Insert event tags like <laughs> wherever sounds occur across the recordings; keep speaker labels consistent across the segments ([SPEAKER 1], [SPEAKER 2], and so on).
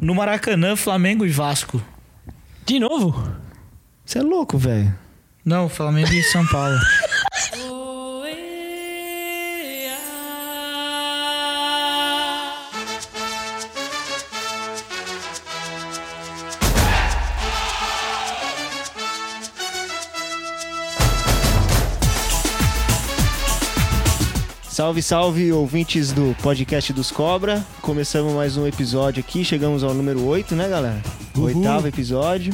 [SPEAKER 1] No Maracanã, Flamengo e Vasco.
[SPEAKER 2] De novo?
[SPEAKER 3] Você é louco, velho.
[SPEAKER 1] Não, Flamengo e São
[SPEAKER 3] <laughs>
[SPEAKER 1] Paulo.
[SPEAKER 3] Salve, salve, ouvintes do podcast dos Cobra. Começamos mais um episódio aqui, chegamos ao número 8, né, galera? Oitavo episódio.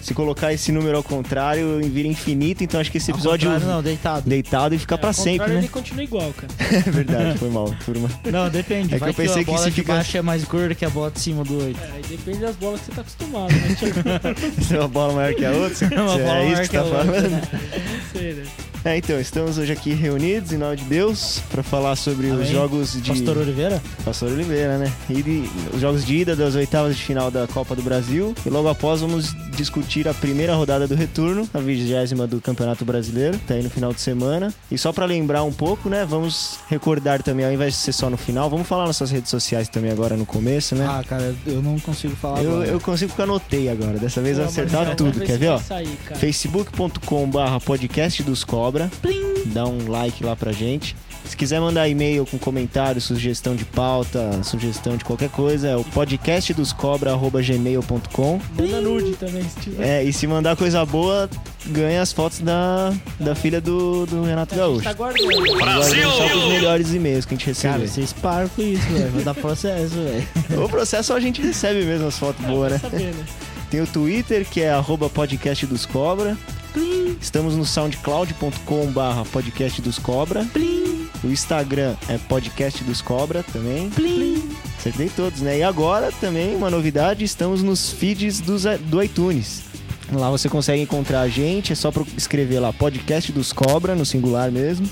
[SPEAKER 3] Se colocar esse número ao contrário, vira infinito, então acho que esse episódio
[SPEAKER 4] Contrário, não, É, deitado.
[SPEAKER 3] deitado e fica pra
[SPEAKER 2] É, Ao
[SPEAKER 3] sempre,
[SPEAKER 2] contrário,
[SPEAKER 3] né?
[SPEAKER 2] Ele continua igual, cara.
[SPEAKER 3] <laughs> É verdade, foi mal, turma.
[SPEAKER 4] Não, depende.
[SPEAKER 3] É que
[SPEAKER 4] Vai
[SPEAKER 3] eu pensei
[SPEAKER 4] a
[SPEAKER 3] que
[SPEAKER 4] bola
[SPEAKER 3] se
[SPEAKER 4] de
[SPEAKER 3] fica-
[SPEAKER 4] baixo é mais gorda que a bola de cima do 8.
[SPEAKER 2] É, aí depende das bolas que você tá acostumado, né? Tipo,
[SPEAKER 3] Se <laughs> é uma bola maior que a outra,
[SPEAKER 4] uma bola
[SPEAKER 3] se é isso
[SPEAKER 4] maior
[SPEAKER 3] que
[SPEAKER 4] que
[SPEAKER 3] você tá
[SPEAKER 4] a outra,
[SPEAKER 3] falando?
[SPEAKER 2] não sei,
[SPEAKER 3] <laughs>
[SPEAKER 2] né?
[SPEAKER 3] É, então, estamos hoje aqui reunidos, em nome de Deus, pra falar sobre os
[SPEAKER 4] Amém.
[SPEAKER 3] jogos de...
[SPEAKER 4] Pastor Oliveira?
[SPEAKER 3] Pastor Oliveira, né? E de- os jogos de ida das oitavas de final da Copa do Brasil. E logo após vamos discutir a primeira rodada do retorno, a vigésima do Campeonato Brasileiro, tá aí no final de semana. E só pra lembrar um pouco, né? Vamos recordar também, ao invés de ser só no final, vamos falar nossas redes sociais também agora no começo, né?
[SPEAKER 4] Ah, cara, eu não consigo
[SPEAKER 1] Ah,
[SPEAKER 4] falar
[SPEAKER 3] eu,
[SPEAKER 4] agora.
[SPEAKER 3] eu consigo que eu anotei agora, dessa vez eu
[SPEAKER 2] Pô, tá
[SPEAKER 3] acertar
[SPEAKER 2] Marcelo,
[SPEAKER 3] tudo,
[SPEAKER 2] vamos
[SPEAKER 3] quer
[SPEAKER 2] se
[SPEAKER 3] ver, ó?
[SPEAKER 2] vai Sair, cara.
[SPEAKER 3] facebook.com barra podcast dos cobra dá um like lá pra gente se quiser mandar e-mail com comentário sugestão de pauta sugestão de qualquer coisa é o podcast dos cobra gmail.com
[SPEAKER 2] Manda nude também, se tiver.
[SPEAKER 3] é, e se mandar coisa boa ganha as fotos da, da filha do, do Renato
[SPEAKER 2] A gente
[SPEAKER 3] Gaúcho
[SPEAKER 2] tá guardando.
[SPEAKER 3] Agora eu vou deixar os melhores e-mails que a gente
[SPEAKER 4] Cara,
[SPEAKER 3] recebeu
[SPEAKER 4] vocês param com isso, velho. Vai dar processo, velho.
[SPEAKER 3] o processo a gente recebe mesmo as fotos boas né
[SPEAKER 2] Pra saber, né?
[SPEAKER 3] Tem o Twitter, que é arroba podcast dos cobra. Estamos no soundcloud.com barra podcast dos cobra. O Instagram é podcast dos cobra também. Acertei todos, né? E agora também, uma novidade, estamos nos feeds dos, eh, do iTunes. Lá você consegue encontrar a gente, é só pro- escrever lá podcast dos cobra, no singular mesmo.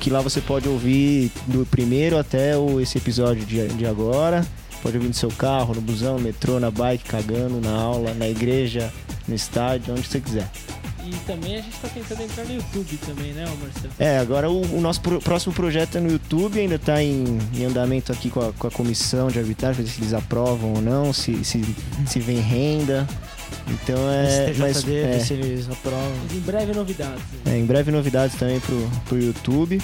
[SPEAKER 3] Que lá você pode ouvir do primeiro até o, esse episódio de, de agora. Pode ouvir no seu carro, no busão, no metrô, na bike, cagando, na aula, na igreja, no estádio, onde você quiser.
[SPEAKER 2] E também a gente tá tentando entrar no YouTube também, né, ô Marcelo?
[SPEAKER 3] É, agora o, o nosso pro- próximo projeto é no YouTube, ainda está em, em andamento aqui com a, com a comissão de arbitragem, ver se eles aprovam ou não, se, se, se vem renda. Então <laughs> é.
[SPEAKER 4] STJD,
[SPEAKER 3] Mas,
[SPEAKER 4] vê se
[SPEAKER 3] é,
[SPEAKER 4] eles aprovam.
[SPEAKER 2] Mas em breve novidades. né?
[SPEAKER 3] é, em breve novidades também pro, pro YouTube.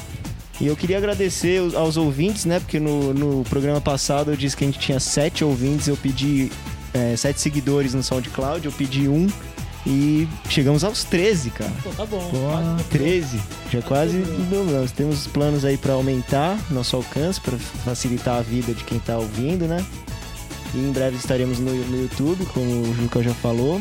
[SPEAKER 3] E eu queria agradecer os- aos ouvintes, né? Porque no, no programa passado eu disse que a gente tinha sete ouvintes, eu pedi é, sete seguidores no SoundCloud, eu pedi um e chegamos aos 13, cara.
[SPEAKER 2] Pô, tá bom.
[SPEAKER 4] Boa.
[SPEAKER 3] 13, já quase dobramos. Temos planos aí pra aumentar nosso alcance, pra facilitar a vida de quem tá ouvindo, né? E em breve estaremos no, no YouTube, como o Juca já falou.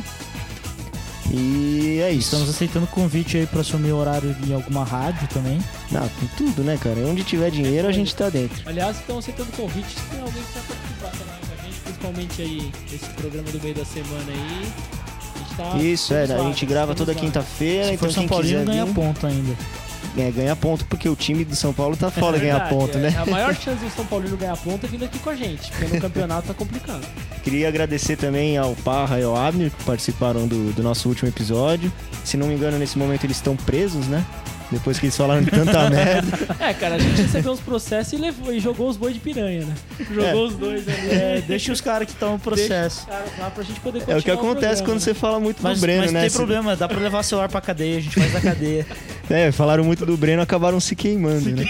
[SPEAKER 3] E é isso.
[SPEAKER 4] Estamos aceitando convite aí pra assumir horário em alguma rádio também.
[SPEAKER 3] Ah, com tudo, né, cara? Onde tiver dinheiro, a gente tá dentro.
[SPEAKER 2] Aliás, estão aceitando convites tem alguém que quer participar tá lá com a gente, principalmente aí esse programa do meio da semana aí. A gente tá
[SPEAKER 3] Isso, é,
[SPEAKER 2] estamos
[SPEAKER 3] a
[SPEAKER 2] lá,
[SPEAKER 3] gente grava toda
[SPEAKER 2] estamos lá.
[SPEAKER 3] quinta-feira,
[SPEAKER 4] Se for
[SPEAKER 3] então
[SPEAKER 4] São
[SPEAKER 3] quem
[SPEAKER 4] Paulino,
[SPEAKER 3] quiser
[SPEAKER 4] ganha
[SPEAKER 3] vir,
[SPEAKER 4] ponto ainda.
[SPEAKER 3] é, ganha ponto, porque o time do São Paulo tá foda ganhar
[SPEAKER 2] Verdade,
[SPEAKER 3] ponto,
[SPEAKER 2] é.
[SPEAKER 3] né?
[SPEAKER 2] A maior chance do São Paulino ganhar ponto é vindo aqui com a gente, porque no campeonato tá complicado.
[SPEAKER 3] Queria agradecer também ao Parra e ao Abner que participaram do, do nosso último episódio. Se não me engano, nesse momento eles estão presos, né? Depois que eles
[SPEAKER 4] <laughs>
[SPEAKER 3] falaram tanta merda.
[SPEAKER 2] <laughs> É, cara, a gente recebeu uns processos e, levou, e jogou os boi de piranha, né? Jogou
[SPEAKER 3] É.
[SPEAKER 2] os dois ali.
[SPEAKER 4] É, deixa os caras que estão no processo.
[SPEAKER 2] Cara, lá pra gente poder
[SPEAKER 3] É
[SPEAKER 2] continuar
[SPEAKER 3] o que acontece
[SPEAKER 2] programa,
[SPEAKER 3] quando
[SPEAKER 2] né?
[SPEAKER 3] você fala muito
[SPEAKER 4] Mas,
[SPEAKER 3] do Breno,
[SPEAKER 4] mas não
[SPEAKER 3] né?
[SPEAKER 4] tem
[SPEAKER 3] Se-
[SPEAKER 4] problema, dá pra levar celular pra cadeia, a gente faz da cadeia.
[SPEAKER 3] É, falaram muito do Breno, acabaram se queimando, né?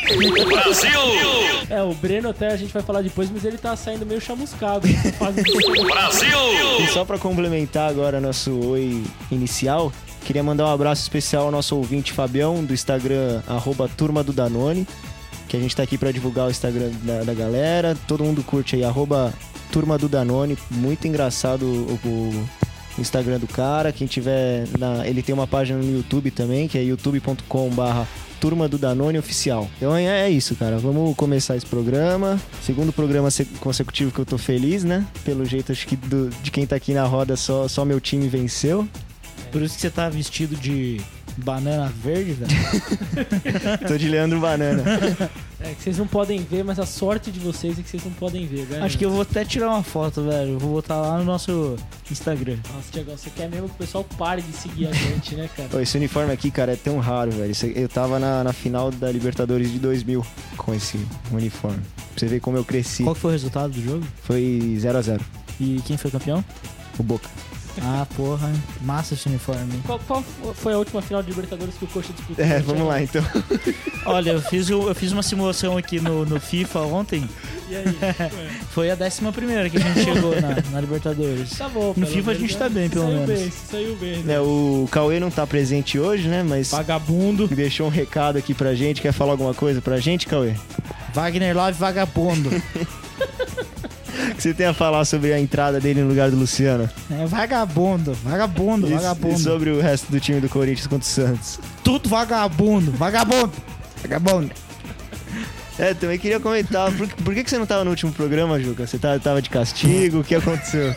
[SPEAKER 2] É, o Breno até a gente vai falar depois, mas ele tá saindo meio chamuscado. né? Faz um
[SPEAKER 3] E só pra complementar agora nosso oi inicial, queria mandar um abraço especial ao nosso ouvinte Fabião, do Instagram, arroba turma do Danone, que a gente tá aqui pra divulgar o Instagram da, da galera. Todo mundo curte aí, arroba turma do Danone. Muito engraçado o, o Instagram do cara. Quem tiver na... Ele tem uma página no YouTube também, que é youtube.com barra Turma do Danone Oficial. Então é é isso, cara. Vamos começar esse programa. Segundo programa se- consecutivo que eu tô feliz, né? Pelo jeito, acho que do- de quem tá aqui na roda, só, só meu time venceu. <laughs>
[SPEAKER 4] Por isso que você tá vestido de banana verde, velho.
[SPEAKER 3] Tô de Leandro <laughs> Banana.
[SPEAKER 2] É que vocês não podem ver, mas a sorte de vocês é que vocês não podem ver,
[SPEAKER 4] <laughs>
[SPEAKER 2] velho.
[SPEAKER 4] Acho que eu vou até tirar uma foto, velho. Eu Vou botar lá no nosso Instagram.
[SPEAKER 2] Nossa, Tiagão, você quer mesmo que o pessoal pare de seguir a gente, né, cara?
[SPEAKER 3] Pô, esse uniforme aqui, cara, é tão raro, velho. Isso- Eu tava na, na final da Libertadores de 2000 com esse uniforme. Pra você ver como eu cresci.
[SPEAKER 4] Qual que foi o resultado do jogo?
[SPEAKER 3] Foi 0 a 0
[SPEAKER 4] E quem foi <laughs> campeão?
[SPEAKER 3] O Boca.
[SPEAKER 4] Ah, porra. Massa esse uniforme.
[SPEAKER 2] Qual, qual foi a última final de Libertadores que o Coxa
[SPEAKER 3] <laughs>
[SPEAKER 2] disputou?
[SPEAKER 3] É, vamos lá então.
[SPEAKER 4] Olha, eu fiz, o- eu fiz uma simulação aqui no, no FIFA ontem.
[SPEAKER 2] E aí?
[SPEAKER 4] Foi a décima primeira que a gente chegou na, na Libertadores.
[SPEAKER 2] tá bom.
[SPEAKER 4] No
[SPEAKER 2] pelo
[SPEAKER 4] FIFA a gente
[SPEAKER 2] menos,
[SPEAKER 4] tá
[SPEAKER 2] né?
[SPEAKER 4] bem, pelo
[SPEAKER 2] saiu
[SPEAKER 4] menos.
[SPEAKER 2] Bem, saiu bem, né?
[SPEAKER 3] É, o Cauê não tá presente hoje, né? Mas
[SPEAKER 4] Vagabundo.
[SPEAKER 3] deixou um recado aqui pra gente. Quer falar alguma coisa pra gente, Cauê?
[SPEAKER 4] Wagner Love, vagabundo. <laughs>
[SPEAKER 3] O que você tem a falar sobre a entrada dele no lugar do Luciano?
[SPEAKER 4] É vagabundo, vagabundo,
[SPEAKER 3] E-
[SPEAKER 4] vagabundo.
[SPEAKER 3] E sobre o resto do time do Corinthians contra o Santos.
[SPEAKER 4] Tudo vagabundo, vagabundo, vagabundo.
[SPEAKER 3] É, também queria comentar. Por, por que, que você não tava no último programa, Juca? Você tá- tava de castigo? O que aconteceu?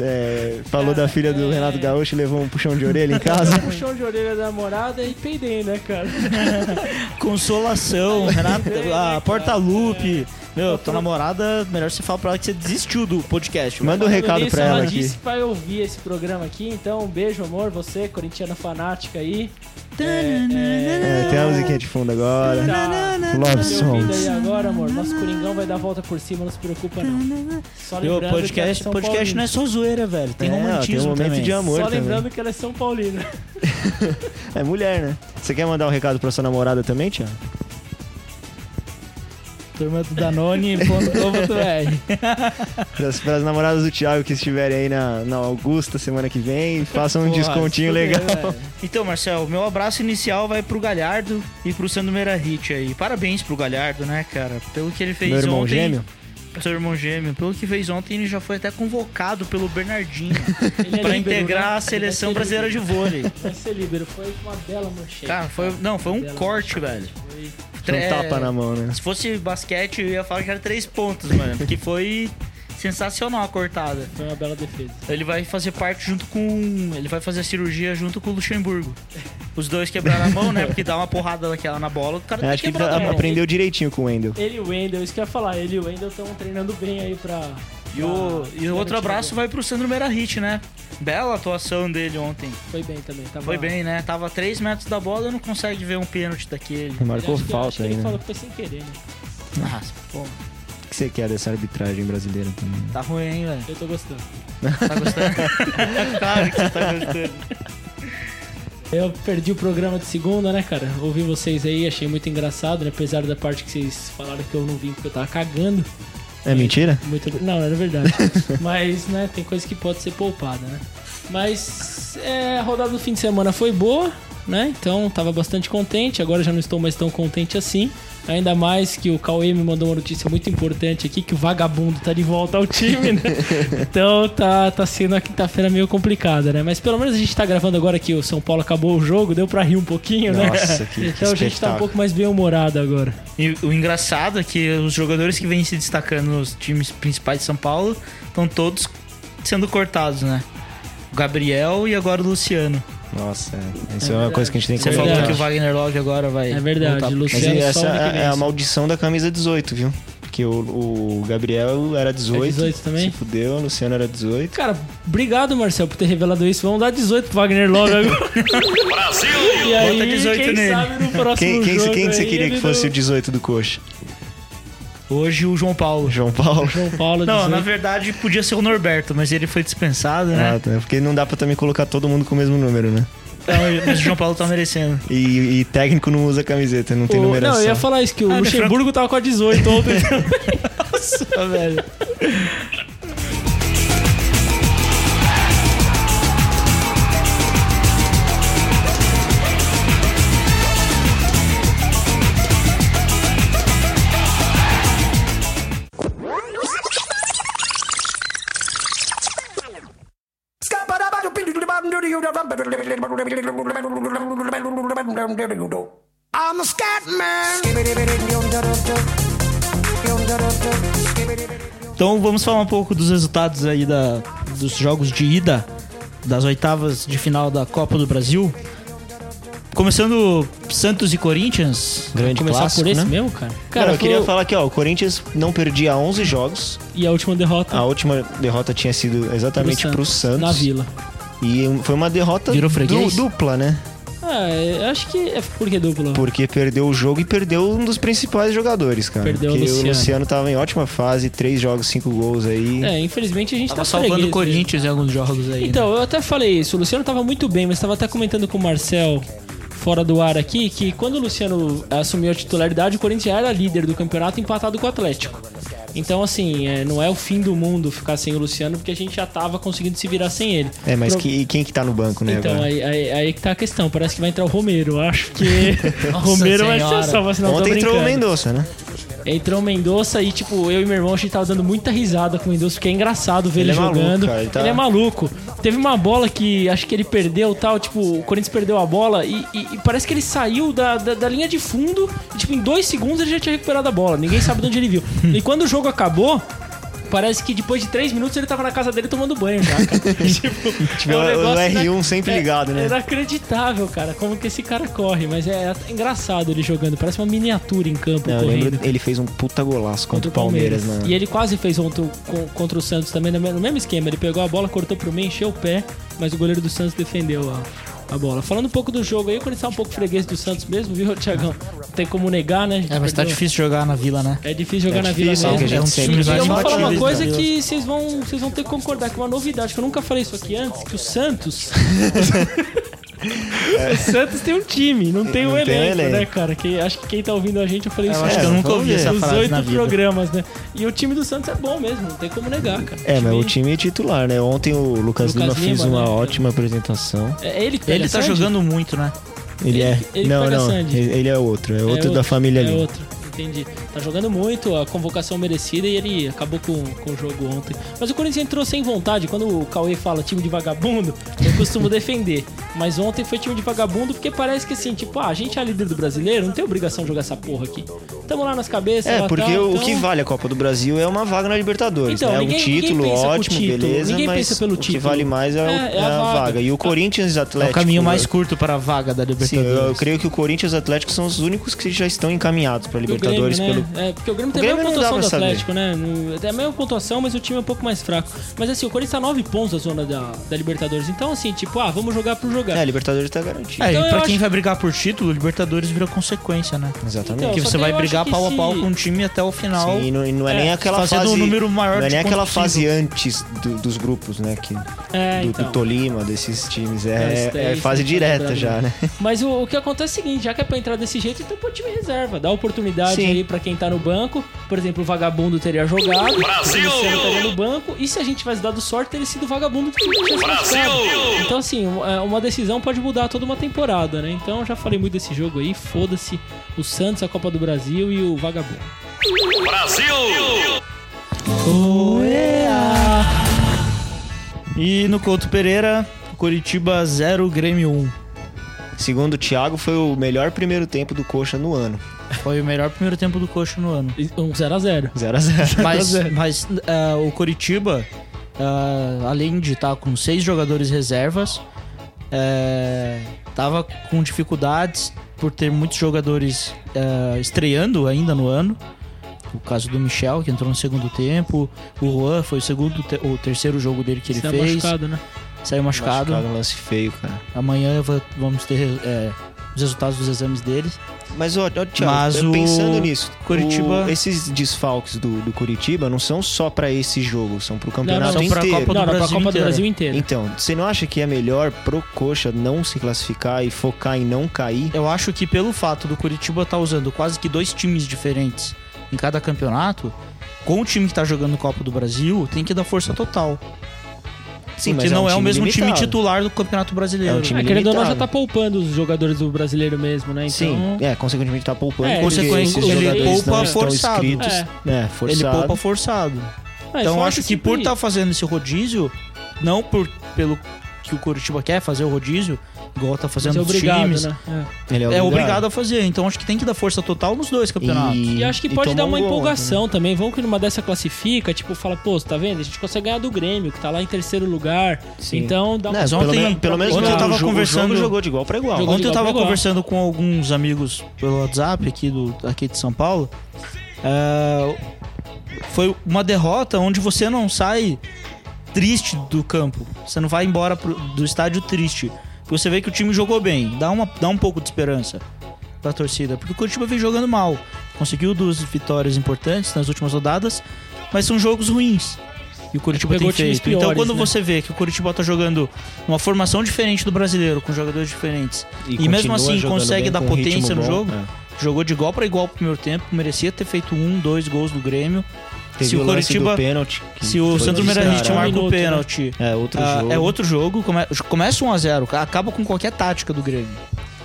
[SPEAKER 3] É, falou da filha do Renato Gaúcho e levou um puxão de orelha em casa?
[SPEAKER 2] Puxão Tá de orelha da namorada e peidei, né, cara?
[SPEAKER 1] Tá
[SPEAKER 4] Consolação,
[SPEAKER 2] <laughs>
[SPEAKER 4] Renato,
[SPEAKER 2] Bem, né,
[SPEAKER 4] ah,
[SPEAKER 2] cara?
[SPEAKER 4] Porta Loop. Meu, tua namorada, melhor você falar pra ela que você desistiu do podcast. mano.
[SPEAKER 3] Manda um
[SPEAKER 2] Falando
[SPEAKER 3] recado
[SPEAKER 2] nisso,
[SPEAKER 3] pra ela
[SPEAKER 2] ela
[SPEAKER 3] aqui.
[SPEAKER 2] disse pra eu ouvir esse programa aqui, então um beijo, amor, você, corintiana fanática aí. É,
[SPEAKER 3] É, tem a musiquinha de fundo agora.
[SPEAKER 1] Tá
[SPEAKER 3] Love
[SPEAKER 2] Você ouvindo
[SPEAKER 3] Songs.
[SPEAKER 2] aí agora, amor, nosso Coringão vai dar a volta por cima, não se preocupa não. Só
[SPEAKER 4] Meu,
[SPEAKER 2] lembrando
[SPEAKER 4] podcast,
[SPEAKER 2] que ela é São
[SPEAKER 4] podcast não é
[SPEAKER 2] Paulina.
[SPEAKER 4] só zoeira, velho. Tem
[SPEAKER 3] É, ó, tem um
[SPEAKER 4] romantismo
[SPEAKER 3] momento
[SPEAKER 4] também.
[SPEAKER 3] de amor
[SPEAKER 2] Só
[SPEAKER 3] também.
[SPEAKER 2] lembrando que ela é São Paulina.
[SPEAKER 1] <laughs>
[SPEAKER 3] É mulher, né? Você quer mandar um recado pra sua namorada também, Tiago?
[SPEAKER 4] Turma do
[SPEAKER 2] <laughs> É,
[SPEAKER 4] Danone.com.br.
[SPEAKER 3] Pras, pras namoradas do Thiago que estiverem aí na, na Augusta semana que vem, façam um
[SPEAKER 4] Porra,
[SPEAKER 3] descontinho legal.
[SPEAKER 1] Então, Marcel, meu abraço inicial vai pro Galhardo e pro Sandro Merahit aí. Parabéns pro Galhardo, né, cara? Pelo que ele fez
[SPEAKER 3] Meu irmão
[SPEAKER 1] ontem.
[SPEAKER 3] gêmeo?
[SPEAKER 1] Seu irmão gêmeo. Pelo que fez ontem, ele já foi até convocado pelo Bernardinho
[SPEAKER 2] Ele é
[SPEAKER 1] pra
[SPEAKER 2] líbero,
[SPEAKER 1] integrar
[SPEAKER 2] né?
[SPEAKER 1] a seleção
[SPEAKER 2] Ele vai ser
[SPEAKER 1] brasileira de vôlei.
[SPEAKER 2] líbero. Vai ser líbero, foi uma bela manchete.
[SPEAKER 1] Cara, foi, não, foi um
[SPEAKER 2] Bela
[SPEAKER 1] corte, velho.
[SPEAKER 2] Foi-
[SPEAKER 3] Não
[SPEAKER 1] É,
[SPEAKER 3] tapa na mão, né?
[SPEAKER 1] Se fosse basquete, eu ia falar que era três pontos, mano. Porque foi sensacional a cortada.
[SPEAKER 2] Foi uma bela defesa.
[SPEAKER 1] Ele vai fazer parte junto com. Ele vai fazer a cirurgia junto com o Luxemburgo. Os dois quebraram a mão, né? Porque dá uma porrada daquela na bola, o cara
[SPEAKER 3] É,
[SPEAKER 1] tá
[SPEAKER 3] acho que
[SPEAKER 1] quebrado.
[SPEAKER 3] a-
[SPEAKER 2] mão.
[SPEAKER 3] aprendeu direitinho com o Wendel.
[SPEAKER 2] Ele e o Wendel, isso que eu ia falar, ele e o Wendel estão treinando bem aí pra.
[SPEAKER 1] E o, e o outro abraço vai pro Sandro Merahit, né? Bela atuação dele ontem.
[SPEAKER 2] Foi bem também, tá
[SPEAKER 1] Foi bem, né? Tava a 3 metros da bola, não consegue ver um pênalti
[SPEAKER 3] <laughs>
[SPEAKER 1] daquele.
[SPEAKER 3] Marcou
[SPEAKER 2] acho que- acho que
[SPEAKER 3] falta aí,
[SPEAKER 2] Ele
[SPEAKER 3] né?
[SPEAKER 2] falou que foi sem querer, né?
[SPEAKER 1] Nossa, pô,
[SPEAKER 3] O que você quer dessa arbitragem brasileira também?
[SPEAKER 1] tá ruim, hein, velho?
[SPEAKER 2] Eu tô gostando.
[SPEAKER 1] Tá gostando? <laughs> claro que você tá gostando.
[SPEAKER 2] Eu perdi o programa de segunda, né, cara? Ouvi vocês aí, achei muito engraçado, né? Apesar da parte que vocês falaram que eu não vim porque eu tava cagando.
[SPEAKER 3] É mentira?
[SPEAKER 2] <laughs> Muito... Não, era verdade.
[SPEAKER 3] <laughs>
[SPEAKER 2] Mas, né, tem coisa que pode ser poupada, né? Mas é, a rodada do fim de semana foi boa, né? Então tava bastante contente. Agora já não estou mais tão contente assim. Ainda mais que o Cauê me mandou uma notícia muito importante aqui, que o vagabundo tá de volta ao
[SPEAKER 3] <laughs>
[SPEAKER 2] time, né? Então tá, tá sendo a quinta-feira meio complicada, né? Mas pelo menos a gente tá gravando agora que o São Paulo acabou o jogo, deu pra rir um pouquinho, né?
[SPEAKER 3] Nossa, que, que
[SPEAKER 2] <laughs> Então a gente tá um
[SPEAKER 3] espetáculo.
[SPEAKER 2] pouco mais bem-humorado agora.
[SPEAKER 1] E o engraçado é que os jogadores que vêm se destacando nos times principais de São Paulo estão todos sendo cortados, né? O Gabriel e agora o Luciano.
[SPEAKER 3] Nossa, é. isso é, uma coisa que a gente tem que
[SPEAKER 1] Você falou
[SPEAKER 3] comentar.
[SPEAKER 1] que o Wagner Love agora vai.
[SPEAKER 2] É verdade,
[SPEAKER 1] voltar pro
[SPEAKER 3] Mas
[SPEAKER 2] Luciano.
[SPEAKER 1] time.
[SPEAKER 2] Luciano só
[SPEAKER 3] essa
[SPEAKER 2] ano que
[SPEAKER 3] é,
[SPEAKER 2] vem,
[SPEAKER 3] é a
[SPEAKER 2] só.
[SPEAKER 3] maldição da camisa 18, viu? Porque o, o Gabriel era 18.
[SPEAKER 2] É 18 também?
[SPEAKER 3] Se fudeu, o Luciano era 18.
[SPEAKER 2] Cara, obrigado, Marcel, por ter revelado isso. Vamos dar 18 pro Wagner logo agora. Brasil! <laughs> E aí,
[SPEAKER 1] Bota 18
[SPEAKER 2] quem
[SPEAKER 1] nele.
[SPEAKER 2] sabe no próximo
[SPEAKER 3] Quem, quem,
[SPEAKER 2] jogo
[SPEAKER 3] quem que você
[SPEAKER 2] aí,
[SPEAKER 3] queria
[SPEAKER 2] ele
[SPEAKER 3] que fosse o
[SPEAKER 2] não-
[SPEAKER 3] 18 do coxa?
[SPEAKER 1] Hoje o João Paulo.
[SPEAKER 3] João
[SPEAKER 2] <laughs>
[SPEAKER 3] Paulo?
[SPEAKER 2] João Paulo,
[SPEAKER 1] Não,
[SPEAKER 2] 18.
[SPEAKER 1] na verdade podia ser o Norberto, mas ele foi dispensado, né?
[SPEAKER 3] Ah, tá. Porque não dá pra também colocar todo mundo com o mesmo número, né?
[SPEAKER 1] Então, mas o João Paulo tá <laughs> merecendo.
[SPEAKER 3] E, e técnico não usa camiseta, não tem
[SPEAKER 2] O-
[SPEAKER 3] numeração. é,
[SPEAKER 2] não, eu ia falar isso, que o
[SPEAKER 1] Ah, me
[SPEAKER 2] Luxemburgo tava com a
[SPEAKER 3] <laughs>
[SPEAKER 2] 18 ontem.
[SPEAKER 1] Ah, velho.
[SPEAKER 5] I'm a scat man.
[SPEAKER 1] Então vamos falar um pouco dos resultados aí da, dos jogos de ida das oitavas de final da Copa do Brasil. Começando Santos e Corinthians.
[SPEAKER 3] Grande
[SPEAKER 2] Começar
[SPEAKER 3] clássico,
[SPEAKER 2] por esse
[SPEAKER 3] né?
[SPEAKER 2] mesmo, cara?
[SPEAKER 3] Cara,
[SPEAKER 2] Cara,
[SPEAKER 3] eu queria
[SPEAKER 2] foi-
[SPEAKER 3] falar aqui, ó, o Corinthians não perdia 11 jogos.
[SPEAKER 2] E a última derrota
[SPEAKER 3] A última derrota tinha sido exatamente Ah, pro Santos.
[SPEAKER 2] na Vila.
[SPEAKER 3] E foi uma derrota
[SPEAKER 1] Virou
[SPEAKER 3] du-
[SPEAKER 1] freguês?
[SPEAKER 3] dupla, né?
[SPEAKER 2] Ah, eu acho que é porque duplo.
[SPEAKER 3] Porque perdeu o jogo e perdeu um dos principais jogadores, cara.
[SPEAKER 2] Perdeu o
[SPEAKER 3] Porque
[SPEAKER 2] Luciano.
[SPEAKER 3] o Luciano tava em ótima fase, três jogos, cinco gols aí.
[SPEAKER 2] É, infelizmente a gente
[SPEAKER 1] Tava
[SPEAKER 2] tá
[SPEAKER 1] salvando
[SPEAKER 2] freguês
[SPEAKER 1] o
[SPEAKER 2] dele.
[SPEAKER 1] Corinthians em alguns jogos aí.
[SPEAKER 2] Então, eu até falei isso. O Luciano tava muito bem, mas tava até comentando com o Marcel fora do ar aqui que quando o Luciano assumiu a titularidade, o Corinthians já era líder do campeonato empatado com o Atlético. Então, assim, é, não é o fim do mundo ficar sem o Luciano, porque a gente já tava conseguindo se virar sem ele.
[SPEAKER 3] É, mas
[SPEAKER 2] Pro-
[SPEAKER 3] que, e quem que tá no banco, né?
[SPEAKER 2] Então,
[SPEAKER 3] agora?
[SPEAKER 2] aí, aí, aí que tá a questão. Parece que vai entrar o Romero. Eu Acho que <laughs> Romero vai ser
[SPEAKER 1] Senhora.
[SPEAKER 2] salvo, senão eu tô
[SPEAKER 3] Ontem entrou o
[SPEAKER 2] brincando.
[SPEAKER 3] Mendonça, né?
[SPEAKER 2] Entrou o Mendonça e, tipo, eu e meu irmão, a gente tava dando muita risada com o Mendonça, porque é engraçado ver ele,
[SPEAKER 3] Ele é maluco,
[SPEAKER 2] jogando.
[SPEAKER 3] cara,
[SPEAKER 2] ele,
[SPEAKER 3] ele tá-
[SPEAKER 2] é maluco. Teve uma bola que acho que ele perdeu e tal, tipo, o Corinthians perdeu a bola e, e- e parece que ele saiu da, da, da linha de fundo e, tipo, em dois segundos ele já tinha recuperado a bola. Ninguém sabe de onde ele viu.
[SPEAKER 3] <laughs>
[SPEAKER 2] E quando o jogo acabou. Parece que depois de três minutos ele tava na casa dele tomando banho já,
[SPEAKER 3] <laughs>
[SPEAKER 2] cara. tipo,
[SPEAKER 3] Tipo, o R1 sempre
[SPEAKER 2] é-
[SPEAKER 3] ligado, né?
[SPEAKER 2] É inacreditável, cara, como que esse cara corre. Mas é, é engraçado ele jogando. Parece uma miniatura em campo
[SPEAKER 3] Não, eu
[SPEAKER 2] correndo.
[SPEAKER 3] lembro, ele fez um puta golaço contra, o Palmeiras, né?
[SPEAKER 2] E ele quase fez ontem co- contra o Santos também, no me- no mesmo esquema. Ele pegou a bola, cortou pro meio, encheu o pé, mas o goleiro do Santos defendeu a, a bola. Falando um pouco do jogo aí, o Corinthians tá um pouco freguês do Santos mesmo, viu, <laughs> Thiagão? Não tem como negar, né? A gente
[SPEAKER 1] É, mas tá
[SPEAKER 2] perdeu.
[SPEAKER 1] difícil jogar na vila, né?
[SPEAKER 2] É difícil jogar
[SPEAKER 3] É
[SPEAKER 2] na
[SPEAKER 3] difícil, porque
[SPEAKER 2] Vila
[SPEAKER 3] a
[SPEAKER 2] mesmo.
[SPEAKER 3] gente
[SPEAKER 1] é um
[SPEAKER 3] sempre
[SPEAKER 1] time
[SPEAKER 3] vai
[SPEAKER 2] E eu vou falar uma
[SPEAKER 1] imbatível.
[SPEAKER 2] coisa que vocês vão, vocês vão ter que concordar, que é uma novidade, que eu nunca falei isso aqui antes, que
[SPEAKER 1] <laughs>
[SPEAKER 2] o Santos... <laughs> o Santos tem um time, não tem
[SPEAKER 3] Não
[SPEAKER 2] um
[SPEAKER 3] tem
[SPEAKER 2] elenco,
[SPEAKER 3] elenco.
[SPEAKER 2] né, cara? Que, acho que quem tá ouvindo a gente, eu falei isso
[SPEAKER 1] Eu acho
[SPEAKER 3] É,
[SPEAKER 1] que eu nunca
[SPEAKER 3] vamos
[SPEAKER 1] ouvi
[SPEAKER 3] ver.
[SPEAKER 1] essa
[SPEAKER 2] os
[SPEAKER 1] frase
[SPEAKER 2] oito
[SPEAKER 1] na vida.
[SPEAKER 2] programas, né? E o time do Santos é bom mesmo, não tem como negar, cara.
[SPEAKER 3] É, mas o time é titular, né? Ontem o Lucas,
[SPEAKER 2] Lucas
[SPEAKER 3] Lima fez
[SPEAKER 2] Lima,
[SPEAKER 3] uma
[SPEAKER 2] né?
[SPEAKER 3] ótima apresentação.
[SPEAKER 2] É ele que pega
[SPEAKER 1] Ele tá
[SPEAKER 2] Sandy?
[SPEAKER 1] jogando muito, né?
[SPEAKER 3] Ele,
[SPEAKER 2] Ele-
[SPEAKER 3] é.
[SPEAKER 2] ele
[SPEAKER 3] não,
[SPEAKER 2] pega
[SPEAKER 3] não.
[SPEAKER 2] Sandy.
[SPEAKER 3] Ele ele é outro. É
[SPEAKER 2] É
[SPEAKER 3] outro, da família
[SPEAKER 2] É
[SPEAKER 3] Lima.
[SPEAKER 2] outro, entendi. Tá jogando muito, a convocação merecida e ele acabou com, com o jogo ontem. Mas o Corinthians entrou sem vontade. Quando o Cauê fala time de vagabundo, eu costumo <laughs> defender. Mas ontem foi time de vagabundo porque parece que assim, tipo, ah, a gente é líder do brasileiro, não tem obrigação de jogar essa porra aqui. Tamo lá nas cabeças,
[SPEAKER 3] É,
[SPEAKER 2] lá
[SPEAKER 3] porque
[SPEAKER 2] tal,
[SPEAKER 3] o
[SPEAKER 2] então-
[SPEAKER 3] que vale a Copa do Brasil é uma vaga na Libertadores.
[SPEAKER 2] Então,
[SPEAKER 3] né? É um
[SPEAKER 2] ninguém- ninguém
[SPEAKER 3] título
[SPEAKER 2] pensa por
[SPEAKER 3] ótimo,
[SPEAKER 2] título,
[SPEAKER 3] beleza,
[SPEAKER 2] ninguém
[SPEAKER 3] mas
[SPEAKER 2] pensa pelo
[SPEAKER 3] o que
[SPEAKER 2] título.
[SPEAKER 3] vale mais é, o-
[SPEAKER 2] É, é
[SPEAKER 3] é
[SPEAKER 2] a
[SPEAKER 3] a,
[SPEAKER 2] vaga.
[SPEAKER 3] vaga. E o Corinthians e
[SPEAKER 1] É
[SPEAKER 3] Atlético... né?
[SPEAKER 1] o caminho mais curto para a vaga da
[SPEAKER 3] Sim, eu, eu
[SPEAKER 1] Libertadores.
[SPEAKER 3] creio que o Corinthians e o Atlético são os únicos que já estão encaminhados para
[SPEAKER 2] Do
[SPEAKER 3] Libertadores
[SPEAKER 2] Grêmio,
[SPEAKER 3] pelo
[SPEAKER 2] né? É, porque o Grêmio
[SPEAKER 3] O
[SPEAKER 2] tem a
[SPEAKER 3] Grêmio
[SPEAKER 2] mesma
[SPEAKER 3] não dá
[SPEAKER 2] pontuação do
[SPEAKER 3] pra saber.
[SPEAKER 2] Atlético, né? No- Tem a mesma pontuação, mas o time é um pouco mais fraco. Mas assim, o Corinthians tá 9 pontos da zona da, da Libertadores. Então, assim, tipo, ah, vamos jogar por jogar.
[SPEAKER 3] É, a Libertadores tá garantida.
[SPEAKER 1] É,
[SPEAKER 2] Então eu
[SPEAKER 1] e pra
[SPEAKER 2] acho-
[SPEAKER 1] quem vai brigar por título, Libertadores vira consequência, né?
[SPEAKER 3] Exatamente.
[SPEAKER 2] Então,
[SPEAKER 1] que
[SPEAKER 2] só
[SPEAKER 1] você
[SPEAKER 2] que
[SPEAKER 1] vai
[SPEAKER 2] eu acho
[SPEAKER 1] brigar
[SPEAKER 2] que
[SPEAKER 1] pau a pau
[SPEAKER 2] se-
[SPEAKER 1] com o time até o final.
[SPEAKER 3] Sim, e não, e não é,
[SPEAKER 2] É,
[SPEAKER 3] nem aquela
[SPEAKER 1] fazendo
[SPEAKER 3] fase.
[SPEAKER 1] um número maior
[SPEAKER 3] não é
[SPEAKER 1] de
[SPEAKER 3] nem aquela
[SPEAKER 1] pontos
[SPEAKER 3] fase
[SPEAKER 1] possível.
[SPEAKER 3] antes do- dos grupos, né? Que,
[SPEAKER 2] É,
[SPEAKER 3] do,
[SPEAKER 2] então.
[SPEAKER 3] do Tolima, desses times.
[SPEAKER 2] É,
[SPEAKER 3] É,
[SPEAKER 2] isso daí,
[SPEAKER 3] é
[SPEAKER 2] isso
[SPEAKER 3] fase
[SPEAKER 2] daí tá
[SPEAKER 3] direta
[SPEAKER 2] lembrado,
[SPEAKER 3] já, né?
[SPEAKER 2] Mas o, o que acontece é o seguinte, já que é pra entrar desse jeito, então pô, time reserva. Dá oportunidade
[SPEAKER 3] Sim.
[SPEAKER 2] aí pra quem tá no banco. Por exemplo, o vagabundo teria jogado. Brasil! O Luciano estaria no banco. E se a gente tivesse dado sorte, teria sido vagabundo que tinha sido classificado. Então, assim, um- é, uma decisão pode mudar toda uma temporada, né? Então, já falei muito desse jogo aí. Foda-se o Santos, a Copa do Brasil e o vagabundo.
[SPEAKER 1] E no Couto Pereira, Curitiba 0, Grêmio 1.
[SPEAKER 3] Segundo o Thiago, foi o melhor primeiro tempo do Coxa no ano.
[SPEAKER 1] Foi o melhor primeiro tempo do Coxa no
[SPEAKER 2] <laughs>
[SPEAKER 1] ano.
[SPEAKER 2] E Um 0x0.
[SPEAKER 1] <laughs>
[SPEAKER 3] 0x0.
[SPEAKER 1] Mas, mas ah, o Coritiba, ah, além de estar com seis jogadores reservas, eh, tava com dificuldades por ter muitos jogadores eh, estreando ainda no ano. O caso do Michel, que entrou no segundo tempo. O Juan foi o segundo, te- o terceiro jogo dele que ele
[SPEAKER 2] Você é
[SPEAKER 1] fez.
[SPEAKER 2] machucado, né?
[SPEAKER 1] Saiu machucado.
[SPEAKER 3] Machucado, um lance feio, cara.
[SPEAKER 1] Amanhã va- vamos ter eh, os resultados dos exames dele.
[SPEAKER 3] Mas, ó, ó Thiago,
[SPEAKER 1] Mas
[SPEAKER 3] eu
[SPEAKER 1] o
[SPEAKER 3] pensando nisso,
[SPEAKER 1] Curitiba-
[SPEAKER 3] o- esses desfalques do, do Curitiba não são só pra esse jogo, são pro
[SPEAKER 2] não,
[SPEAKER 3] campeonato
[SPEAKER 2] são
[SPEAKER 1] pra
[SPEAKER 3] inteiro.
[SPEAKER 1] Copa do
[SPEAKER 2] Não, não, pra
[SPEAKER 1] Brasil
[SPEAKER 2] Copa do
[SPEAKER 1] inteiro.
[SPEAKER 2] Brasil inteiro.
[SPEAKER 3] Então, você não acha que é melhor pro Coxa não se classificar e focar em não cair?
[SPEAKER 1] Eu acho que pelo fato do Curitiba estar usando quase que dois times diferentes em cada campeonato, com o time que tá jogando Copa do Brasil, tem que dar força total.
[SPEAKER 3] Sim,
[SPEAKER 1] porque
[SPEAKER 3] é um
[SPEAKER 1] não é, o mesmo time
[SPEAKER 3] limitado.
[SPEAKER 1] titular do Campeonato Brasileiro.
[SPEAKER 3] É um time
[SPEAKER 2] Ah, querendo ou não, já
[SPEAKER 3] limitado.
[SPEAKER 2] tá poupando os jogadores do brasileiro mesmo, né? Então,
[SPEAKER 3] Sim, é, consequentemente tá poupando.
[SPEAKER 2] É,
[SPEAKER 3] porque
[SPEAKER 1] consequência,
[SPEAKER 3] esses
[SPEAKER 1] ele
[SPEAKER 3] jogadores
[SPEAKER 1] poupa
[SPEAKER 3] não estão
[SPEAKER 1] forçado.
[SPEAKER 3] inscritos. É,
[SPEAKER 1] Ele
[SPEAKER 3] forçado.
[SPEAKER 1] poupa forçado.
[SPEAKER 2] Ah,
[SPEAKER 1] então eu
[SPEAKER 2] forte
[SPEAKER 1] acho que
[SPEAKER 2] sempre
[SPEAKER 1] por
[SPEAKER 2] ir.
[SPEAKER 1] estar fazendo esse rodízio, não por pelo que o Curitiba quer fazer o rodízio, igual tá
[SPEAKER 2] Mas
[SPEAKER 1] fazendo
[SPEAKER 2] é
[SPEAKER 1] os
[SPEAKER 2] obrigado,
[SPEAKER 1] times,
[SPEAKER 2] né? É.
[SPEAKER 3] Ele
[SPEAKER 1] é obrigado a fazer. Então acho que tem que dar força total nos dois campeonatos.
[SPEAKER 2] E acho que pode
[SPEAKER 3] tomar
[SPEAKER 2] dar uma
[SPEAKER 3] um gol,
[SPEAKER 2] empolgação
[SPEAKER 1] né?
[SPEAKER 2] também. Vamos que numa dessa classifica, tipo, fala, pô, você tá vendo? A gente consegue ganhar do Grêmio, que tá lá em terceiro lugar.
[SPEAKER 3] Sim.
[SPEAKER 2] Então dá uma.
[SPEAKER 3] Né,
[SPEAKER 1] Mas
[SPEAKER 3] pelo,
[SPEAKER 1] ontem-
[SPEAKER 3] menos, pelo menos
[SPEAKER 1] ontem eu
[SPEAKER 3] o
[SPEAKER 1] tava
[SPEAKER 3] jogo- o
[SPEAKER 1] conversando-
[SPEAKER 3] jogo jogou de igual pra igual.
[SPEAKER 2] Jogou-
[SPEAKER 1] Ontem eu tava
[SPEAKER 2] Legal, legal.
[SPEAKER 1] conversando com alguns amigos pelo WhatsApp aqui, do, aqui de São Paulo. É, foi uma derrota onde você não sai triste do campo. Você não vai embora pro- do estádio triste. Porque você vê que o time jogou bem, dá, uma, dá um pouco de esperança pra torcida. Porque o Curitiba vem jogando mal. Conseguiu duas vitórias importantes nas últimas rodadas, mas são jogos ruins. E o Curitiba
[SPEAKER 2] Pegou
[SPEAKER 1] tem
[SPEAKER 2] times
[SPEAKER 1] feito. então,
[SPEAKER 2] piores,
[SPEAKER 1] quando
[SPEAKER 2] né?
[SPEAKER 1] você vê que o Curitiba tá jogando uma formação diferente do brasileiro, com jogadores diferentes, E mesmo
[SPEAKER 3] continua
[SPEAKER 1] assim,
[SPEAKER 3] jogando
[SPEAKER 1] consegue
[SPEAKER 3] bem,
[SPEAKER 1] dar
[SPEAKER 3] com um ritmo
[SPEAKER 1] potência no
[SPEAKER 3] bom,
[SPEAKER 1] jogo?
[SPEAKER 3] é.
[SPEAKER 1] jogou de igual pra igual pro primeiro tempo, merecia ter feito um, dois gols do Grêmio.
[SPEAKER 3] Teve
[SPEAKER 1] se o,
[SPEAKER 3] lance do
[SPEAKER 1] Curitiba,
[SPEAKER 3] pênalti, que
[SPEAKER 1] se o
[SPEAKER 3] foi
[SPEAKER 1] Santos Merahit
[SPEAKER 3] descarado.
[SPEAKER 2] um
[SPEAKER 1] marca
[SPEAKER 2] minuto,
[SPEAKER 1] o
[SPEAKER 2] né?
[SPEAKER 1] pênalti,
[SPEAKER 3] É outro
[SPEAKER 1] ah,
[SPEAKER 3] jogo.
[SPEAKER 1] é outro jogo, come- começa 1 a 0, acaba com qualquer tática do Grêmio.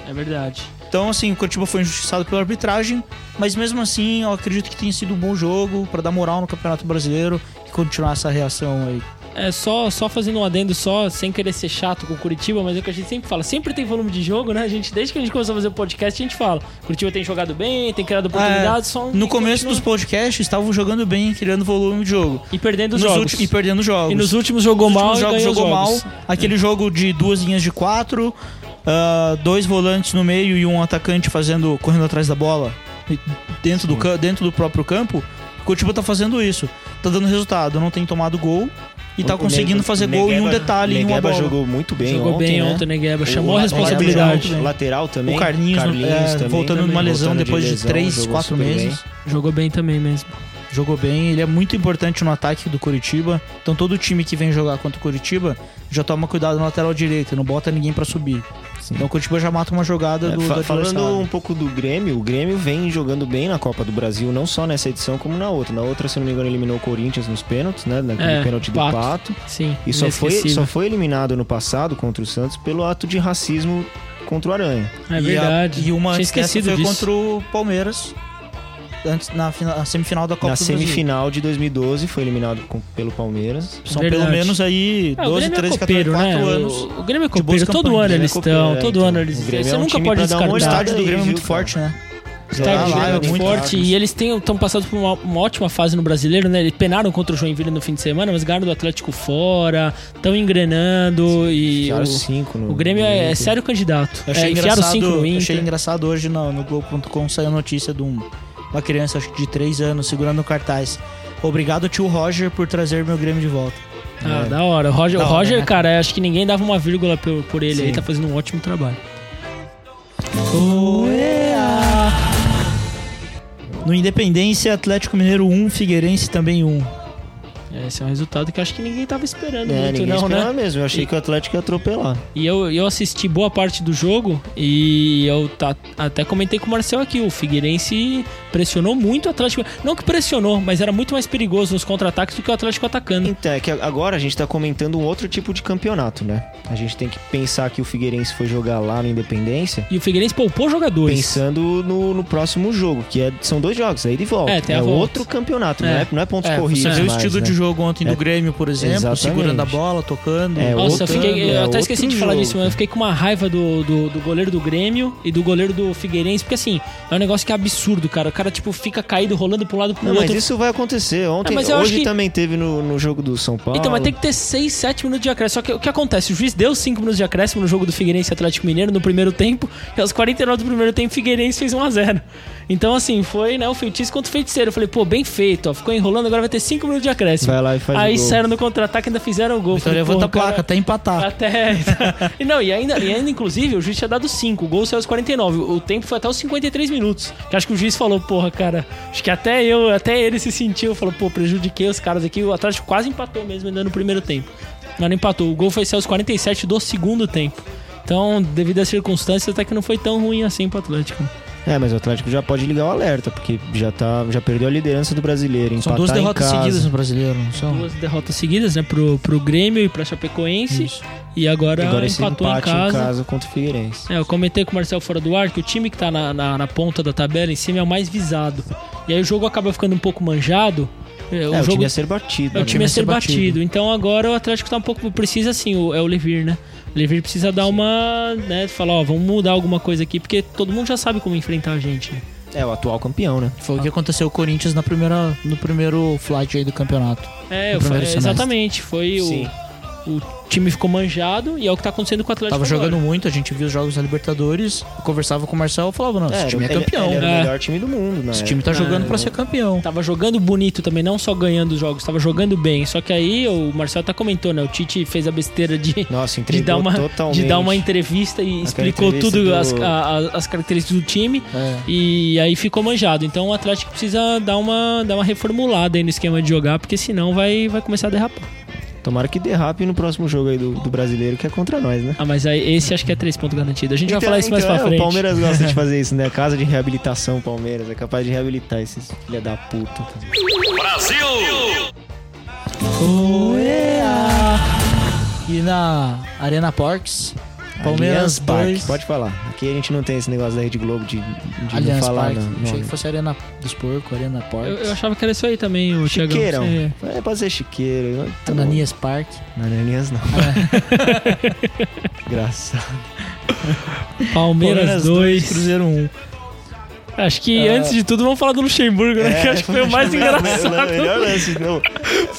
[SPEAKER 2] É verdade.
[SPEAKER 1] Então, assim, o Curitiba foi injustiçado pela arbitragem, mas mesmo assim, eu acredito que tenha sido um bom jogo pra dar moral no Campeonato Brasileiro e continuar essa reação aí.
[SPEAKER 2] É só, só fazendo um adendo só, sem querer ser chato com o Curitiba, mas é o que a gente sempre fala. Sempre tem volume de jogo, né? A gente, desde que a gente começou a fazer o podcast, a gente fala. Curitiba tem jogado bem, tem criado oportunidades, só
[SPEAKER 1] É, No começo dos podcasts, estavam jogando bem, criando volume de jogo.
[SPEAKER 2] E perdendo os
[SPEAKER 1] Nos
[SPEAKER 2] jogos.
[SPEAKER 1] ulti- e perdendo jogos.
[SPEAKER 2] E nos últimos jogou
[SPEAKER 1] Os
[SPEAKER 2] mal
[SPEAKER 1] últimos
[SPEAKER 2] e
[SPEAKER 1] jogos
[SPEAKER 2] ganhou
[SPEAKER 1] jogou
[SPEAKER 2] jogos.
[SPEAKER 1] mal. Aquele jogo de duas linhas de quatro, ah, dois volantes no meio e um atacante fazendo correndo atrás da bola e- dentro do, cam- dentro do próprio campo. O Curitiba tá fazendo isso. Tá dando resultado, não tem tomado gol e tá
[SPEAKER 3] O
[SPEAKER 1] conseguindo
[SPEAKER 3] Neg-
[SPEAKER 1] fazer gol em um
[SPEAKER 3] Negueba-
[SPEAKER 1] detalhe, em uma
[SPEAKER 3] Negueba
[SPEAKER 1] bola.
[SPEAKER 3] jogou muito bem
[SPEAKER 2] jogou
[SPEAKER 3] ontem,
[SPEAKER 2] bem
[SPEAKER 3] né?
[SPEAKER 2] ontem, Negueba.
[SPEAKER 3] O
[SPEAKER 2] Chamou a
[SPEAKER 3] la-
[SPEAKER 2] responsabilidade.
[SPEAKER 3] Lateral, lateral também.
[SPEAKER 1] O Carlinhos, é,
[SPEAKER 3] também, né?
[SPEAKER 1] voltando de uma
[SPEAKER 3] voltando
[SPEAKER 1] lesão depois de,
[SPEAKER 3] lesão,
[SPEAKER 1] três,
[SPEAKER 3] jogou
[SPEAKER 1] quatro
[SPEAKER 3] super bem.
[SPEAKER 1] meses.
[SPEAKER 2] Jogou bem também mesmo.
[SPEAKER 1] Jogou bem, ele é muito importante no ataque do Curitiba. Então todo time que vem jogar contra o Curitiba já toma cuidado na lateral direita, não bota ninguém pra subir. Então o Curitiba já mata uma jogada
[SPEAKER 3] É,
[SPEAKER 1] do,
[SPEAKER 3] fa-
[SPEAKER 1] do
[SPEAKER 3] falando um
[SPEAKER 1] adversário.
[SPEAKER 3] pouco do Grêmio, o Grêmio vem jogando bem na Copa do Brasil, não só nessa edição como na outra. Na outra, se eu não me engano, eliminou o Corinthians nos pênaltis, né? Naquele
[SPEAKER 2] É,
[SPEAKER 3] pênalti do
[SPEAKER 2] Pato.
[SPEAKER 3] Pato.
[SPEAKER 2] Sim.
[SPEAKER 3] E só foi,
[SPEAKER 2] inesquecível.
[SPEAKER 3] só foi eliminado no passado contra o Santos pelo ato de racismo contra o Aranha.
[SPEAKER 2] É
[SPEAKER 1] E a-
[SPEAKER 2] verdade.
[SPEAKER 1] E, uma
[SPEAKER 2] Tinha
[SPEAKER 1] antes dessa
[SPEAKER 2] esquecido
[SPEAKER 1] foi
[SPEAKER 2] disso.
[SPEAKER 1] contra o Palmeiras. Antes, na, fina- na semifinal da Copa
[SPEAKER 3] na
[SPEAKER 1] do Brasil.
[SPEAKER 3] semifinal de 2012 foi eliminado com- pelo Palmeiras.
[SPEAKER 1] São
[SPEAKER 2] Verdade.
[SPEAKER 1] pelo menos aí
[SPEAKER 2] É,
[SPEAKER 1] 12,
[SPEAKER 2] o Grêmio
[SPEAKER 1] 13,
[SPEAKER 2] é copeiro,
[SPEAKER 1] 14, 4
[SPEAKER 2] né?
[SPEAKER 1] anos.
[SPEAKER 2] O, o Grêmio é
[SPEAKER 1] boas
[SPEAKER 2] copeiro. Todo
[SPEAKER 1] campanhas,
[SPEAKER 2] ano
[SPEAKER 1] né?
[SPEAKER 2] eles estão.
[SPEAKER 3] Copeiro,
[SPEAKER 2] Todo
[SPEAKER 3] então.
[SPEAKER 2] ano eles
[SPEAKER 3] O Grêmio
[SPEAKER 2] Você
[SPEAKER 3] é um
[SPEAKER 2] nunca
[SPEAKER 3] time
[SPEAKER 2] pode
[SPEAKER 3] pra dar uma
[SPEAKER 1] O
[SPEAKER 2] descartar.
[SPEAKER 1] estádio do
[SPEAKER 3] aí,
[SPEAKER 1] Grêmio é
[SPEAKER 3] viu,
[SPEAKER 1] muito
[SPEAKER 3] cara?
[SPEAKER 1] forte, né?
[SPEAKER 2] O estádio
[SPEAKER 1] Lá, lá,
[SPEAKER 2] do Grêmio
[SPEAKER 1] é
[SPEAKER 2] é muito
[SPEAKER 1] muito
[SPEAKER 2] forte
[SPEAKER 1] fraco.
[SPEAKER 2] e eles estão passando por uma, uma ótima fase no brasileiro, né? Eles penaram contra o Joinville no fim de semana, mas ganharam do Atlético fora, estão engrenando e
[SPEAKER 3] Enfiaram
[SPEAKER 2] o,
[SPEAKER 3] cinco no-
[SPEAKER 2] o Grêmio
[SPEAKER 3] no
[SPEAKER 2] é,
[SPEAKER 3] Inter.
[SPEAKER 2] sério candidato.
[SPEAKER 1] Eu achei,
[SPEAKER 2] é, enfiaram
[SPEAKER 1] engraçado,
[SPEAKER 2] cinco no
[SPEAKER 1] eu
[SPEAKER 2] Inter.
[SPEAKER 1] achei engraçado hoje no, no Globo.com saiu a notícia de um- uma criança acho que de 3 anos segurando o cartaz. Obrigado, tio Roger, por trazer meu Grêmio de volta.
[SPEAKER 2] Ah, da hora. O Roger,
[SPEAKER 1] Da
[SPEAKER 2] o Roger
[SPEAKER 1] hora, né?
[SPEAKER 2] cara, acho que ninguém dava uma vírgula por, por ele.
[SPEAKER 3] Sim.
[SPEAKER 2] Ele tá fazendo um ótimo trabalho. Oea!
[SPEAKER 1] No Independência, Atlético Mineiro 1, Figueirense também 1.
[SPEAKER 2] Esse é um resultado que eu acho que ninguém tava esperando
[SPEAKER 3] É,
[SPEAKER 2] muito,
[SPEAKER 3] ninguém
[SPEAKER 2] não, né?
[SPEAKER 3] esperava mesmo. Eu achei
[SPEAKER 2] E-
[SPEAKER 3] que o Atlético ia atropelar.
[SPEAKER 2] E eu, eu assisti boa parte do jogo e eu ta- até comentei com o Marcel aqui, o Figueirense pressionou muito o Atlético. Não que pressionou, mas era muito mais perigoso nos contra-ataques do que o Atlético atacando.
[SPEAKER 3] Então, é que agora a gente tá comentando um outro tipo de campeonato, né? A gente tem que pensar que o Figueirense foi jogar lá no Independência
[SPEAKER 2] E o Figueirense poupou jogadores.
[SPEAKER 3] pensando no, no próximo jogo, que é- são dois jogos, aí de volta.
[SPEAKER 2] É, tem a volta.
[SPEAKER 3] outro campeonato,
[SPEAKER 2] É.
[SPEAKER 3] Não, é, não é pontos
[SPEAKER 2] É, você
[SPEAKER 3] corridos.
[SPEAKER 1] Você viu o
[SPEAKER 3] mais,
[SPEAKER 1] estilo
[SPEAKER 3] né?
[SPEAKER 1] de jogo ontem
[SPEAKER 3] É.
[SPEAKER 1] do Grêmio, por exemplo?
[SPEAKER 3] Exatamente.
[SPEAKER 1] Segurando a bola, tocando. Então,
[SPEAKER 3] É,
[SPEAKER 2] Nossa, eu,
[SPEAKER 3] outro-
[SPEAKER 2] fiquei, eu
[SPEAKER 3] é
[SPEAKER 2] até esqueci
[SPEAKER 3] outro
[SPEAKER 2] de falar
[SPEAKER 3] jogo.
[SPEAKER 2] disso, mas eu fiquei com uma raiva do, do, do goleiro do Grêmio e do goleiro do Figueirense, porque assim, é um negócio que é absurdo, cara. O cara, tipo, fica caído, rolando pro lado pro
[SPEAKER 3] Não, mas
[SPEAKER 2] outro.
[SPEAKER 3] isso vai acontecer. Ontem,
[SPEAKER 2] É, mas eu acho
[SPEAKER 3] hoje
[SPEAKER 2] que-
[SPEAKER 3] também teve no, no jogo do São Paulo.
[SPEAKER 2] Então, mas tem que ter 6, 7 minutos de acréscimo. Só que o que acontece? O juiz deu 5 minutos de acréscimo no jogo do Figueirense e Atlético Mineiro no primeiro tempo. E aos 49 do primeiro tempo, o Figueirense fez 1x0. Então, assim, foi né, o feitiço contra o feiticeiro. Eu falei, pô, bem feito, ó. Ficou enrolando, agora vai ter 5 minutos de acréscimo.
[SPEAKER 3] Vai lá e faz o
[SPEAKER 2] Aí
[SPEAKER 3] gol.
[SPEAKER 2] saíram no contra-ataque e ainda fizeram o gol.
[SPEAKER 1] Então
[SPEAKER 2] Falei,
[SPEAKER 1] levanta a
[SPEAKER 2] pô, cara,
[SPEAKER 1] placa
[SPEAKER 3] tá
[SPEAKER 1] até
[SPEAKER 3] Ah.
[SPEAKER 1] empatar.
[SPEAKER 2] até. então, e não, e ainda, e ainda, inclusive, o juiz tinha dado 5. O gol saiu aos 49. O tempo foi até os 53 minutos. Que acho que o juiz falou, porra, cara. Acho que até eu, até ele se sentiu. Falou, pô, prejudiquei os caras aqui. O Atlético quase empatou mesmo ainda no primeiro tempo. Mas não empatou. O gol foi sair aos 47 do segundo tempo. Então, devido às circunstâncias, até que não foi tão ruim assim pro Atlético.
[SPEAKER 3] É, mas o Atlético já pode ligar o alerta, porque já, tá, já perdeu a liderança do brasileiro.
[SPEAKER 1] São
[SPEAKER 3] Empatar
[SPEAKER 1] duas
[SPEAKER 3] em
[SPEAKER 1] derrotas
[SPEAKER 3] casa.
[SPEAKER 1] seguidas no brasileiro, não são?
[SPEAKER 2] Duas derrotas seguidas, né? Pro, pro Grêmio e pra Chapecoense.
[SPEAKER 1] Isso.
[SPEAKER 2] E agora,
[SPEAKER 3] Agora esse
[SPEAKER 2] empatou em
[SPEAKER 3] empate
[SPEAKER 2] casa.
[SPEAKER 3] contra o Figueirense.
[SPEAKER 2] É, eu comentei com o Marcel fora do ar que o time que tá na, na- na ponta da tabela em cima é o mais visado. E aí o jogo acaba ficando um pouco manjado. É, o,
[SPEAKER 3] É, o
[SPEAKER 2] jogo
[SPEAKER 3] time ia ser batido.
[SPEAKER 2] é, o
[SPEAKER 3] né?
[SPEAKER 2] time ia ser batido. Então agora o Atlético tá um pouco. Precisa assim, o- é o Levir, né? O Levir precisa dar uma. né, Falar, ó, vamos mudar alguma coisa aqui, porque todo mundo já sabe como enfrentar a gente. né?
[SPEAKER 3] É, o atual campeão, né?
[SPEAKER 1] Foi o que aconteceu com o Corinthians na primeira, no primeiro flight aí do campeonato.
[SPEAKER 2] É,
[SPEAKER 1] No
[SPEAKER 2] eu fa-
[SPEAKER 1] primeiro
[SPEAKER 2] é,
[SPEAKER 1] semestre.
[SPEAKER 2] exatamente. Foi o.
[SPEAKER 3] Sim.
[SPEAKER 2] o time ficou manjado e é o que tá acontecendo com o Atlético
[SPEAKER 1] Tava
[SPEAKER 2] agora.
[SPEAKER 1] jogando muito, a gente via os jogos da Libertadores, eu conversava com o Marcelo, eu falava, não, esse time é
[SPEAKER 3] ele-
[SPEAKER 1] campeão.
[SPEAKER 3] Ele, era
[SPEAKER 2] É.
[SPEAKER 3] o melhor time do mundo, né?
[SPEAKER 1] Esse time tá jogando pra ser campeão.
[SPEAKER 2] Tava jogando bonito também, não só ganhando os jogos, tava jogando bem. Só que aí o Marcelo tá comentou, né? O Tite fez a besteira de,
[SPEAKER 3] Nossa,
[SPEAKER 2] de,
[SPEAKER 3] entregou
[SPEAKER 2] dar, uma,
[SPEAKER 3] totalmente.
[SPEAKER 2] de dar uma entrevista e explicou
[SPEAKER 3] entrevista
[SPEAKER 2] tudo
[SPEAKER 3] do-
[SPEAKER 2] as, a- a- as características do time.
[SPEAKER 1] É.
[SPEAKER 2] E aí ficou manjado. Então o Atlético precisa dar uma, dar uma reformulada aí no esquema de jogar, porque senão vai, vai começar a derrapar.
[SPEAKER 3] Tomara que derrape no próximo jogo aí do, do brasileiro, que é contra nós, né?
[SPEAKER 2] Ah, mas aí esse acho que é três pontos garantido. A gente vai
[SPEAKER 3] Então-
[SPEAKER 2] falar isso mais
[SPEAKER 3] então,
[SPEAKER 2] pra
[SPEAKER 3] é,
[SPEAKER 2] frente.
[SPEAKER 3] O Palmeiras gosta
[SPEAKER 2] <laughs>
[SPEAKER 3] de fazer isso, né? Casa de reabilitação, Palmeiras. É capaz de reabilitar esses filha da puta. É.
[SPEAKER 1] E na Arena Parks, Palmeiras
[SPEAKER 3] Allianz Parque.
[SPEAKER 1] 2.
[SPEAKER 3] Pode falar. Aqui a gente não tem esse negócio da Rede Globo de, de não
[SPEAKER 1] Allianz
[SPEAKER 3] falar,
[SPEAKER 1] Parque.
[SPEAKER 3] não.
[SPEAKER 1] Achei
[SPEAKER 3] não.
[SPEAKER 1] que fosse Arena dos Porcos, Arena Parks.
[SPEAKER 2] Eu, eu achava que era isso aí também, o Thiago.
[SPEAKER 3] Chiqueirão.
[SPEAKER 2] Você-
[SPEAKER 3] É, pode ser chiqueiro. Tá bom.
[SPEAKER 1] Ananias Park.
[SPEAKER 3] Ananias não.
[SPEAKER 2] É.
[SPEAKER 3] <laughs> Engraçado.
[SPEAKER 2] Palmeiras 2.
[SPEAKER 1] Cruzeiro 1.
[SPEAKER 2] Acho que
[SPEAKER 3] É.
[SPEAKER 2] antes de tudo vamos falar do Luxemburgo, né? que acho que foi o mais <laughs> engraçado.
[SPEAKER 3] Melhor lance, não.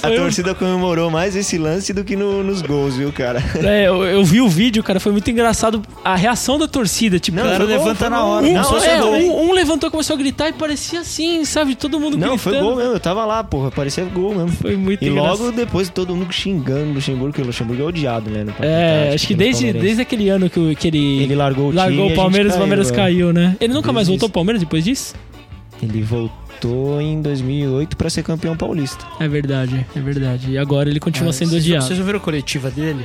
[SPEAKER 3] A
[SPEAKER 2] um-
[SPEAKER 3] torcida comemorou mais esse lance do que no- nos gols, viu, cara?
[SPEAKER 2] É, eu, eu vi o vídeo, cara, foi muito engraçado a reação da torcida. Tipo,
[SPEAKER 3] Não,
[SPEAKER 2] cara,
[SPEAKER 3] foi gol,
[SPEAKER 4] levanta
[SPEAKER 3] foi
[SPEAKER 4] na
[SPEAKER 3] gol.
[SPEAKER 4] hora,
[SPEAKER 2] um,
[SPEAKER 3] Não,
[SPEAKER 2] só-
[SPEAKER 3] foi
[SPEAKER 2] é,
[SPEAKER 3] gol.
[SPEAKER 2] um- um levantou, começou a gritar e parecia assim, sabe? Todo mundo
[SPEAKER 3] Não,
[SPEAKER 2] gritando.
[SPEAKER 3] foi gol mesmo. Eu tava lá, porra. Parecia gol mesmo.
[SPEAKER 2] Foi muito
[SPEAKER 3] E
[SPEAKER 2] engraçado.
[SPEAKER 3] logo depois todo mundo xingando o Luxemburgo, porque o Luxemburgo é odiado, né? no Palmeiras,
[SPEAKER 2] É,
[SPEAKER 3] tá?
[SPEAKER 2] acho que
[SPEAKER 3] pelos
[SPEAKER 2] desde,
[SPEAKER 3] palmeirenses.
[SPEAKER 2] desde aquele ano que, o- que ele,
[SPEAKER 3] Ele largou o time
[SPEAKER 2] largou
[SPEAKER 3] e a
[SPEAKER 2] o Palmeiras,
[SPEAKER 3] gente é.
[SPEAKER 2] o Palmeiras caiu, né? Ele nunca mais
[SPEAKER 3] Desde
[SPEAKER 2] voltou
[SPEAKER 3] isso.
[SPEAKER 2] ao Palmeiras depois disso?
[SPEAKER 3] Ele voltou em 2008 pra ser campeão paulista.
[SPEAKER 2] É verdade, é verdade. E agora ele
[SPEAKER 3] Ah,
[SPEAKER 2] continua sendo odiado.
[SPEAKER 1] Vocês ouviram a coletiva dele?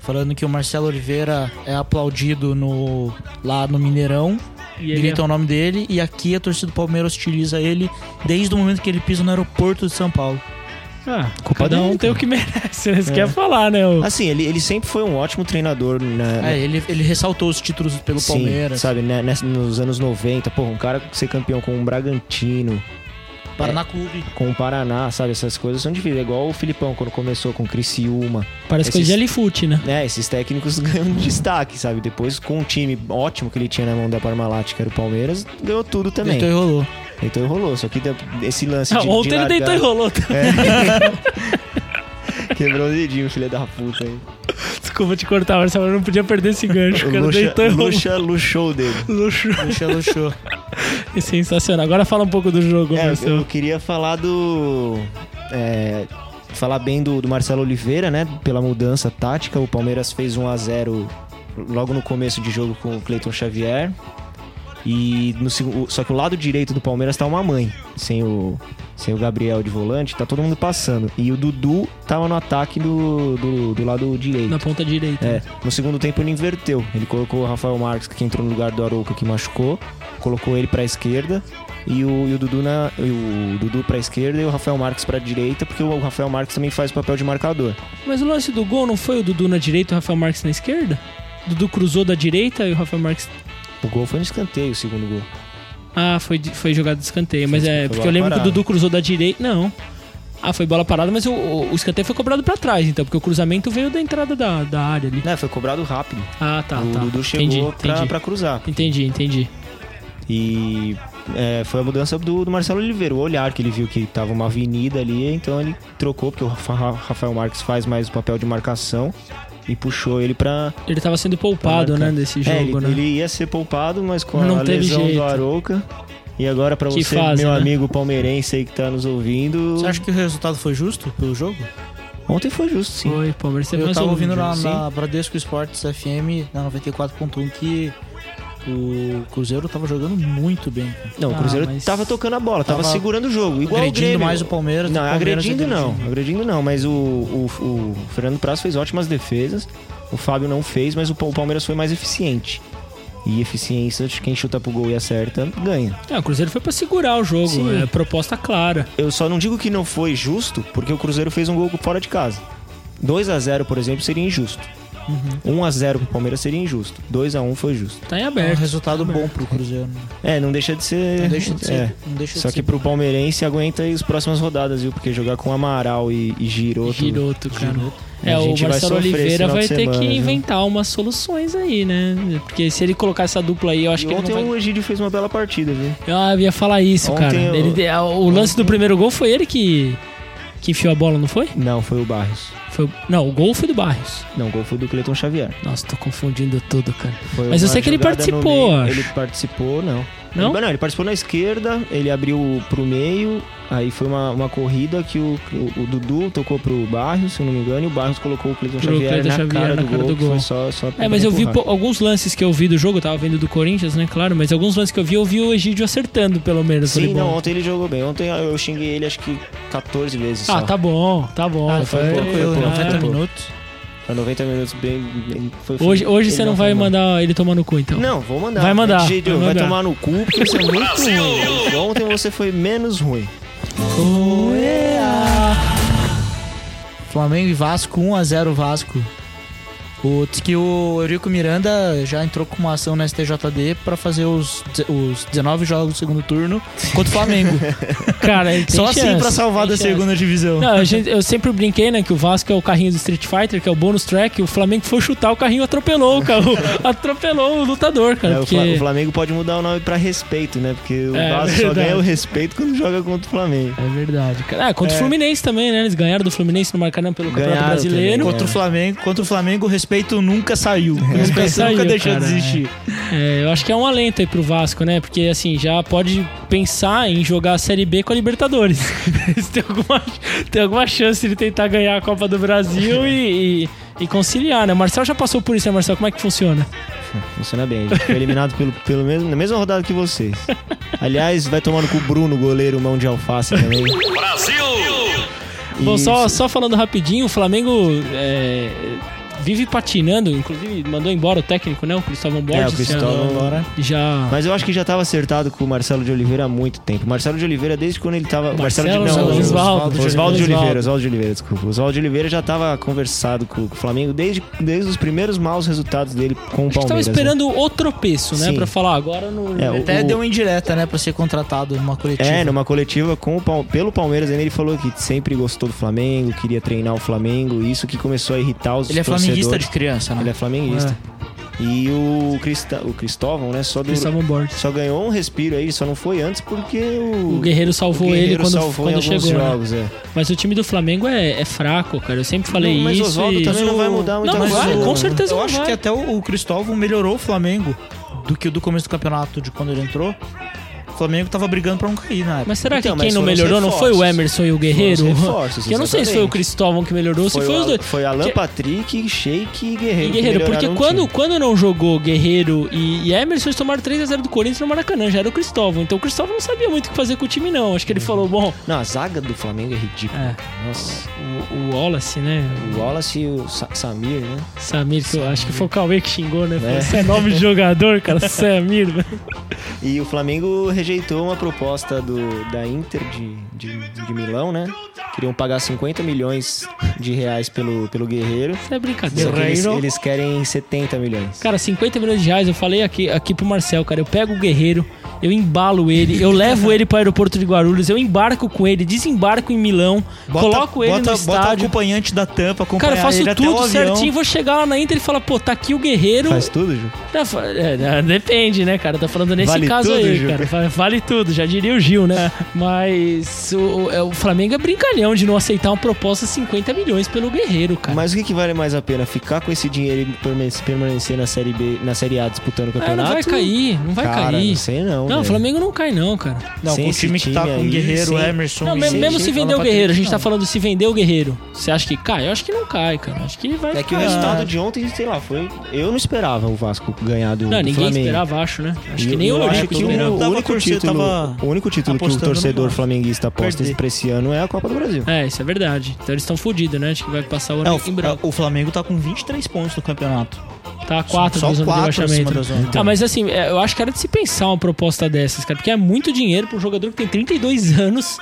[SPEAKER 1] Falando que o Marcelo Oliveira é aplaudido no, lá no Mineirão.
[SPEAKER 2] E ele é-
[SPEAKER 1] Grita o nome dele. E aqui a torcida do Palmeiras hostiliza ele desde o momento que ele pisa no aeroporto de São Paulo.
[SPEAKER 2] Ah,
[SPEAKER 3] Culpa
[SPEAKER 2] cada
[SPEAKER 3] dele,
[SPEAKER 2] um
[SPEAKER 3] cara.
[SPEAKER 2] tem o que merece, né? Isso quer falar, né? O...
[SPEAKER 3] Assim, ele, ele sempre foi um ótimo treinador na.
[SPEAKER 1] É, ele, ele ressaltou os títulos pelo
[SPEAKER 3] né? Sim,
[SPEAKER 1] Palmeiras.
[SPEAKER 3] sabe, né, nessa- nos anos 90, porra, um cara ser campeão com o Bragantino,
[SPEAKER 1] Paraná <laughs> Clube.
[SPEAKER 3] com o Paraná, sabe, essas coisas são difíceis. É igual o Filipão quando começou com o Criciúma,
[SPEAKER 2] Parece
[SPEAKER 3] esses-
[SPEAKER 2] coisa de Alifute, né?
[SPEAKER 3] né? Esses técnicos <laughs> ganham um destaque, sabe? Depois, com o time ótimo que ele tinha na mão da Parmalat, que era o Palmeiras, ganhou tudo também.
[SPEAKER 1] Deitou e rolou.
[SPEAKER 3] Então enrolou, só que de- esse lance
[SPEAKER 2] Ah,
[SPEAKER 3] de,
[SPEAKER 2] ontem
[SPEAKER 3] de
[SPEAKER 2] ele
[SPEAKER 3] largar-
[SPEAKER 2] deitou e rolou. tá?
[SPEAKER 3] <laughs> Quebrou o dedinho, filha da puta. Aí. É.
[SPEAKER 2] <laughs> Desculpa te cortar, Marcelo, eu não podia perder esse gancho. O cara
[SPEAKER 3] Luxa,
[SPEAKER 2] deitou e rolou.
[SPEAKER 3] Luxa luxou o dedo.
[SPEAKER 2] Luxo.
[SPEAKER 1] Luxa, luxou.
[SPEAKER 2] É sensacional. Agora fala um pouco do jogo,
[SPEAKER 3] É, eu
[SPEAKER 2] Marcelo.
[SPEAKER 3] queria falar do... é, falar bem do, do Marcelo Oliveira, né? Pela mudança tática. O Palmeiras fez 1 a 0 logo no começo de jogo com o Cleiton Xavier. E no, seg- o- só que o lado direito do Palmeiras tá uma mãe. Sem o, sem o Gabriel de volante, tá todo mundo passando. E o Dudu tava no ataque do, do, do lado direito.
[SPEAKER 2] Na ponta direita.
[SPEAKER 3] É, no segundo tempo ele inverteu. Ele colocou o Rafael Marques, que entrou no lugar do Arouca, que machucou. Colocou ele pra esquerda. E o, e o Dudu na, e o Dudu pra esquerda e o Rafael Marques pra direita, porque o Rafael Marques também faz o papel de marcador.
[SPEAKER 2] Mas o lance do gol não foi o Dudu na direita e o Rafael Marques na esquerda? O Dudu cruzou da direita e o Rafael Marques.
[SPEAKER 3] O gol foi no escanteio, o segundo gol.
[SPEAKER 2] Ah, foi, de- foi jogado de escanteio. Mas
[SPEAKER 3] foi
[SPEAKER 2] é, porque
[SPEAKER 3] bola
[SPEAKER 2] eu lembro que
[SPEAKER 3] parada.
[SPEAKER 2] o Dudu cruzou da direita. Não. Ah, foi bola parada, mas o, o, o escanteio foi cobrado pra trás, então, porque o cruzamento veio da entrada da, da área ali.
[SPEAKER 3] Né, foi cobrado rápido.
[SPEAKER 2] Ah, tá,
[SPEAKER 3] o
[SPEAKER 2] tá.
[SPEAKER 3] Dudu chegou
[SPEAKER 2] entendi,
[SPEAKER 3] pra,
[SPEAKER 2] entendi.
[SPEAKER 3] pra cruzar.
[SPEAKER 2] Entendi, entendi.
[SPEAKER 3] E é, foi a mudança do, do Marcelo Oliveira. O olhar que ele viu que tava uma avenida ali, então ele trocou, porque o Rafa- Rafael Marques faz mais o papel de marcação. E puxou ele pra,
[SPEAKER 2] Ele tava sendo poupado,
[SPEAKER 3] marcar.
[SPEAKER 2] né, desse jogo,
[SPEAKER 3] É, ele,
[SPEAKER 2] né?
[SPEAKER 3] ele ia ser poupado, mas com
[SPEAKER 2] Não
[SPEAKER 3] a
[SPEAKER 2] teve
[SPEAKER 3] lesão
[SPEAKER 2] jeito.
[SPEAKER 3] do Arouca. E agora pra
[SPEAKER 2] Que
[SPEAKER 3] você,
[SPEAKER 2] fase,
[SPEAKER 3] meu
[SPEAKER 2] né?
[SPEAKER 3] amigo palmeirense aí que tá nos ouvindo.
[SPEAKER 1] Você acha que o resultado foi justo pelo jogo?
[SPEAKER 3] Ontem foi justo, sim.
[SPEAKER 2] Foi, Palmeiras teve
[SPEAKER 1] eu
[SPEAKER 2] mais
[SPEAKER 1] tava
[SPEAKER 2] um
[SPEAKER 1] ouvindo
[SPEAKER 2] jogo,
[SPEAKER 1] na,
[SPEAKER 2] sim.
[SPEAKER 1] na Bradesco Esportes FM, na 94.1, que o Cruzeiro tava jogando muito bem. Então, cara.
[SPEAKER 3] Não, o
[SPEAKER 2] Ah,
[SPEAKER 3] Cruzeiro
[SPEAKER 2] mas-
[SPEAKER 3] tava tocando a bola, tava,
[SPEAKER 1] Tava
[SPEAKER 3] segurando o jogo. Igual
[SPEAKER 1] agredindo
[SPEAKER 3] o Grêmio.
[SPEAKER 1] mais o Palmeiras.
[SPEAKER 3] Não,
[SPEAKER 1] o Palmeiras
[SPEAKER 3] agredindo não,
[SPEAKER 1] agredindo.
[SPEAKER 3] agredindo não, mas o, o, o Fernando Prazo fez ótimas defesas. O Fábio não fez, mas o Pa- o Palmeiras foi mais eficiente. E eficiência, quem chuta pro gol e acerta, ganha.
[SPEAKER 2] Ah, o Cruzeiro foi pra segurar o jogo,
[SPEAKER 3] Sim.
[SPEAKER 2] é proposta clara.
[SPEAKER 3] Eu só não digo que não foi justo, porque o Cruzeiro fez um gol fora de casa. 2 a 0 por exemplo, seria injusto.
[SPEAKER 2] Uhum.
[SPEAKER 3] 1 a 0 pro Palmeiras seria injusto. 2 a 1 foi justo.
[SPEAKER 2] Tá em
[SPEAKER 1] É um
[SPEAKER 2] aberto.
[SPEAKER 1] resultado bom pro Cruzeiro. né?
[SPEAKER 3] É, não deixa de ser.
[SPEAKER 1] Não deixa de ser.
[SPEAKER 3] É.
[SPEAKER 1] Não deixa de
[SPEAKER 3] Só
[SPEAKER 1] ser.
[SPEAKER 3] que pro palmeirense aguenta aí as próximas rodadas, viu? Porque jogar com Amaral e, e Giroto.
[SPEAKER 2] Giroto, cara. É,
[SPEAKER 3] A
[SPEAKER 2] o
[SPEAKER 3] gente vai
[SPEAKER 2] Marcelo
[SPEAKER 3] sofrer esse
[SPEAKER 2] Oliveira
[SPEAKER 3] final
[SPEAKER 2] vai
[SPEAKER 3] de
[SPEAKER 2] ter
[SPEAKER 3] semana,
[SPEAKER 2] que
[SPEAKER 3] viu?
[SPEAKER 2] inventar umas soluções aí, né? Porque se ele colocar essa dupla aí, eu acho
[SPEAKER 3] E
[SPEAKER 2] que ele
[SPEAKER 3] ontem
[SPEAKER 2] não vai...
[SPEAKER 3] o Egídio fez uma bela partida, viu?
[SPEAKER 2] Ah, eu ia falar isso,
[SPEAKER 3] Ontem
[SPEAKER 2] cara.
[SPEAKER 3] eu-
[SPEAKER 2] Ele- ah, o lance do primeiro gol foi ele que, que enfiou a bola, não foi?
[SPEAKER 3] Não, foi o Barros.
[SPEAKER 2] foi? Não, o gol foi do Barros.
[SPEAKER 3] Não, o gol foi do Cleiton Xavier.
[SPEAKER 2] Nossa, tô confundindo tudo, cara.
[SPEAKER 3] Foi
[SPEAKER 2] Mas eu
[SPEAKER 3] uma
[SPEAKER 2] sei que ele
[SPEAKER 3] jogada no
[SPEAKER 2] participou,
[SPEAKER 3] meio.
[SPEAKER 2] acho.
[SPEAKER 3] Ele participou, não.
[SPEAKER 2] Não?
[SPEAKER 3] Ele, não, ele participou na esquerda, ele abriu pro meio, aí foi uma, uma corrida que o, o, o Dudu tocou pro Barros, se eu não me engano, e o Barros colocou o Cleiton
[SPEAKER 2] Pro
[SPEAKER 3] Xavier,
[SPEAKER 2] Cleiton
[SPEAKER 3] na,
[SPEAKER 2] Xavier
[SPEAKER 3] cara
[SPEAKER 2] na
[SPEAKER 3] do
[SPEAKER 2] cara
[SPEAKER 3] gol,
[SPEAKER 2] do
[SPEAKER 3] que foi
[SPEAKER 2] gol.
[SPEAKER 3] só, só
[SPEAKER 2] É,
[SPEAKER 3] pra
[SPEAKER 2] mas eu vi
[SPEAKER 3] empurrar.
[SPEAKER 2] pou- alguns lances que eu vi do jogo, eu tava vendo do Corinthians, né? Claro, mas alguns lances que eu vi, eu vi o Egídio acertando, pelo menos.
[SPEAKER 3] Sim,
[SPEAKER 2] aquele
[SPEAKER 3] não,
[SPEAKER 2] bola.
[SPEAKER 3] ontem ele jogou bem. Ontem eu xinguei ele acho que 14 vezes
[SPEAKER 2] Ah,
[SPEAKER 3] só.
[SPEAKER 2] tá bom, tá bom. Tá
[SPEAKER 1] Ah,
[SPEAKER 3] foi
[SPEAKER 1] foi
[SPEAKER 3] pouco,
[SPEAKER 1] tranquilo,
[SPEAKER 3] foi pouco,
[SPEAKER 1] 90
[SPEAKER 3] foi pouco.
[SPEAKER 1] minutos.
[SPEAKER 3] Foi 90 minutos bem... bem- foi- foi-
[SPEAKER 2] Hoje, hoje
[SPEAKER 3] ele
[SPEAKER 2] você não
[SPEAKER 3] foi
[SPEAKER 2] vai
[SPEAKER 3] mal.
[SPEAKER 2] mandar ele tomar no cu, então.
[SPEAKER 3] Não, vou mandar.
[SPEAKER 2] Vai mandar,
[SPEAKER 3] De jeito nenhum, vai,
[SPEAKER 2] vai
[SPEAKER 3] tomar
[SPEAKER 2] mandar.
[SPEAKER 3] no cu porque você é muito ruim. Ontem você foi menos ruim.
[SPEAKER 1] Flamengo e Vasco, 1x0 Vasco. O, diz que o Eurico Miranda já entrou com uma ação na STJD pra fazer os, de- os 19 jogos do segundo turno contra o Flamengo.
[SPEAKER 2] Cara, ele tem
[SPEAKER 1] Só
[SPEAKER 2] chance,
[SPEAKER 1] assim pra salvar
[SPEAKER 2] tem
[SPEAKER 1] da
[SPEAKER 2] chance.
[SPEAKER 1] segunda divisão.
[SPEAKER 2] Não, a gente- eu sempre brinquei, né, que o Vasco é o carrinho do Street Fighter, que é o bônus track. O Flamengo foi chutar, o carrinho atropelou
[SPEAKER 3] <laughs>
[SPEAKER 2] o carro. atropelou o lutador, cara.
[SPEAKER 3] É, o
[SPEAKER 2] porque...
[SPEAKER 3] Fla- O Flamengo pode mudar o nome pra respeito, né? Porque o
[SPEAKER 2] É,
[SPEAKER 3] Vasco só
[SPEAKER 2] verdade.
[SPEAKER 3] ganha o respeito quando joga contra o Flamengo.
[SPEAKER 2] É verdade, cara. É, contra o Fluminense também, né? Eles ganharam do Fluminense no Maracanã pelo Campeonato
[SPEAKER 3] Ganharam
[SPEAKER 2] Brasileiro.
[SPEAKER 3] também,
[SPEAKER 1] Contra o Flamengo, contra o Flamengo, o respeito nunca saiu. O respeito
[SPEAKER 2] saiu,
[SPEAKER 1] nunca deixou
[SPEAKER 2] cara,
[SPEAKER 1] de existir.
[SPEAKER 2] É, eu acho que é um alento aí pro Vasco, né? Porque assim, já pode pensar em jogar a Série B com a Libertadores. <laughs> Se tem, alguma, tem alguma chance de tentar ganhar a Copa do Brasil e, e- e conciliar, né? O Marcel já passou por isso, né, Marcel? Como é que funciona?
[SPEAKER 3] Funciona bem. A gente foi eliminado pelo, pelo mesmo, na mesma rodada que vocês. Aliás, vai tomando com o Bruno, goleiro, mão de alface também. Brasil!
[SPEAKER 2] Bom, só, só falando rapidinho, o Flamengo é, vive patinando, inclusive mandou embora o técnico, né? O Cristóvão Borges.
[SPEAKER 3] É, o Cristóvão agora.
[SPEAKER 2] Já. já-
[SPEAKER 3] Mas é eu acho que já estava acertado com o Marcelo de Oliveira há muito tempo. O Marcelo de Oliveira, desde quando ele estava.
[SPEAKER 2] Marcelo,
[SPEAKER 3] de
[SPEAKER 2] não,
[SPEAKER 3] o-
[SPEAKER 2] Oswaldo.
[SPEAKER 3] Oswaldo de
[SPEAKER 2] Oswaldo.
[SPEAKER 3] Oliveira, Oswaldo de Oliveira, desculpa. Oswaldo de Oliveira já estava conversado com o Flamengo desde, desde os primeiros maus resultados dele com o
[SPEAKER 2] Acho que tava
[SPEAKER 3] Palmeiras. né?
[SPEAKER 2] esperando o tropeço, né?
[SPEAKER 3] Sim.
[SPEAKER 2] Pra falar agora no.
[SPEAKER 3] É, o-
[SPEAKER 1] Até deu uma indireta, né, pra ser contratado numa coletiva.
[SPEAKER 3] É, numa coletiva com o Pal- pelo Palmeiras ainda ele falou que sempre gostou do Flamengo, queria treinar o Flamengo, e isso que começou a irritar os
[SPEAKER 1] Ele é flamenguista de
[SPEAKER 3] torcedores.
[SPEAKER 1] criança, né?
[SPEAKER 3] Ele é flamenguista. E o, Crista, o Cristóvão, né, só, durou-
[SPEAKER 2] É. Cristóvão Borges.
[SPEAKER 3] só ganhou um respiro aí, só não foi antes porque o,
[SPEAKER 2] O Guerreiro salvou
[SPEAKER 3] o Guerreiro
[SPEAKER 2] ele quando,
[SPEAKER 3] salvou em
[SPEAKER 2] quando
[SPEAKER 3] alguns
[SPEAKER 2] chegou. né?
[SPEAKER 3] jogos, é.
[SPEAKER 2] Mas o time do Flamengo é, é fraco, cara. Eu sempre falei
[SPEAKER 3] Não, mas
[SPEAKER 2] isso.
[SPEAKER 3] o Oswaldo
[SPEAKER 2] e-
[SPEAKER 3] também não vai mudar muita
[SPEAKER 2] Não, não
[SPEAKER 3] coisa.
[SPEAKER 2] vai, com certeza
[SPEAKER 1] Eu
[SPEAKER 2] não
[SPEAKER 1] acho
[SPEAKER 2] vai.
[SPEAKER 1] que
[SPEAKER 3] é-
[SPEAKER 1] até o, o Cristóvão melhorou o Flamengo do que o do começo do campeonato, de quando ele entrou. O Flamengo tava brigando pra não cair na época.
[SPEAKER 2] Mas será
[SPEAKER 3] Então,
[SPEAKER 2] que quem
[SPEAKER 3] mas
[SPEAKER 2] não
[SPEAKER 3] foram os
[SPEAKER 2] melhorou não foi o
[SPEAKER 3] reforços.
[SPEAKER 2] Emerson e o
[SPEAKER 3] Foram
[SPEAKER 2] Guerreiro?
[SPEAKER 3] os reforços,
[SPEAKER 2] Que eu não sei se foi o
[SPEAKER 3] exatamente.
[SPEAKER 2] Cristóvão que melhorou, se
[SPEAKER 3] Foi,
[SPEAKER 2] foi
[SPEAKER 3] o
[SPEAKER 2] os
[SPEAKER 3] Al-
[SPEAKER 2] dois.
[SPEAKER 3] foi Alan
[SPEAKER 2] Que-
[SPEAKER 3] Patrick, Sheik e
[SPEAKER 2] E
[SPEAKER 3] Guerreiro. que
[SPEAKER 2] Guerreiro, porque
[SPEAKER 3] melhoraram o
[SPEAKER 2] quando,
[SPEAKER 3] time.
[SPEAKER 2] quando não jogou Guerreiro e, e Emerson, eles tomaram 3x0 do Corinthians no Maracanã, já era o Cristóvão. Então o Cristóvão não sabia muito o que fazer com o time, não. Acho que ele falou, bom,
[SPEAKER 3] Não, a zaga do Flamengo é ridícula.
[SPEAKER 2] É.
[SPEAKER 3] Nossa,
[SPEAKER 2] o, o Wallace, né?
[SPEAKER 3] o Wallace e o Sa- Samir, né?
[SPEAKER 2] O Samir, que eu acho que foi o Cauê que xingou, né? Falou,
[SPEAKER 3] É.
[SPEAKER 2] Você é nome de jogador, cara, é Samir, <laughs> velho.
[SPEAKER 3] E o Flamengo rejeitou uma proposta do, da Inter de, de, de Milão, né? Queriam pagar 50 milhões de reais pelo, pelo Guerreiro.
[SPEAKER 2] Isso é brincadeira.
[SPEAKER 3] Só que eles,
[SPEAKER 2] Guerreiro.
[SPEAKER 3] eles querem 70 milhões.
[SPEAKER 2] Cara, 50 milhões de reais, eu falei aqui, aqui pro Marcel, cara. Eu pego o guerreiro, eu embalo ele, eu levo ele pro aeroporto de Guarulhos, eu embarco com ele, desembarco em Milão, coloco ele
[SPEAKER 1] bota,
[SPEAKER 2] no
[SPEAKER 1] Bota o
[SPEAKER 2] estádio.
[SPEAKER 1] acompanhante da tampa, acompanhar
[SPEAKER 2] Cara, eu faço
[SPEAKER 1] ele até o
[SPEAKER 2] tudo
[SPEAKER 1] avião.
[SPEAKER 2] certinho, vou chegar lá na Inter e falar, pô, tá aqui o guerreiro.
[SPEAKER 3] Faz tudo, Ju?
[SPEAKER 2] Tá fa- é, né, depende, né, cara? Tá falando nesse
[SPEAKER 3] Vale
[SPEAKER 2] caso
[SPEAKER 3] tudo,
[SPEAKER 2] aí,
[SPEAKER 3] Gil?
[SPEAKER 2] cara. Va- Vale tudo, já diria o Gil, né? Mas o, é, o Flamengo é brincalhão de não aceitar uma proposta de 50 milhões pelo guerreiro, cara.
[SPEAKER 3] Mas o que, que vale mais a pena? Ficar com esse dinheiro e permane- permanecer na Série B, na Série A disputando o
[SPEAKER 2] Ah,
[SPEAKER 3] campeonato?
[SPEAKER 2] não vai cair, não vai
[SPEAKER 3] Cara,
[SPEAKER 2] cair.
[SPEAKER 3] Não sei não.
[SPEAKER 2] Não, o
[SPEAKER 3] velho.
[SPEAKER 2] Flamengo não cai, não, cara.
[SPEAKER 1] Não,
[SPEAKER 3] Sem
[SPEAKER 1] com o
[SPEAKER 3] esse
[SPEAKER 1] time que tá
[SPEAKER 3] time
[SPEAKER 1] com
[SPEAKER 3] aí,
[SPEAKER 1] o Guerreiro,
[SPEAKER 3] sem-
[SPEAKER 1] Emerson...
[SPEAKER 2] Não,
[SPEAKER 1] e-
[SPEAKER 2] me-
[SPEAKER 3] sim,
[SPEAKER 2] mesmo
[SPEAKER 3] sim,
[SPEAKER 2] se
[SPEAKER 3] fala
[SPEAKER 2] vender o
[SPEAKER 1] pra
[SPEAKER 2] Guerreiro, a
[SPEAKER 1] Patrick,
[SPEAKER 2] gente tá
[SPEAKER 1] não.
[SPEAKER 2] falando se vender o Guerreiro. Você acha que cai? Eu acho que não cai, cara. Acho que vai
[SPEAKER 3] É que o
[SPEAKER 2] ficar- assim.
[SPEAKER 3] resultado de ontem, sei lá, foi. Eu não esperava o Vasco ganhar do,
[SPEAKER 2] Não,
[SPEAKER 3] do
[SPEAKER 2] ninguém
[SPEAKER 3] Flamengo.
[SPEAKER 2] esperava, acho, né? Acho
[SPEAKER 3] E
[SPEAKER 2] que nem
[SPEAKER 3] eu
[SPEAKER 2] o
[SPEAKER 3] acho que
[SPEAKER 2] Olímpico
[SPEAKER 3] o,
[SPEAKER 1] esperava.
[SPEAKER 2] esperava.
[SPEAKER 1] Tava
[SPEAKER 3] único
[SPEAKER 1] torcendo,
[SPEAKER 3] título,
[SPEAKER 1] tava
[SPEAKER 3] o único título que o
[SPEAKER 1] apostando no
[SPEAKER 3] torcedor
[SPEAKER 1] Vasco.
[SPEAKER 3] flamenguista aposta
[SPEAKER 1] Perder.
[SPEAKER 3] pra esse ano é a Copa do Brasil.
[SPEAKER 2] É, isso é verdade. Então eles estão fodidos, né? Acho que vai passar o
[SPEAKER 1] É,
[SPEAKER 2] ano em branco.
[SPEAKER 1] o, o Flamengo tá com 23 pontos no campeonato.
[SPEAKER 2] Tá quatro
[SPEAKER 1] só
[SPEAKER 2] da zona de
[SPEAKER 1] quatro acima
[SPEAKER 2] rebaixamento.
[SPEAKER 1] da zona.
[SPEAKER 2] Ah, mas assim, é, eu acho que era de se pensar uma proposta dessas, cara. Porque é muito dinheiro pra um jogador que tem 32 anos.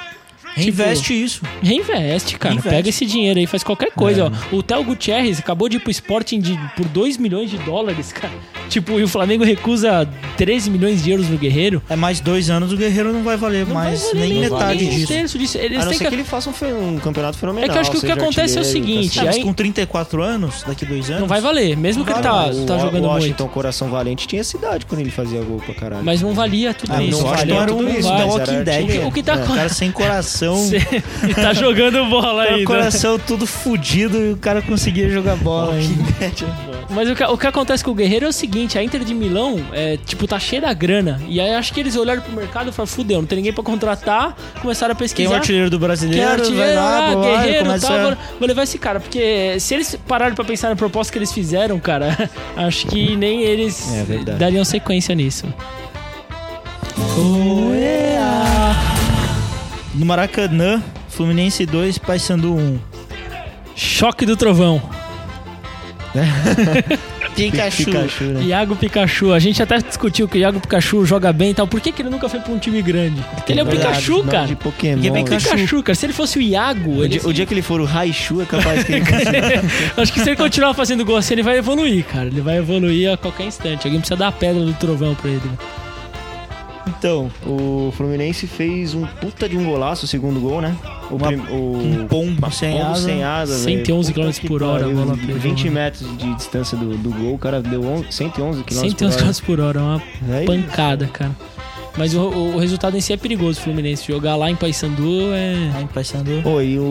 [SPEAKER 1] Reinveste isso.
[SPEAKER 2] Reinveste, cara.
[SPEAKER 1] Reinveste.
[SPEAKER 2] Pega esse
[SPEAKER 3] É.
[SPEAKER 2] dinheiro aí, faz qualquer coisa. ó. O Theo Gutierrez acabou de ir pro Sporting de, por 2 milhões de dólares, cara. Tipo, e o Flamengo recusa 13 milhões de euros no Guerreiro.
[SPEAKER 1] É mais dois anos, o Guerreiro não vai valer
[SPEAKER 2] Não vai
[SPEAKER 1] mais
[SPEAKER 2] valer
[SPEAKER 1] nem metade
[SPEAKER 2] um
[SPEAKER 1] disso.
[SPEAKER 2] terço disso. Eles
[SPEAKER 3] a não
[SPEAKER 2] têm
[SPEAKER 3] ser
[SPEAKER 2] que-
[SPEAKER 3] que... ele faça um, fe- um campeonato fenomenal.
[SPEAKER 2] É que eu acho que o que
[SPEAKER 3] seja
[SPEAKER 2] acontece é o
[SPEAKER 3] artilheiro, tá
[SPEAKER 2] seguinte,
[SPEAKER 1] Ah,
[SPEAKER 3] cacete.
[SPEAKER 1] mas
[SPEAKER 2] aí-
[SPEAKER 1] com 34 anos, daqui dois anos...
[SPEAKER 2] Não vai valer, mesmo que ele tá,
[SPEAKER 3] O
[SPEAKER 2] tá
[SPEAKER 3] Wa-
[SPEAKER 2] jogando muito.
[SPEAKER 3] Washington, coração valente, tinha cidade quando ele fazia gol pra caralho.
[SPEAKER 2] Mas não valia tudo
[SPEAKER 3] Ah,
[SPEAKER 2] isso.
[SPEAKER 3] não
[SPEAKER 1] Washington
[SPEAKER 3] valeu
[SPEAKER 1] era
[SPEAKER 3] tudo
[SPEAKER 1] um
[SPEAKER 3] isso,
[SPEAKER 1] The
[SPEAKER 3] mas
[SPEAKER 1] Walking
[SPEAKER 3] era
[SPEAKER 1] Dead.
[SPEAKER 3] artilheiro.
[SPEAKER 2] <laughs> O que tá
[SPEAKER 1] É, o cara sem
[SPEAKER 2] <laughs>
[SPEAKER 1] coração,
[SPEAKER 2] e tá jogando bola né?
[SPEAKER 1] o
[SPEAKER 2] ainda.
[SPEAKER 1] coração tudo fudido e o cara conseguia jogar bola ainda. <laughs>
[SPEAKER 2] Mas o que, o que acontece com o Guerreiro é o seguinte, a Inter de Milão, é, tipo, tá cheia da grana. E aí acho que eles olharam pro mercado e falaram, fudeu, não tem ninguém pra contratar. Começaram a
[SPEAKER 1] Quem é o
[SPEAKER 2] pesquisar.
[SPEAKER 1] artilheiro do
[SPEAKER 2] Quem é
[SPEAKER 1] brasileiro? vai
[SPEAKER 2] artilheiro?
[SPEAKER 1] lá,
[SPEAKER 2] Ah,
[SPEAKER 1] bora,
[SPEAKER 2] guerreiro e
[SPEAKER 1] começa
[SPEAKER 2] tal.
[SPEAKER 1] a-
[SPEAKER 2] Vou, vou levar esse cara, porque se eles pararem pra pensar na proposta que eles fizeram, cara, <laughs> acho que nem eles
[SPEAKER 3] É verdade.
[SPEAKER 2] dariam sequência nisso.
[SPEAKER 1] No Maracanã, Fluminense 2, Paysandu 1.
[SPEAKER 2] Choque do trovão. é
[SPEAKER 1] Pikachu.
[SPEAKER 3] Pikachu, né?
[SPEAKER 2] Iago Pikachu, a gente até discutiu que o Iago Pikachu joga bem e tal. Por que, que ele nunca foi pra um time grande? Porque ele é o
[SPEAKER 3] Verdade,
[SPEAKER 2] Pikachu,
[SPEAKER 3] nome
[SPEAKER 2] cara.
[SPEAKER 3] um De Pokémon,
[SPEAKER 1] Porque é bem
[SPEAKER 3] né?
[SPEAKER 1] Pikachu.
[SPEAKER 2] Pikachu, cara. Se ele fosse o Iago,
[SPEAKER 3] O
[SPEAKER 2] ele-
[SPEAKER 3] dia, o dia que ele for o Raichu, é capaz que ele <laughs> consiga.
[SPEAKER 2] <laughs> acho que se ele continuar fazendo gol assim, ele vai evoluir, cara. Ele vai evoluir a qualquer instante. Alguém precisa dar a pedra do trovão pra ele. né?
[SPEAKER 3] Então, o Fluminense fez um puta de um golaço, o segundo gol, né? O
[SPEAKER 1] Uma-
[SPEAKER 3] prim- o-
[SPEAKER 1] Um pombo sem
[SPEAKER 3] pombo
[SPEAKER 1] asa.
[SPEAKER 3] sem asa, velho.
[SPEAKER 2] 111
[SPEAKER 3] Puta
[SPEAKER 2] km
[SPEAKER 3] que
[SPEAKER 2] por hora,
[SPEAKER 3] pariu.
[SPEAKER 2] a bola pegou,
[SPEAKER 3] 20
[SPEAKER 2] né?
[SPEAKER 3] metros de distância do, do gol, o cara deu on- 111 km
[SPEAKER 2] 111
[SPEAKER 3] por hora.
[SPEAKER 2] km por hora, é uma
[SPEAKER 3] Aí,
[SPEAKER 2] pancada, cara. Mas o, o- o resultado em si é perigoso, Fluminense. Jogar lá em Paysandu é.
[SPEAKER 1] Lá em Paysandu.
[SPEAKER 3] Pô, e o,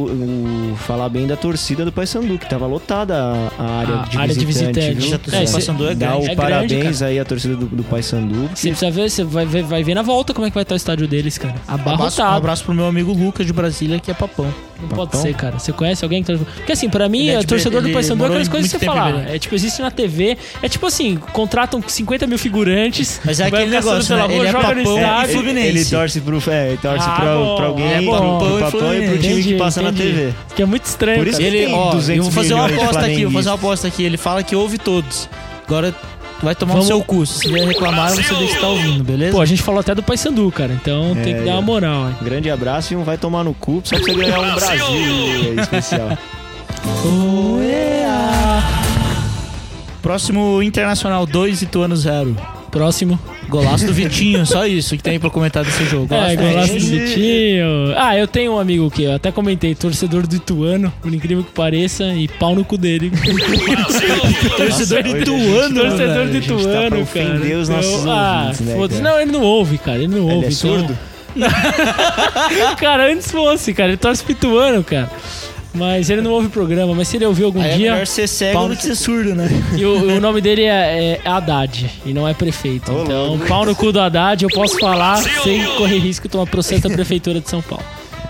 [SPEAKER 3] o- falar bem da torcida do Paysandu, que tava lotada a, a área,
[SPEAKER 2] A
[SPEAKER 3] de,
[SPEAKER 2] área de
[SPEAKER 3] visitante,
[SPEAKER 2] visitante.
[SPEAKER 3] viu?
[SPEAKER 1] Já tô-
[SPEAKER 2] É, cê-
[SPEAKER 1] Paysandu é
[SPEAKER 3] Dá
[SPEAKER 1] grande.
[SPEAKER 3] o
[SPEAKER 2] É grande,
[SPEAKER 3] parabéns aí à torcida do, do Paysandu.
[SPEAKER 2] Você precisa ver, você vai ver, vai ver na volta como é que vai estar o estádio deles, cara.
[SPEAKER 1] Abraço, um
[SPEAKER 2] Abarrotado.
[SPEAKER 1] abraço pro meu amigo Lucas de Brasília, que é papão.
[SPEAKER 2] Não pode
[SPEAKER 3] Papão?
[SPEAKER 2] ser, cara. Você conhece alguém que tá... Porque assim, pra mim,
[SPEAKER 1] Ele é de
[SPEAKER 2] é torcedor
[SPEAKER 1] Bre-
[SPEAKER 2] do
[SPEAKER 1] ele
[SPEAKER 2] Paysandu é
[SPEAKER 1] morou
[SPEAKER 2] aquelas coisas que
[SPEAKER 1] muito
[SPEAKER 2] você
[SPEAKER 1] tempo em
[SPEAKER 2] fala.
[SPEAKER 1] Belém.
[SPEAKER 2] É tipo, existe na TV. É tipo assim, contratam 50 mil figurantes.
[SPEAKER 1] Mas é
[SPEAKER 2] vai
[SPEAKER 1] aquele
[SPEAKER 2] caçando
[SPEAKER 1] negócio,
[SPEAKER 2] pela
[SPEAKER 1] né?
[SPEAKER 2] rua,
[SPEAKER 1] Ele é
[SPEAKER 2] joga no
[SPEAKER 1] papão,
[SPEAKER 2] estádio.
[SPEAKER 1] é Fluminense.
[SPEAKER 3] Ele torce pro, é, ele torce
[SPEAKER 2] Ah,
[SPEAKER 3] pra,
[SPEAKER 2] bom,
[SPEAKER 3] pra
[SPEAKER 2] é
[SPEAKER 3] alguém,
[SPEAKER 2] bom.
[SPEAKER 3] pro Papão e pro time
[SPEAKER 2] Entendi,
[SPEAKER 3] que passa na
[SPEAKER 2] entendi.
[SPEAKER 3] TV.
[SPEAKER 2] Que é muito estranho,
[SPEAKER 3] Por isso
[SPEAKER 2] cara.
[SPEAKER 3] que
[SPEAKER 1] Ele,
[SPEAKER 3] tem
[SPEAKER 1] ó, eu
[SPEAKER 3] 200
[SPEAKER 1] vou fazer uma
[SPEAKER 3] milhões de
[SPEAKER 1] aposta aqui, eu vou fazer
[SPEAKER 3] flamenguistas.
[SPEAKER 1] uma aposta aqui. Ele fala que ouve todos. Agora vai tomar
[SPEAKER 2] Vamos-
[SPEAKER 1] no seu cu. Se vier reclamar, você
[SPEAKER 5] Brasil!
[SPEAKER 1] deixa que tá ouvindo, beleza?
[SPEAKER 2] Pô, a gente falou até do Paysandu, cara. Então tem
[SPEAKER 3] É,
[SPEAKER 2] que dar
[SPEAKER 3] é.
[SPEAKER 2] uma moral, hein?
[SPEAKER 3] Grande abraço e um vai tomar no cu só pra você ganhar um
[SPEAKER 5] Brasil!
[SPEAKER 3] Brasil especial.
[SPEAKER 1] Próximo Internacional 2, Ituano 0.
[SPEAKER 2] Próximo.
[SPEAKER 1] Golaço do Vitinho, só isso que tem pra comentar desse jogo.
[SPEAKER 2] É, golaço do
[SPEAKER 3] gente.
[SPEAKER 2] Vitinho. Ah, eu tenho um amigo que eu até comentei, torcedor do Ituano, por incrível que pareça, e pau no cu
[SPEAKER 3] <laughs>
[SPEAKER 2] dele.
[SPEAKER 1] Torcedor
[SPEAKER 3] hoje a
[SPEAKER 1] de
[SPEAKER 3] gente
[SPEAKER 1] Ituano,
[SPEAKER 2] torcedor do
[SPEAKER 3] a gente tá pra
[SPEAKER 2] Ituano, cara.
[SPEAKER 3] ofender os nossos
[SPEAKER 2] Então,
[SPEAKER 3] ouvintes, né,
[SPEAKER 2] foda-se.
[SPEAKER 3] cara?
[SPEAKER 2] Não, ele não ouve, cara. Ele não
[SPEAKER 3] Ele
[SPEAKER 2] ouve.
[SPEAKER 3] é
[SPEAKER 2] então- <laughs> ah,
[SPEAKER 3] surdo?
[SPEAKER 2] Cara, antes fosse, cara. Ele torce pro Ituano, cara. Mas ele não ouve o programa, mas se ele ouvir algum
[SPEAKER 1] Aí é
[SPEAKER 2] dia.
[SPEAKER 1] melhor ser cego
[SPEAKER 2] Paulo-
[SPEAKER 1] do que ser surdo, né?
[SPEAKER 2] E o, o nome dele é, é Haddad e não é prefeito.
[SPEAKER 3] Ô,
[SPEAKER 2] então,
[SPEAKER 3] louco.
[SPEAKER 2] pau no cu do Haddad, eu posso falar sem correr risco de tomar processo da Prefeitura de São Paulo.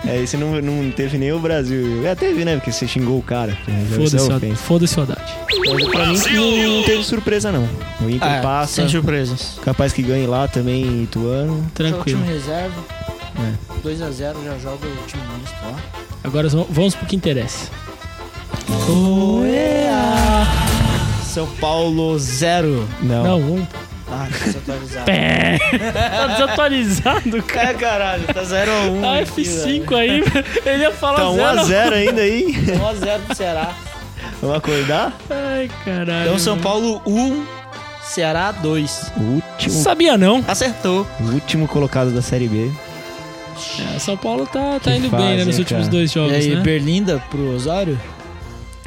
[SPEAKER 3] É, esse não, não teve nem o Brasil. É, teve, né? Porque você xingou o cara.
[SPEAKER 2] Foda-se
[SPEAKER 3] Isso é
[SPEAKER 2] o Haddad.
[SPEAKER 3] ofensa.
[SPEAKER 2] Foda-se o Haddad.
[SPEAKER 3] Mas pra mim não teve surpresa, não. O Inter
[SPEAKER 1] <laughs> Ah,
[SPEAKER 3] passa.
[SPEAKER 1] Sem surpresas.
[SPEAKER 3] Capaz que ganhe lá também, Ituano.
[SPEAKER 2] Tranquilo.
[SPEAKER 1] reserva. É. 2x0 já joga o time misto lá.
[SPEAKER 2] Agora vamos- vamos pro que interessa.
[SPEAKER 1] São Paulo 0.
[SPEAKER 3] Não.
[SPEAKER 2] Não, um.
[SPEAKER 1] <laughs> Ah, desatualizado.
[SPEAKER 2] Pé. Tá desatualizado, cara.
[SPEAKER 1] É, caralho, tá 0x1.
[SPEAKER 2] A F5 aí, ele ia falar
[SPEAKER 3] <laughs> Tá 1x0
[SPEAKER 2] zero.
[SPEAKER 3] ainda aí. <laughs>
[SPEAKER 1] 1x0 pro Ceará.
[SPEAKER 3] Vamos acordar?
[SPEAKER 2] Ai, caralho.
[SPEAKER 1] Então São Paulo 1, Ceará 2.
[SPEAKER 3] O último,
[SPEAKER 2] Sabia não.
[SPEAKER 1] Acertou.
[SPEAKER 3] o último colocado da Série B.
[SPEAKER 2] É, São Paulo tá, tá
[SPEAKER 3] Que
[SPEAKER 2] indo
[SPEAKER 3] fase,
[SPEAKER 2] bem né, nos
[SPEAKER 3] hein,
[SPEAKER 2] últimos
[SPEAKER 3] cara.
[SPEAKER 2] dois jogos,
[SPEAKER 1] É, e aí,
[SPEAKER 2] né?
[SPEAKER 1] Berlinda pro Osório?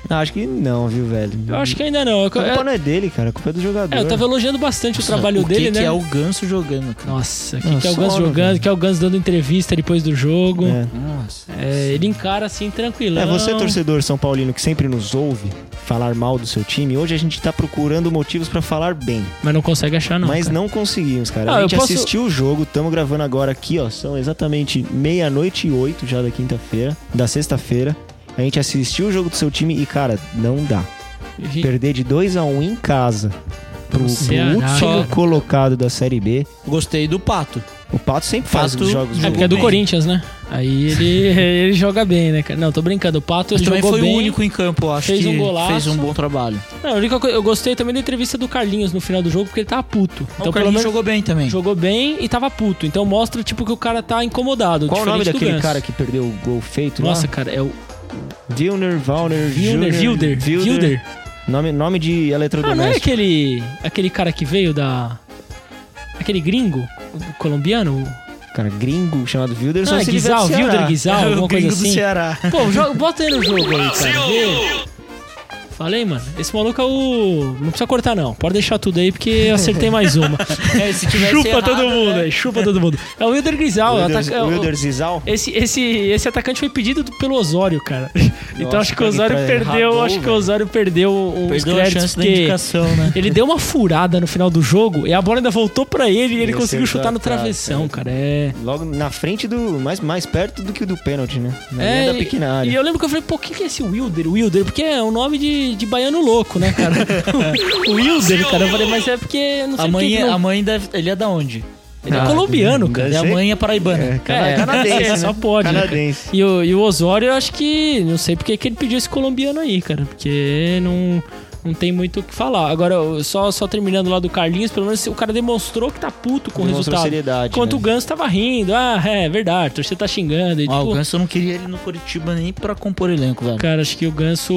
[SPEAKER 3] Ah, acho que não, viu, velho?
[SPEAKER 2] Eu acho que ainda não. Eu,
[SPEAKER 3] A culpa
[SPEAKER 2] eu,
[SPEAKER 3] não é dele, cara. A culpa é do jogador.
[SPEAKER 2] é, eu tava elogiando bastante o trabalho
[SPEAKER 1] o que
[SPEAKER 2] dele, né?
[SPEAKER 1] que é o Ganso jogando, cara?
[SPEAKER 2] Nossa, que,
[SPEAKER 3] Ah,
[SPEAKER 2] que é o
[SPEAKER 3] sono,
[SPEAKER 2] Gans jogando,
[SPEAKER 3] velho.
[SPEAKER 2] que é o Gans dando entrevista depois do jogo.
[SPEAKER 3] É.
[SPEAKER 1] Nossa.
[SPEAKER 2] É, ele encara assim tranquilão.
[SPEAKER 3] É, você, torcedor São Paulino, que sempre nos ouve falar mal do seu time, hoje a gente tá procurando motivos pra falar bem.
[SPEAKER 2] Mas não consegue achar, não.
[SPEAKER 3] mas
[SPEAKER 2] cara.
[SPEAKER 3] não conseguimos, cara.
[SPEAKER 2] Ah,
[SPEAKER 3] a
[SPEAKER 2] eu
[SPEAKER 3] gente
[SPEAKER 2] posso-
[SPEAKER 3] assistiu o jogo, estamos gravando agora aqui, ó. São exatamente meia-noite e oito já da quinta-feira, da sexta-feira. A gente assistiu o jogo do seu time e, cara, não dá.
[SPEAKER 2] E-
[SPEAKER 3] Perder de 2 a 1 um em casa pro, pro
[SPEAKER 2] Ceará,
[SPEAKER 3] último
[SPEAKER 2] cara.
[SPEAKER 3] colocado da Série B.
[SPEAKER 1] Gostei do Pato.
[SPEAKER 3] O Pato sempre faz
[SPEAKER 1] Pato-
[SPEAKER 3] os jogos.
[SPEAKER 2] É
[SPEAKER 3] do-
[SPEAKER 2] porque é do
[SPEAKER 1] bem.
[SPEAKER 2] Corinthians, né? Aí ele, <laughs> ele joga bem, né, cara? Não, tô brincando. O Pato
[SPEAKER 1] Mas
[SPEAKER 2] ele
[SPEAKER 1] também
[SPEAKER 2] jogou
[SPEAKER 1] foi
[SPEAKER 2] bem.
[SPEAKER 1] o único em campo, eu acho
[SPEAKER 2] fez
[SPEAKER 1] que
[SPEAKER 2] um golaço.
[SPEAKER 1] fez um bom trabalho.
[SPEAKER 2] Não, a única coisa- eu gostei também da entrevista do Carlinhos no final do jogo, porque ele tava puto. Então,
[SPEAKER 1] o
[SPEAKER 2] pelo
[SPEAKER 1] Carlinhos
[SPEAKER 2] menos,
[SPEAKER 1] jogou bem também.
[SPEAKER 2] jogou bem e tava puto. Então mostra, tipo, que o cara tá incomodado.
[SPEAKER 3] Qual o nome
[SPEAKER 2] diferente do
[SPEAKER 3] daquele
[SPEAKER 2] Ganso.
[SPEAKER 3] cara que perdeu o gol feito
[SPEAKER 2] Nossa,
[SPEAKER 3] lá?
[SPEAKER 2] cara, é o
[SPEAKER 3] Vilner, Valner, Júnior,
[SPEAKER 2] Wilder. Wilder. Wilder.
[SPEAKER 3] Nome, nome de
[SPEAKER 2] Ah, não é
[SPEAKER 3] eletrodoméstico.
[SPEAKER 2] aquele. aquele cara que veio da. Aquele gringo o colombiano?
[SPEAKER 3] Cara, gringo chamado Wilder. só
[SPEAKER 2] ah,
[SPEAKER 3] se ele vier do
[SPEAKER 2] Guizal,
[SPEAKER 3] Ceará. É <laughs>
[SPEAKER 2] Wilder Guizal, alguma coisa
[SPEAKER 4] do
[SPEAKER 2] assim.
[SPEAKER 4] Ceará.
[SPEAKER 1] <laughs>
[SPEAKER 2] Pô, joga, bota aí no jogo aí, cara. Vê. Falei, mano. Esse maluco é o. Não precisa cortar, não. Pode deixar tudo aí, porque eu acertei mais
[SPEAKER 1] <laughs>
[SPEAKER 2] uma.
[SPEAKER 1] É,
[SPEAKER 2] chupa
[SPEAKER 1] né?
[SPEAKER 2] todo mundo aí, chupa todo mundo. É o Wilder Grisal.
[SPEAKER 3] Wilder,
[SPEAKER 2] ataca- é o-
[SPEAKER 3] Wilder Zizal?
[SPEAKER 2] Esse, esse, esse atacante foi pedido do- pelo Osório, cara. <laughs> então acho que o
[SPEAKER 3] cara,
[SPEAKER 2] Osório
[SPEAKER 3] ele
[SPEAKER 2] perdeu.
[SPEAKER 3] erradou,
[SPEAKER 2] acho que o
[SPEAKER 3] velho.
[SPEAKER 2] Osório perdeu o
[SPEAKER 1] Perdeu a chance da indicação,
[SPEAKER 2] <laughs>
[SPEAKER 1] né?
[SPEAKER 2] Ele deu uma furada no final do jogo e a bola ainda voltou pra ele e ele
[SPEAKER 3] E
[SPEAKER 2] conseguiu
[SPEAKER 3] acertou
[SPEAKER 2] chutar no
[SPEAKER 3] a trave,
[SPEAKER 2] travessão, cara. É.
[SPEAKER 3] Logo na frente do. Mais, mais perto do que o do pênalti, né? Na
[SPEAKER 2] É,
[SPEAKER 3] linha da
[SPEAKER 2] e-
[SPEAKER 3] pequena
[SPEAKER 2] E
[SPEAKER 3] área.
[SPEAKER 2] eu lembro que eu falei, pô, o que, que é esse Wilder? Wilder, porque é um nome de, de baiano louco, né, cara? o Wilder, cara. Eu falei, mas é porque não sei
[SPEAKER 1] A
[SPEAKER 2] por que
[SPEAKER 1] mãe,
[SPEAKER 2] que não-
[SPEAKER 1] a mãe deve, ele é da onde?
[SPEAKER 2] Ele é colombiano, cara.
[SPEAKER 1] E a
[SPEAKER 3] sei.
[SPEAKER 1] mãe é paraibana.
[SPEAKER 2] É,
[SPEAKER 3] canadense,
[SPEAKER 2] só
[SPEAKER 3] né?
[SPEAKER 2] pode. né, cara?
[SPEAKER 3] Canadense.
[SPEAKER 2] E o, e o Osório, eu acho que. Não sei porque que ele pediu esse colombiano aí, cara. Porque não, não tem muito o que falar. Agora, eu- só, só terminando lá do Carlinhos, pelo menos o cara demonstrou que tá puto com o
[SPEAKER 3] Demonstrou
[SPEAKER 2] resultado.
[SPEAKER 3] seriedade,
[SPEAKER 2] Enquanto
[SPEAKER 3] né?
[SPEAKER 2] É o Ganso tava rindo. Ah, é, verdade, você tá xingando. E,
[SPEAKER 1] Ah, o
[SPEAKER 2] tipo,
[SPEAKER 1] Ganso eu não queria ele no Curitiba nem pra compor elenco, velho.
[SPEAKER 2] Cara, acho que o Ganso.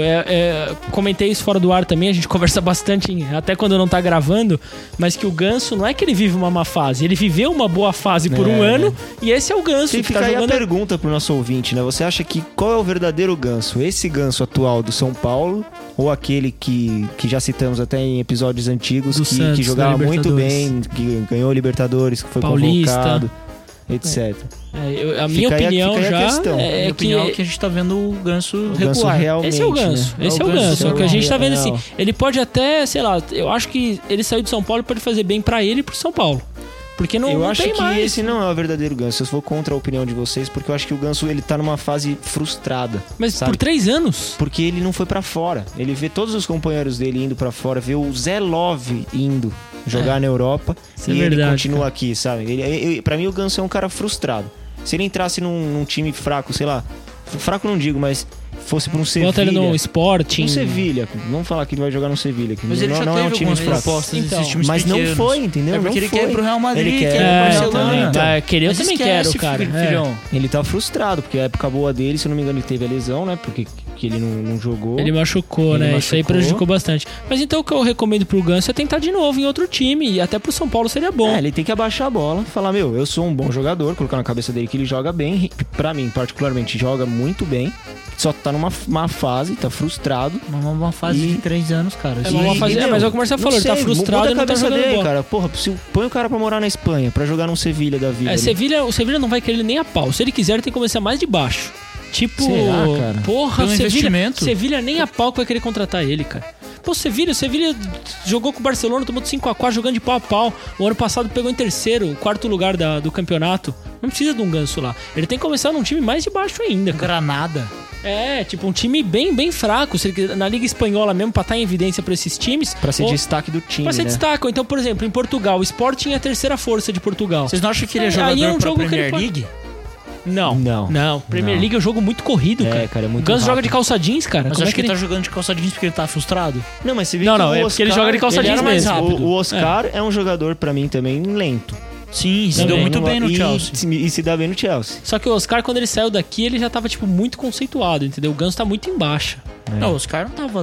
[SPEAKER 2] é- é, comentei isso fora do ar também, a gente <laughs> conversa bastante, em- até quando não tá gravando, mas que o Ganso não é que ele vive uma má fase, ele viveu uma boa fase por um ano e esse é o Ganso
[SPEAKER 3] E
[SPEAKER 2] que
[SPEAKER 3] fica
[SPEAKER 2] tá
[SPEAKER 3] aí a
[SPEAKER 2] jogando.
[SPEAKER 3] pergunta pro nosso ouvinte, né? Você acha que qual é o verdadeiro ganso? Esse ganso atual do São Paulo ou aquele que, que já citamos até em episódios antigos,
[SPEAKER 2] Do
[SPEAKER 3] que,
[SPEAKER 2] Santos,
[SPEAKER 3] que jogava
[SPEAKER 2] da
[SPEAKER 3] muito
[SPEAKER 2] Libertadores.
[SPEAKER 3] bem, que ganhou Libertadores, que foi
[SPEAKER 2] Paulista.
[SPEAKER 3] convocado, etc.
[SPEAKER 2] É, eu- a minha
[SPEAKER 3] Fica aí a-
[SPEAKER 2] opinião
[SPEAKER 3] fica aí a
[SPEAKER 2] já
[SPEAKER 3] questão.
[SPEAKER 2] é,
[SPEAKER 1] É,
[SPEAKER 2] é
[SPEAKER 1] a opinião
[SPEAKER 2] que.
[SPEAKER 1] é que a gente tá vendo o Ganso
[SPEAKER 3] O ganso
[SPEAKER 1] recuar.
[SPEAKER 3] realmente.
[SPEAKER 2] Esse é o ganso,
[SPEAKER 3] né?
[SPEAKER 2] esse é o
[SPEAKER 1] É o
[SPEAKER 2] ganso.
[SPEAKER 1] Ganso,
[SPEAKER 2] Só que a gente tá vendo
[SPEAKER 3] é
[SPEAKER 2] assim,
[SPEAKER 3] real.
[SPEAKER 2] ele pode até, sei lá, eu acho que ele saiu de São Paulo e pode fazer bem pra ele e pro São Paulo. Porque não,
[SPEAKER 3] eu
[SPEAKER 2] não
[SPEAKER 3] acho
[SPEAKER 2] tem
[SPEAKER 3] que
[SPEAKER 2] mais.
[SPEAKER 3] esse não é o verdadeiro ganso. Eu vou contra a opinião de vocês, porque eu acho que o ganso ele tá numa fase frustrada.
[SPEAKER 2] Mas
[SPEAKER 3] sabe?
[SPEAKER 2] por três anos.
[SPEAKER 3] Porque ele não foi pra fora. Ele vê todos os companheiros dele indo pra fora, vê o Zé Love indo jogar na Europa
[SPEAKER 2] Isso é
[SPEAKER 3] e ele
[SPEAKER 2] verdade,
[SPEAKER 3] continua aqui, sabe? Ele, ele- pra mim o Ganso é um cara frustrado. Se ele entrasse num, num time fraco, sei lá, fraco não digo, mas fosse pra um Sevilha.
[SPEAKER 2] Bota ele no Sporting.
[SPEAKER 3] um Sevilha. Vamos falar que ele vai jogar no Sevilha, que
[SPEAKER 1] Mas ele
[SPEAKER 3] não,
[SPEAKER 1] já
[SPEAKER 3] não
[SPEAKER 1] teve
[SPEAKER 3] é um time
[SPEAKER 1] algumas
[SPEAKER 3] fraco.
[SPEAKER 1] propostas
[SPEAKER 2] Então,
[SPEAKER 1] desses times
[SPEAKER 3] Mas não
[SPEAKER 1] pequenos.
[SPEAKER 3] foi, entendeu?
[SPEAKER 1] É porque
[SPEAKER 3] Não
[SPEAKER 1] ele
[SPEAKER 3] foi.
[SPEAKER 1] quer ir pro Real Madrid,
[SPEAKER 3] Ele
[SPEAKER 1] quer,
[SPEAKER 3] quer.
[SPEAKER 1] ir pro
[SPEAKER 2] É, então,
[SPEAKER 1] Barcelona.
[SPEAKER 2] então, é, querer eu
[SPEAKER 1] né? Mas
[SPEAKER 2] também
[SPEAKER 1] esquece,
[SPEAKER 2] quero, cara.
[SPEAKER 1] filho,
[SPEAKER 2] É.
[SPEAKER 1] filhão.
[SPEAKER 3] Ele tá frustrado, porque a época boa dele, se eu não me engano, ele teve a lesão, né? Porque que ele não, não jogou.
[SPEAKER 2] Ele machucou,
[SPEAKER 3] Ele
[SPEAKER 2] né? Isso aí
[SPEAKER 3] machucou.
[SPEAKER 2] prejudicou bastante. Mas então o que eu recomendo pro Ganso é tentar de novo em outro time. E até pro São Paulo seria bom.
[SPEAKER 3] É, ele tem que abaixar a bola, falar, meu, eu sou um bom jogador, colocar na cabeça dele que ele joga bem, pra mim, particularmente, joga muito bem, só tá numa f- má fase, tá frustrado.
[SPEAKER 1] Uma, uma fase
[SPEAKER 3] E-
[SPEAKER 1] de três anos, cara.
[SPEAKER 2] É uma
[SPEAKER 1] E-
[SPEAKER 2] fase- é, mas é o que o Marcelo falou, ele tá frustrado
[SPEAKER 3] muda
[SPEAKER 2] e não
[SPEAKER 3] a
[SPEAKER 2] tá
[SPEAKER 3] cabeça
[SPEAKER 2] jogando
[SPEAKER 3] dele,
[SPEAKER 2] bola.
[SPEAKER 3] cara. Porra, se- põe o cara pra morar na Espanha, pra jogar num Sevilha da vida.
[SPEAKER 2] É,
[SPEAKER 3] ali.
[SPEAKER 2] Sevilha, o Sevilha não vai querer nem a pau. Se ele quiser, ele tem que começar mais de baixo. Tipo,
[SPEAKER 3] Será, cara? um
[SPEAKER 2] porra, o
[SPEAKER 1] Pelo
[SPEAKER 2] Sevilha,
[SPEAKER 1] investimento?
[SPEAKER 2] Sevilha nem a pau que vai querer contratar ele, cara. Pô, o Sevilha, o Sevilha jogou com o Barcelona, tomou de 5x4 jogando de pau a pau. O ano passado pegou em terceiro, o quarto lugar da- do campeonato. Não precisa de um ganso lá. Ele tem que começar num time mais de baixo ainda, cara.
[SPEAKER 1] Granada.
[SPEAKER 2] É, tipo, um time bem, bem fraco. Se ele quiser- Na Liga Espanhola mesmo, pra estar em evidência pra esses times.
[SPEAKER 3] Pra ser
[SPEAKER 2] ou-
[SPEAKER 3] destaque do time,
[SPEAKER 2] Pra ser
[SPEAKER 3] né?
[SPEAKER 2] destaque. Ou Então, por exemplo, em Portugal, o Sporting é a terceira força de Portugal.
[SPEAKER 1] Vocês não acham que ele
[SPEAKER 2] É,
[SPEAKER 1] é
[SPEAKER 2] aí
[SPEAKER 1] jogador
[SPEAKER 2] é um
[SPEAKER 1] pra
[SPEAKER 2] jogo que ele
[SPEAKER 1] Premier
[SPEAKER 2] pode-
[SPEAKER 1] League?
[SPEAKER 2] Não.
[SPEAKER 3] Não.
[SPEAKER 2] Não. Premier
[SPEAKER 3] Não.
[SPEAKER 2] League é um jogo muito corrido,
[SPEAKER 3] É,
[SPEAKER 2] cara.
[SPEAKER 3] cara, é muito
[SPEAKER 2] o Ganso
[SPEAKER 3] rápido.
[SPEAKER 2] joga de calça jeans, cara.
[SPEAKER 1] Mas acho
[SPEAKER 2] Como é
[SPEAKER 1] que
[SPEAKER 2] que
[SPEAKER 1] ele tá
[SPEAKER 2] ele...
[SPEAKER 1] jogando de calça jeans porque ele tá frustrado?
[SPEAKER 3] Não, mas você vê
[SPEAKER 2] Não,
[SPEAKER 3] que
[SPEAKER 2] não,
[SPEAKER 3] o
[SPEAKER 2] é
[SPEAKER 3] Oscar,
[SPEAKER 2] porque ele joga de calça
[SPEAKER 1] ele
[SPEAKER 2] jeans
[SPEAKER 1] era mais
[SPEAKER 2] mesmo.
[SPEAKER 1] rápido.
[SPEAKER 3] O, o Oscar é. um jogador, pra mim, também lento.
[SPEAKER 1] Sim, se
[SPEAKER 2] Também.
[SPEAKER 1] deu muito bem no
[SPEAKER 3] e,
[SPEAKER 1] Chelsea.
[SPEAKER 3] E se dá bem no Chelsea.
[SPEAKER 2] Só que o Oscar, quando ele saiu daqui, ele já tava, tipo, muito conceituado, entendeu? O Ganso tá muito em baixa.
[SPEAKER 1] Não, os caras não tava...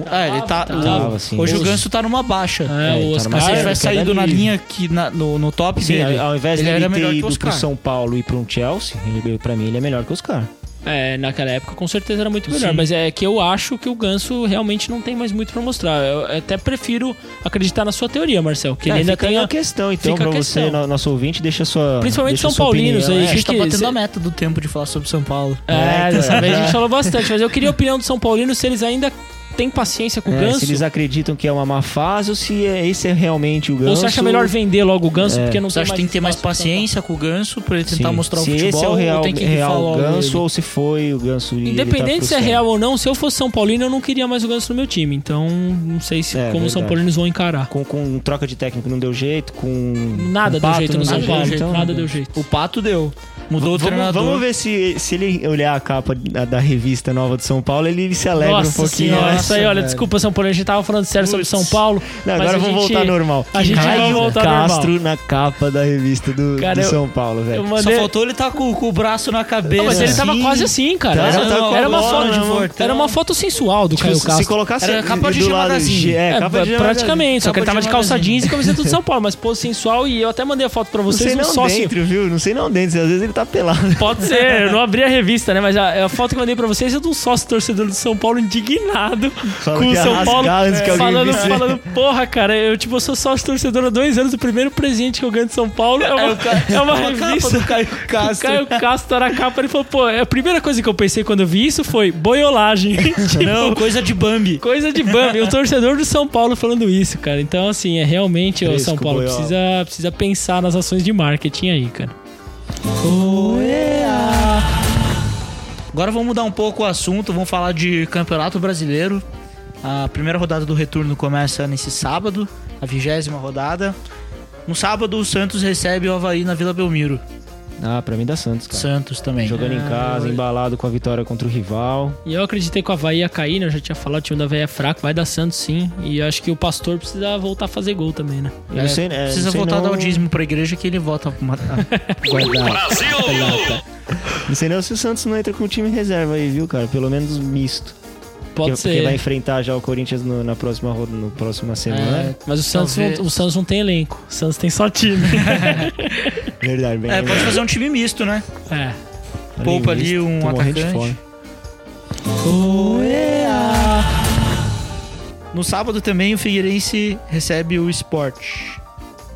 [SPEAKER 1] é. Ah, ele tá...
[SPEAKER 2] tava,
[SPEAKER 1] o-
[SPEAKER 3] tava, sim.
[SPEAKER 1] Hoje o
[SPEAKER 3] Hoje-
[SPEAKER 1] Ganso tá numa baixa.
[SPEAKER 2] É, o
[SPEAKER 3] tá numa
[SPEAKER 2] Oscar...
[SPEAKER 1] Mas se ele
[SPEAKER 3] Ah,
[SPEAKER 1] tivesse
[SPEAKER 3] cara,
[SPEAKER 1] saído na
[SPEAKER 3] ele-
[SPEAKER 1] linha que na- no, no top
[SPEAKER 3] Sim,
[SPEAKER 1] dele,
[SPEAKER 3] ao invés
[SPEAKER 1] ele
[SPEAKER 3] dele
[SPEAKER 1] era melhor que
[SPEAKER 3] ter
[SPEAKER 1] o
[SPEAKER 3] ido pro
[SPEAKER 1] Oscar.
[SPEAKER 3] São Paulo e pra um Chelsea, ele, pra mim ele é melhor que o Oscar.
[SPEAKER 2] É, naquela época com certeza era muito melhor,
[SPEAKER 1] Sim.
[SPEAKER 2] mas é que eu acho que o Ganso realmente não tem mais muito pra mostrar. Eu até prefiro acreditar na sua teoria, Marcel, que ele
[SPEAKER 3] Ah,
[SPEAKER 2] ainda
[SPEAKER 3] fica
[SPEAKER 2] tem
[SPEAKER 3] aí
[SPEAKER 2] a...
[SPEAKER 3] a questão, então,
[SPEAKER 2] fica a
[SPEAKER 3] pra
[SPEAKER 2] questão.
[SPEAKER 3] você, no- nosso ouvinte, deixa sua.
[SPEAKER 2] Principalmente
[SPEAKER 3] deixa
[SPEAKER 2] São
[SPEAKER 3] sua
[SPEAKER 2] Paulinos
[SPEAKER 3] opinião.
[SPEAKER 2] aí,
[SPEAKER 1] É, a gente tá
[SPEAKER 2] que-
[SPEAKER 1] batendo
[SPEAKER 2] cê-
[SPEAKER 1] a meta do tempo de falar sobre São Paulo.
[SPEAKER 2] É, dessa vez a gente <laughs> falou bastante, mas eu queria a opinião do São Paulino se eles ainda têm paciência com o
[SPEAKER 3] É, se
[SPEAKER 2] Ganso,
[SPEAKER 3] eles acreditam que é uma má fase ou se é- esse é realmente o ganso.
[SPEAKER 2] ou você acha melhor vender logo o Ganso,
[SPEAKER 3] É.
[SPEAKER 2] porque não
[SPEAKER 1] Você acha que tem que ter mais paciência com o Ganso pra ele tentar
[SPEAKER 3] Sim.
[SPEAKER 1] mostrar o
[SPEAKER 3] se
[SPEAKER 1] futebol?
[SPEAKER 3] esse é o real,
[SPEAKER 1] ou tem que
[SPEAKER 3] real
[SPEAKER 1] falar
[SPEAKER 3] ganso
[SPEAKER 1] ele?
[SPEAKER 3] ou se foi o ganso. e ele tá
[SPEAKER 2] Independente se é
[SPEAKER 3] frustrado.
[SPEAKER 2] real ou não, se eu fosse São Paulino, eu não queria mais o Ganso no meu time. Então, não sei se
[SPEAKER 3] É,
[SPEAKER 2] como os
[SPEAKER 3] verdade.
[SPEAKER 2] São Paulinos vão encarar.
[SPEAKER 3] Com, com troca de técnico não deu jeito, com.
[SPEAKER 2] Nada
[SPEAKER 3] com
[SPEAKER 2] deu
[SPEAKER 3] Um Pato
[SPEAKER 2] jeito no
[SPEAKER 3] não
[SPEAKER 2] São
[SPEAKER 3] deu
[SPEAKER 2] Paulo,
[SPEAKER 3] jeito, então,
[SPEAKER 2] nada deu jeito.
[SPEAKER 1] O Pato deu. Mudou o
[SPEAKER 3] Vamos,
[SPEAKER 1] treinador.
[SPEAKER 3] vamos ver se, se ele olhar a capa da, da revista nova do São Paulo, ele, se alegra
[SPEAKER 2] Nossa
[SPEAKER 3] um pouquinho.
[SPEAKER 2] senhora,
[SPEAKER 3] né?
[SPEAKER 2] isso aí, olha,
[SPEAKER 1] velho.
[SPEAKER 2] desculpa, São Paulo, a gente tava falando sério sobre
[SPEAKER 3] Putz.
[SPEAKER 2] São Paulo.
[SPEAKER 3] Não,
[SPEAKER 2] mas
[SPEAKER 3] agora
[SPEAKER 2] a
[SPEAKER 3] eu vou
[SPEAKER 2] gente-
[SPEAKER 3] voltar ao normal.
[SPEAKER 2] a gente vai
[SPEAKER 3] Caio
[SPEAKER 2] voltar ao
[SPEAKER 3] Castro na capa da revista do,
[SPEAKER 2] Cara,
[SPEAKER 3] do
[SPEAKER 2] eu-
[SPEAKER 3] São Paulo,
[SPEAKER 2] Eu
[SPEAKER 3] velho.
[SPEAKER 1] Só
[SPEAKER 2] mandei-
[SPEAKER 1] faltou ele tá com, com o braço na cabeça.
[SPEAKER 2] Não, mas ele tava
[SPEAKER 1] assim.
[SPEAKER 2] quase assim, cara.
[SPEAKER 3] Tá,
[SPEAKER 2] Era-
[SPEAKER 3] já tá com
[SPEAKER 2] era,
[SPEAKER 3] a
[SPEAKER 2] uma
[SPEAKER 3] bola
[SPEAKER 2] foto,
[SPEAKER 3] na mão.
[SPEAKER 2] era uma foto sensual do
[SPEAKER 3] Tipo,
[SPEAKER 2] Caio
[SPEAKER 3] se, se
[SPEAKER 2] Castro.
[SPEAKER 3] colocasse
[SPEAKER 1] Era capa de
[SPEAKER 3] do lado
[SPEAKER 1] chamadazinho.
[SPEAKER 3] G- é,
[SPEAKER 2] É,
[SPEAKER 3] capa de
[SPEAKER 2] praticamente, só
[SPEAKER 1] Capa
[SPEAKER 2] que ele
[SPEAKER 1] de
[SPEAKER 2] tava de calça
[SPEAKER 1] armazinho.
[SPEAKER 2] jeans e camiseta do São Paulo, mas pô, sensual e eu até mandei a foto pra
[SPEAKER 3] Não
[SPEAKER 2] vocês
[SPEAKER 3] sei
[SPEAKER 2] no
[SPEAKER 3] não
[SPEAKER 2] sócio.
[SPEAKER 3] dentro, viu? Não sei não dentro. Às vezes ele tá pelado.
[SPEAKER 2] Pode ser, eu não abri a revista, né? Mas a, a foto que eu mandei pra vocês é de um sócio torcedor do São Paulo indignado
[SPEAKER 3] Fala
[SPEAKER 2] com o
[SPEAKER 3] que ia
[SPEAKER 2] São
[SPEAKER 3] rasgar
[SPEAKER 2] Paulo.
[SPEAKER 3] antes que alguém
[SPEAKER 2] falando,
[SPEAKER 3] visse.
[SPEAKER 2] falando, porra, cara, eu tipo, eu sou sócio torcedor há dois anos, o primeiro presente que eu ganho de São Paulo é uma, é uma revista.
[SPEAKER 1] do Caio
[SPEAKER 2] O Caio Castro era a capa, ele falou, pô, a primeira coisa que eu pensei quando eu vi isso foi boiolagem. <laughs> Tipo,
[SPEAKER 1] Não, coisa de Bambi.
[SPEAKER 2] Coisa de Bambi, o torcedor do São Paulo falando isso, cara. Então, assim, é realmente, o
[SPEAKER 3] Fresco,
[SPEAKER 2] São Paulo
[SPEAKER 3] boiola.
[SPEAKER 2] precisa, precisa pensar nas ações de marketing aí, cara.
[SPEAKER 1] Agora vamos mudar um pouco o assunto, vamos falar de Campeonato Brasileiro. A primeira rodada do retorno começa nesse sábado, a vigésima rodada. No sábado, o Santos recebe o Havaí na Vila Belmiro.
[SPEAKER 2] Tá.
[SPEAKER 3] Ah, pra mim dá Santos, cara.
[SPEAKER 1] Santos também. né?
[SPEAKER 3] Jogando em casa, embalado com a vitória contra o rival.
[SPEAKER 2] E eu acreditei que o Havaí ia cair, né? Eu já tinha falado, o time do Havaí é fraco, vai dar Santos sim. E eu acho que o Pastor precisa voltar a fazer gol também, né?
[SPEAKER 3] Eu não sei, é,
[SPEAKER 1] Precisa
[SPEAKER 3] não sei
[SPEAKER 1] voltar a
[SPEAKER 3] não,
[SPEAKER 1] dar o dízimo pra igreja que ele volta a
[SPEAKER 2] <laughs>
[SPEAKER 1] matar. guardar.
[SPEAKER 3] Não sei não se o Santos não entra com o time reserva aí, viu, cara? Pelo menos misto.
[SPEAKER 2] Pode
[SPEAKER 3] porque,
[SPEAKER 2] ser.
[SPEAKER 3] porque vai enfrentar já o Corinthians no- na próxima roda, no próxima semana.
[SPEAKER 2] É, mas o Santos, não,
[SPEAKER 1] Talvez.
[SPEAKER 2] o Santos não tem elenco. O Santos tem só time.
[SPEAKER 3] Verdade, bem.
[SPEAKER 1] É, pode
[SPEAKER 3] lembrado.
[SPEAKER 1] fazer um time misto, né?
[SPEAKER 2] <laughs> é.
[SPEAKER 3] Falei
[SPEAKER 1] Poupa ali
[SPEAKER 3] misto,
[SPEAKER 1] um
[SPEAKER 3] tô morrendo de
[SPEAKER 1] atacante.
[SPEAKER 3] fome.
[SPEAKER 1] No sábado também o Figueirense recebe o Sport.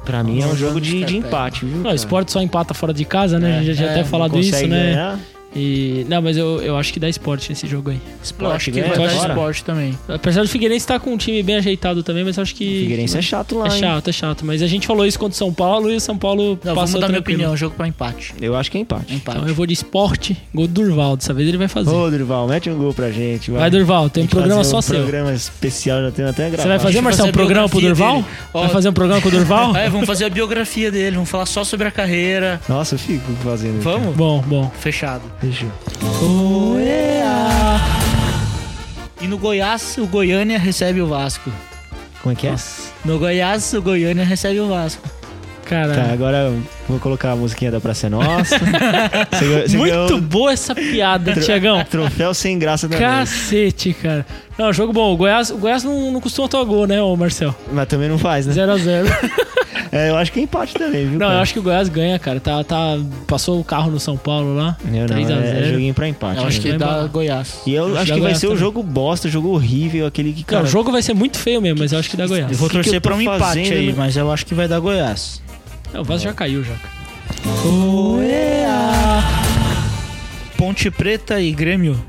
[SPEAKER 3] Pra mim é um
[SPEAKER 1] Nossa,
[SPEAKER 3] jogo de, de
[SPEAKER 1] cara,
[SPEAKER 3] empate, viu?
[SPEAKER 2] Não, o esporte só empata fora de casa, né? a gente já tinha
[SPEAKER 1] é,
[SPEAKER 2] até
[SPEAKER 1] não
[SPEAKER 2] falado isso, né?
[SPEAKER 3] Ganhar.
[SPEAKER 2] E, não, mas eu, eu acho que dá esporte nesse jogo aí.
[SPEAKER 1] Eu acho que
[SPEAKER 3] ganha
[SPEAKER 1] vai dar
[SPEAKER 3] agora.
[SPEAKER 1] Sport também.
[SPEAKER 2] Apesar do Figueirense estar com um time bem ajeitado também, mas eu acho que.
[SPEAKER 3] O Figueirense é chato lá,
[SPEAKER 2] é
[SPEAKER 3] hein?
[SPEAKER 2] chato, é chato. Mas a gente falou isso contra o São Paulo e o São Paulo
[SPEAKER 1] Não, vou
[SPEAKER 2] passou
[SPEAKER 1] mudar minha
[SPEAKER 2] tranquilo.
[SPEAKER 1] opinião, jogo pra empate.
[SPEAKER 3] Eu acho que é empate.
[SPEAKER 1] Empate.
[SPEAKER 2] Então eu vou de esporte, gol do Durval. Dessa vez ele vai fazer.
[SPEAKER 3] Ô, Durval, mete um gol pra gente.
[SPEAKER 2] Vai, Durval, tem
[SPEAKER 3] Tem
[SPEAKER 2] um
[SPEAKER 3] que
[SPEAKER 2] programa
[SPEAKER 3] fazer
[SPEAKER 2] só
[SPEAKER 3] um
[SPEAKER 2] seu.
[SPEAKER 3] programa especial, já tenho até gravado.
[SPEAKER 2] Você vai fazer,
[SPEAKER 1] Deixa eu
[SPEAKER 2] Marcelo, um
[SPEAKER 1] fazer a
[SPEAKER 2] programa pro
[SPEAKER 1] biografia
[SPEAKER 2] Durval?
[SPEAKER 1] dele. Ó,
[SPEAKER 2] Vai fazer um programa com
[SPEAKER 1] <laughs>
[SPEAKER 2] o Durval?
[SPEAKER 1] É, vamos fazer a biografia dele, vamos falar só sobre a carreira.
[SPEAKER 3] Nossa, eu fico fazendo.
[SPEAKER 1] Vamos?
[SPEAKER 2] Bom, bom.
[SPEAKER 1] Fechado.
[SPEAKER 3] Deixa eu-
[SPEAKER 1] E no Goiás, o Goiânia recebe o Vasco.
[SPEAKER 3] Como é que é?
[SPEAKER 1] No Goiás, o Goiânia recebe o Vasco.
[SPEAKER 2] Cara,
[SPEAKER 3] Tá, agora eu vou colocar a musiquinha da Praça é
[SPEAKER 2] <laughs>
[SPEAKER 3] Nossa. Você ganhou- você ganhou
[SPEAKER 2] muito
[SPEAKER 3] o
[SPEAKER 2] boa essa piada,
[SPEAKER 3] Tá,
[SPEAKER 2] Tiagão.
[SPEAKER 3] Troféu sem graça da noite.
[SPEAKER 2] Cacete, cara. Não, jogo bom. O Goiás, o Goiás não, não costuma tomar gol, né, ô Marcel?
[SPEAKER 3] Mas também não faz, né?
[SPEAKER 2] 0x0.
[SPEAKER 3] É, eu acho que é empate também, viu?
[SPEAKER 2] <laughs> Não,
[SPEAKER 3] cara?
[SPEAKER 2] eu acho que o Goiás ganha, cara. Tá, tá, passou o carro no São Paulo lá.
[SPEAKER 3] Eu não,
[SPEAKER 2] 3 a 0.
[SPEAKER 3] é, é joguinho pra empate.
[SPEAKER 1] Eu acho
[SPEAKER 3] né?
[SPEAKER 1] que
[SPEAKER 2] Vai
[SPEAKER 1] dá
[SPEAKER 2] embora.
[SPEAKER 1] Goiás.
[SPEAKER 3] E eu
[SPEAKER 2] acho
[SPEAKER 3] acho
[SPEAKER 2] que
[SPEAKER 3] que vai
[SPEAKER 2] Goiás
[SPEAKER 3] ser o
[SPEAKER 2] também.
[SPEAKER 3] jogo bosta, jogo horrível, aquele que,
[SPEAKER 2] Cara,
[SPEAKER 3] cara...
[SPEAKER 2] o jogo vai ser muito feio mesmo, mas eu acho que dá Goiás.
[SPEAKER 1] Eu vou
[SPEAKER 3] Que que
[SPEAKER 1] torcer
[SPEAKER 3] eu tô
[SPEAKER 1] pra um empate
[SPEAKER 3] fazendo,
[SPEAKER 1] aí,
[SPEAKER 3] né?
[SPEAKER 1] mas eu acho que vai dar Goiás.
[SPEAKER 2] Não, É, o Vasco já caiu, já. cara.
[SPEAKER 1] Ponte Preta e Grêmio.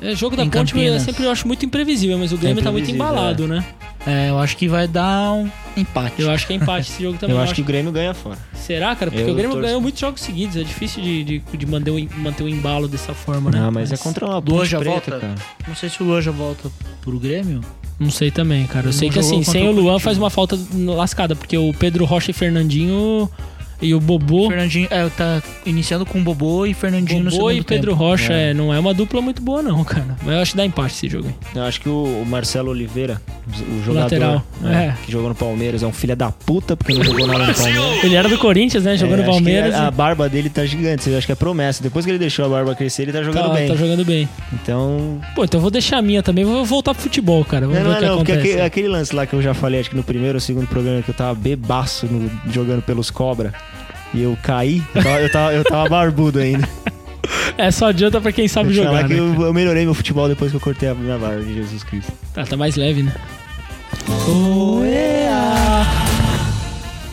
[SPEAKER 2] É, jogo da
[SPEAKER 1] Em
[SPEAKER 2] Ponte eu
[SPEAKER 1] Campinas.
[SPEAKER 2] sempre eu acho muito imprevisível, mas o Grêmio tá muito
[SPEAKER 3] imprevisível,
[SPEAKER 2] embalado, né?
[SPEAKER 1] É, eu acho que vai dar um empate.
[SPEAKER 2] Eu acho que é empate esse jogo também.
[SPEAKER 3] Eu
[SPEAKER 2] Eu
[SPEAKER 3] acho que o Grêmio ganha fora.
[SPEAKER 2] Será, cara? Porque
[SPEAKER 3] Eu
[SPEAKER 2] o Grêmio
[SPEAKER 3] torço.
[SPEAKER 2] ganhou muitos jogos seguidos. É difícil de, de, de manter, o, manter o embalo dessa forma, né?
[SPEAKER 3] Não, mas é contra uma
[SPEAKER 1] Duas
[SPEAKER 3] ponte
[SPEAKER 1] já
[SPEAKER 3] preta,
[SPEAKER 1] volta?
[SPEAKER 3] cara.
[SPEAKER 1] Não sei se o Luan já volta pro Grêmio.
[SPEAKER 2] Não sei também, cara. Eu sei
[SPEAKER 1] Não
[SPEAKER 2] que
[SPEAKER 1] jogou
[SPEAKER 2] assim, sem
[SPEAKER 1] contra
[SPEAKER 2] o
[SPEAKER 1] o
[SPEAKER 2] Luan
[SPEAKER 1] Curitiba.
[SPEAKER 2] faz uma falta lascada, porque o Pedro Rocha e Fernandinho e o
[SPEAKER 1] O
[SPEAKER 2] Bobô.
[SPEAKER 1] Fernandinho, é, tá iniciando com o Bobô e Fernandinho no
[SPEAKER 2] Bobô
[SPEAKER 1] segundo
[SPEAKER 2] e Pedro
[SPEAKER 1] tempo.
[SPEAKER 2] Rocha é, não é uma dupla muito boa, não, cara. Mas eu acho que dá empate esse jogo aí.
[SPEAKER 3] Eu acho que o o Marcelo Oliveira, o jogador
[SPEAKER 2] lateral,
[SPEAKER 3] né,
[SPEAKER 2] é.
[SPEAKER 3] que jogou no Palmeiras, é um filho da puta, porque não jogou nada no Palmeiras.
[SPEAKER 2] Ele era do Corinthians, né? Jogou
[SPEAKER 3] É,
[SPEAKER 2] no
[SPEAKER 3] acho que
[SPEAKER 2] Palmeiras.
[SPEAKER 3] A, a
[SPEAKER 2] e-
[SPEAKER 3] barba dele tá gigante, eu acho que é promessa. Depois que ele deixou a barba crescer, ele tá jogando
[SPEAKER 2] tá,
[SPEAKER 3] bem.
[SPEAKER 2] tá jogando bem.
[SPEAKER 3] Então.
[SPEAKER 2] Pô, então eu vou deixar a minha também. Vou voltar pro futebol, cara. Vamos
[SPEAKER 3] Não,
[SPEAKER 2] ver o
[SPEAKER 3] não,
[SPEAKER 2] que
[SPEAKER 3] não, porque
[SPEAKER 2] acontece.
[SPEAKER 3] aquele, aquele lance lá que eu já falei, acho que no primeiro ou segundo programa que eu tava bebaço no- jogando pelos cobra e eu caí, eu tava, eu tava- eu tava barbudo
[SPEAKER 2] <laughs>
[SPEAKER 3] ainda.
[SPEAKER 2] É, só adianta pra quem sabe
[SPEAKER 3] Deixa eu falar
[SPEAKER 2] jogar,
[SPEAKER 3] que
[SPEAKER 2] né?
[SPEAKER 3] eu, eu melhorei meu futebol depois que eu cortei a minha barba de Jesus Cristo.
[SPEAKER 2] Ah, tá mais leve, né?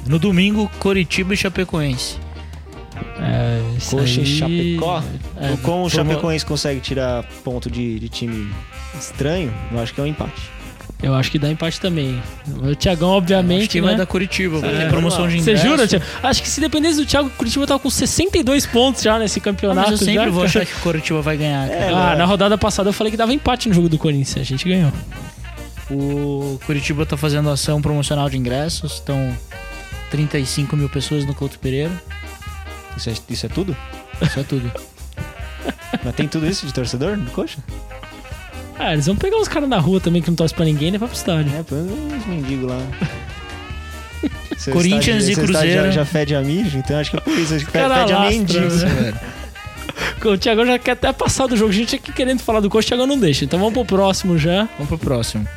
[SPEAKER 1] No domingo, Coritiba e Chapecoense.
[SPEAKER 2] É, isso
[SPEAKER 3] Coxa e
[SPEAKER 2] aí-
[SPEAKER 3] Chapecó.
[SPEAKER 1] É,
[SPEAKER 3] Como o
[SPEAKER 1] tomou-
[SPEAKER 3] Chapecoense consegue tirar ponto de, de time estranho, eu acho que é um empate.
[SPEAKER 2] Eu acho que dá empate também. O Thiagão, obviamente,
[SPEAKER 1] Acho que
[SPEAKER 2] né?
[SPEAKER 1] vai dar Curitiba, vai
[SPEAKER 3] É,
[SPEAKER 1] ter promoção de
[SPEAKER 2] Você
[SPEAKER 1] ingresso.
[SPEAKER 2] jura, Thiago? Acho que se dependesse do Thiago, o Curitiba tava com 62 pontos já nesse
[SPEAKER 1] Ah,
[SPEAKER 2] campeonato.
[SPEAKER 1] Mas eu
[SPEAKER 2] já,
[SPEAKER 1] sempre vou
[SPEAKER 2] cara.
[SPEAKER 1] achar que o Curitiba vai ganhar, cara.
[SPEAKER 2] Ah, na rodada passada eu falei que dava empate no jogo do Corinthians. A gente ganhou. É.
[SPEAKER 1] O Curitiba tá fazendo ação promocional de ingressos, estão 35 mil pessoas no Couto Pereira.
[SPEAKER 3] Isso é, isso é tudo?
[SPEAKER 1] Isso
[SPEAKER 2] <laughs>
[SPEAKER 1] é tudo.
[SPEAKER 3] Mas tem tudo isso de torcedor no coxa?
[SPEAKER 2] Ah, eles vão pegar uns caras na rua também que não torcem pra ninguém, né? Vai pro estádio.
[SPEAKER 3] É, põe uns
[SPEAKER 2] <laughs>
[SPEAKER 3] mendigos lá. Seu
[SPEAKER 1] Corinthians
[SPEAKER 3] estádio-
[SPEAKER 1] e
[SPEAKER 3] seu estádio
[SPEAKER 1] Cruzeiro.
[SPEAKER 3] Já, já fede a mijo, então acho que é por isso. Acho que
[SPEAKER 2] Cara
[SPEAKER 3] fede a
[SPEAKER 2] alastra,
[SPEAKER 3] mendigos.
[SPEAKER 2] né? <laughs> O Thiago já quer até passar do jogo. A gente aqui querendo falar do coach, o Thiago não deixa. Então vamos pro próximo já.
[SPEAKER 1] Vamos pro próximo.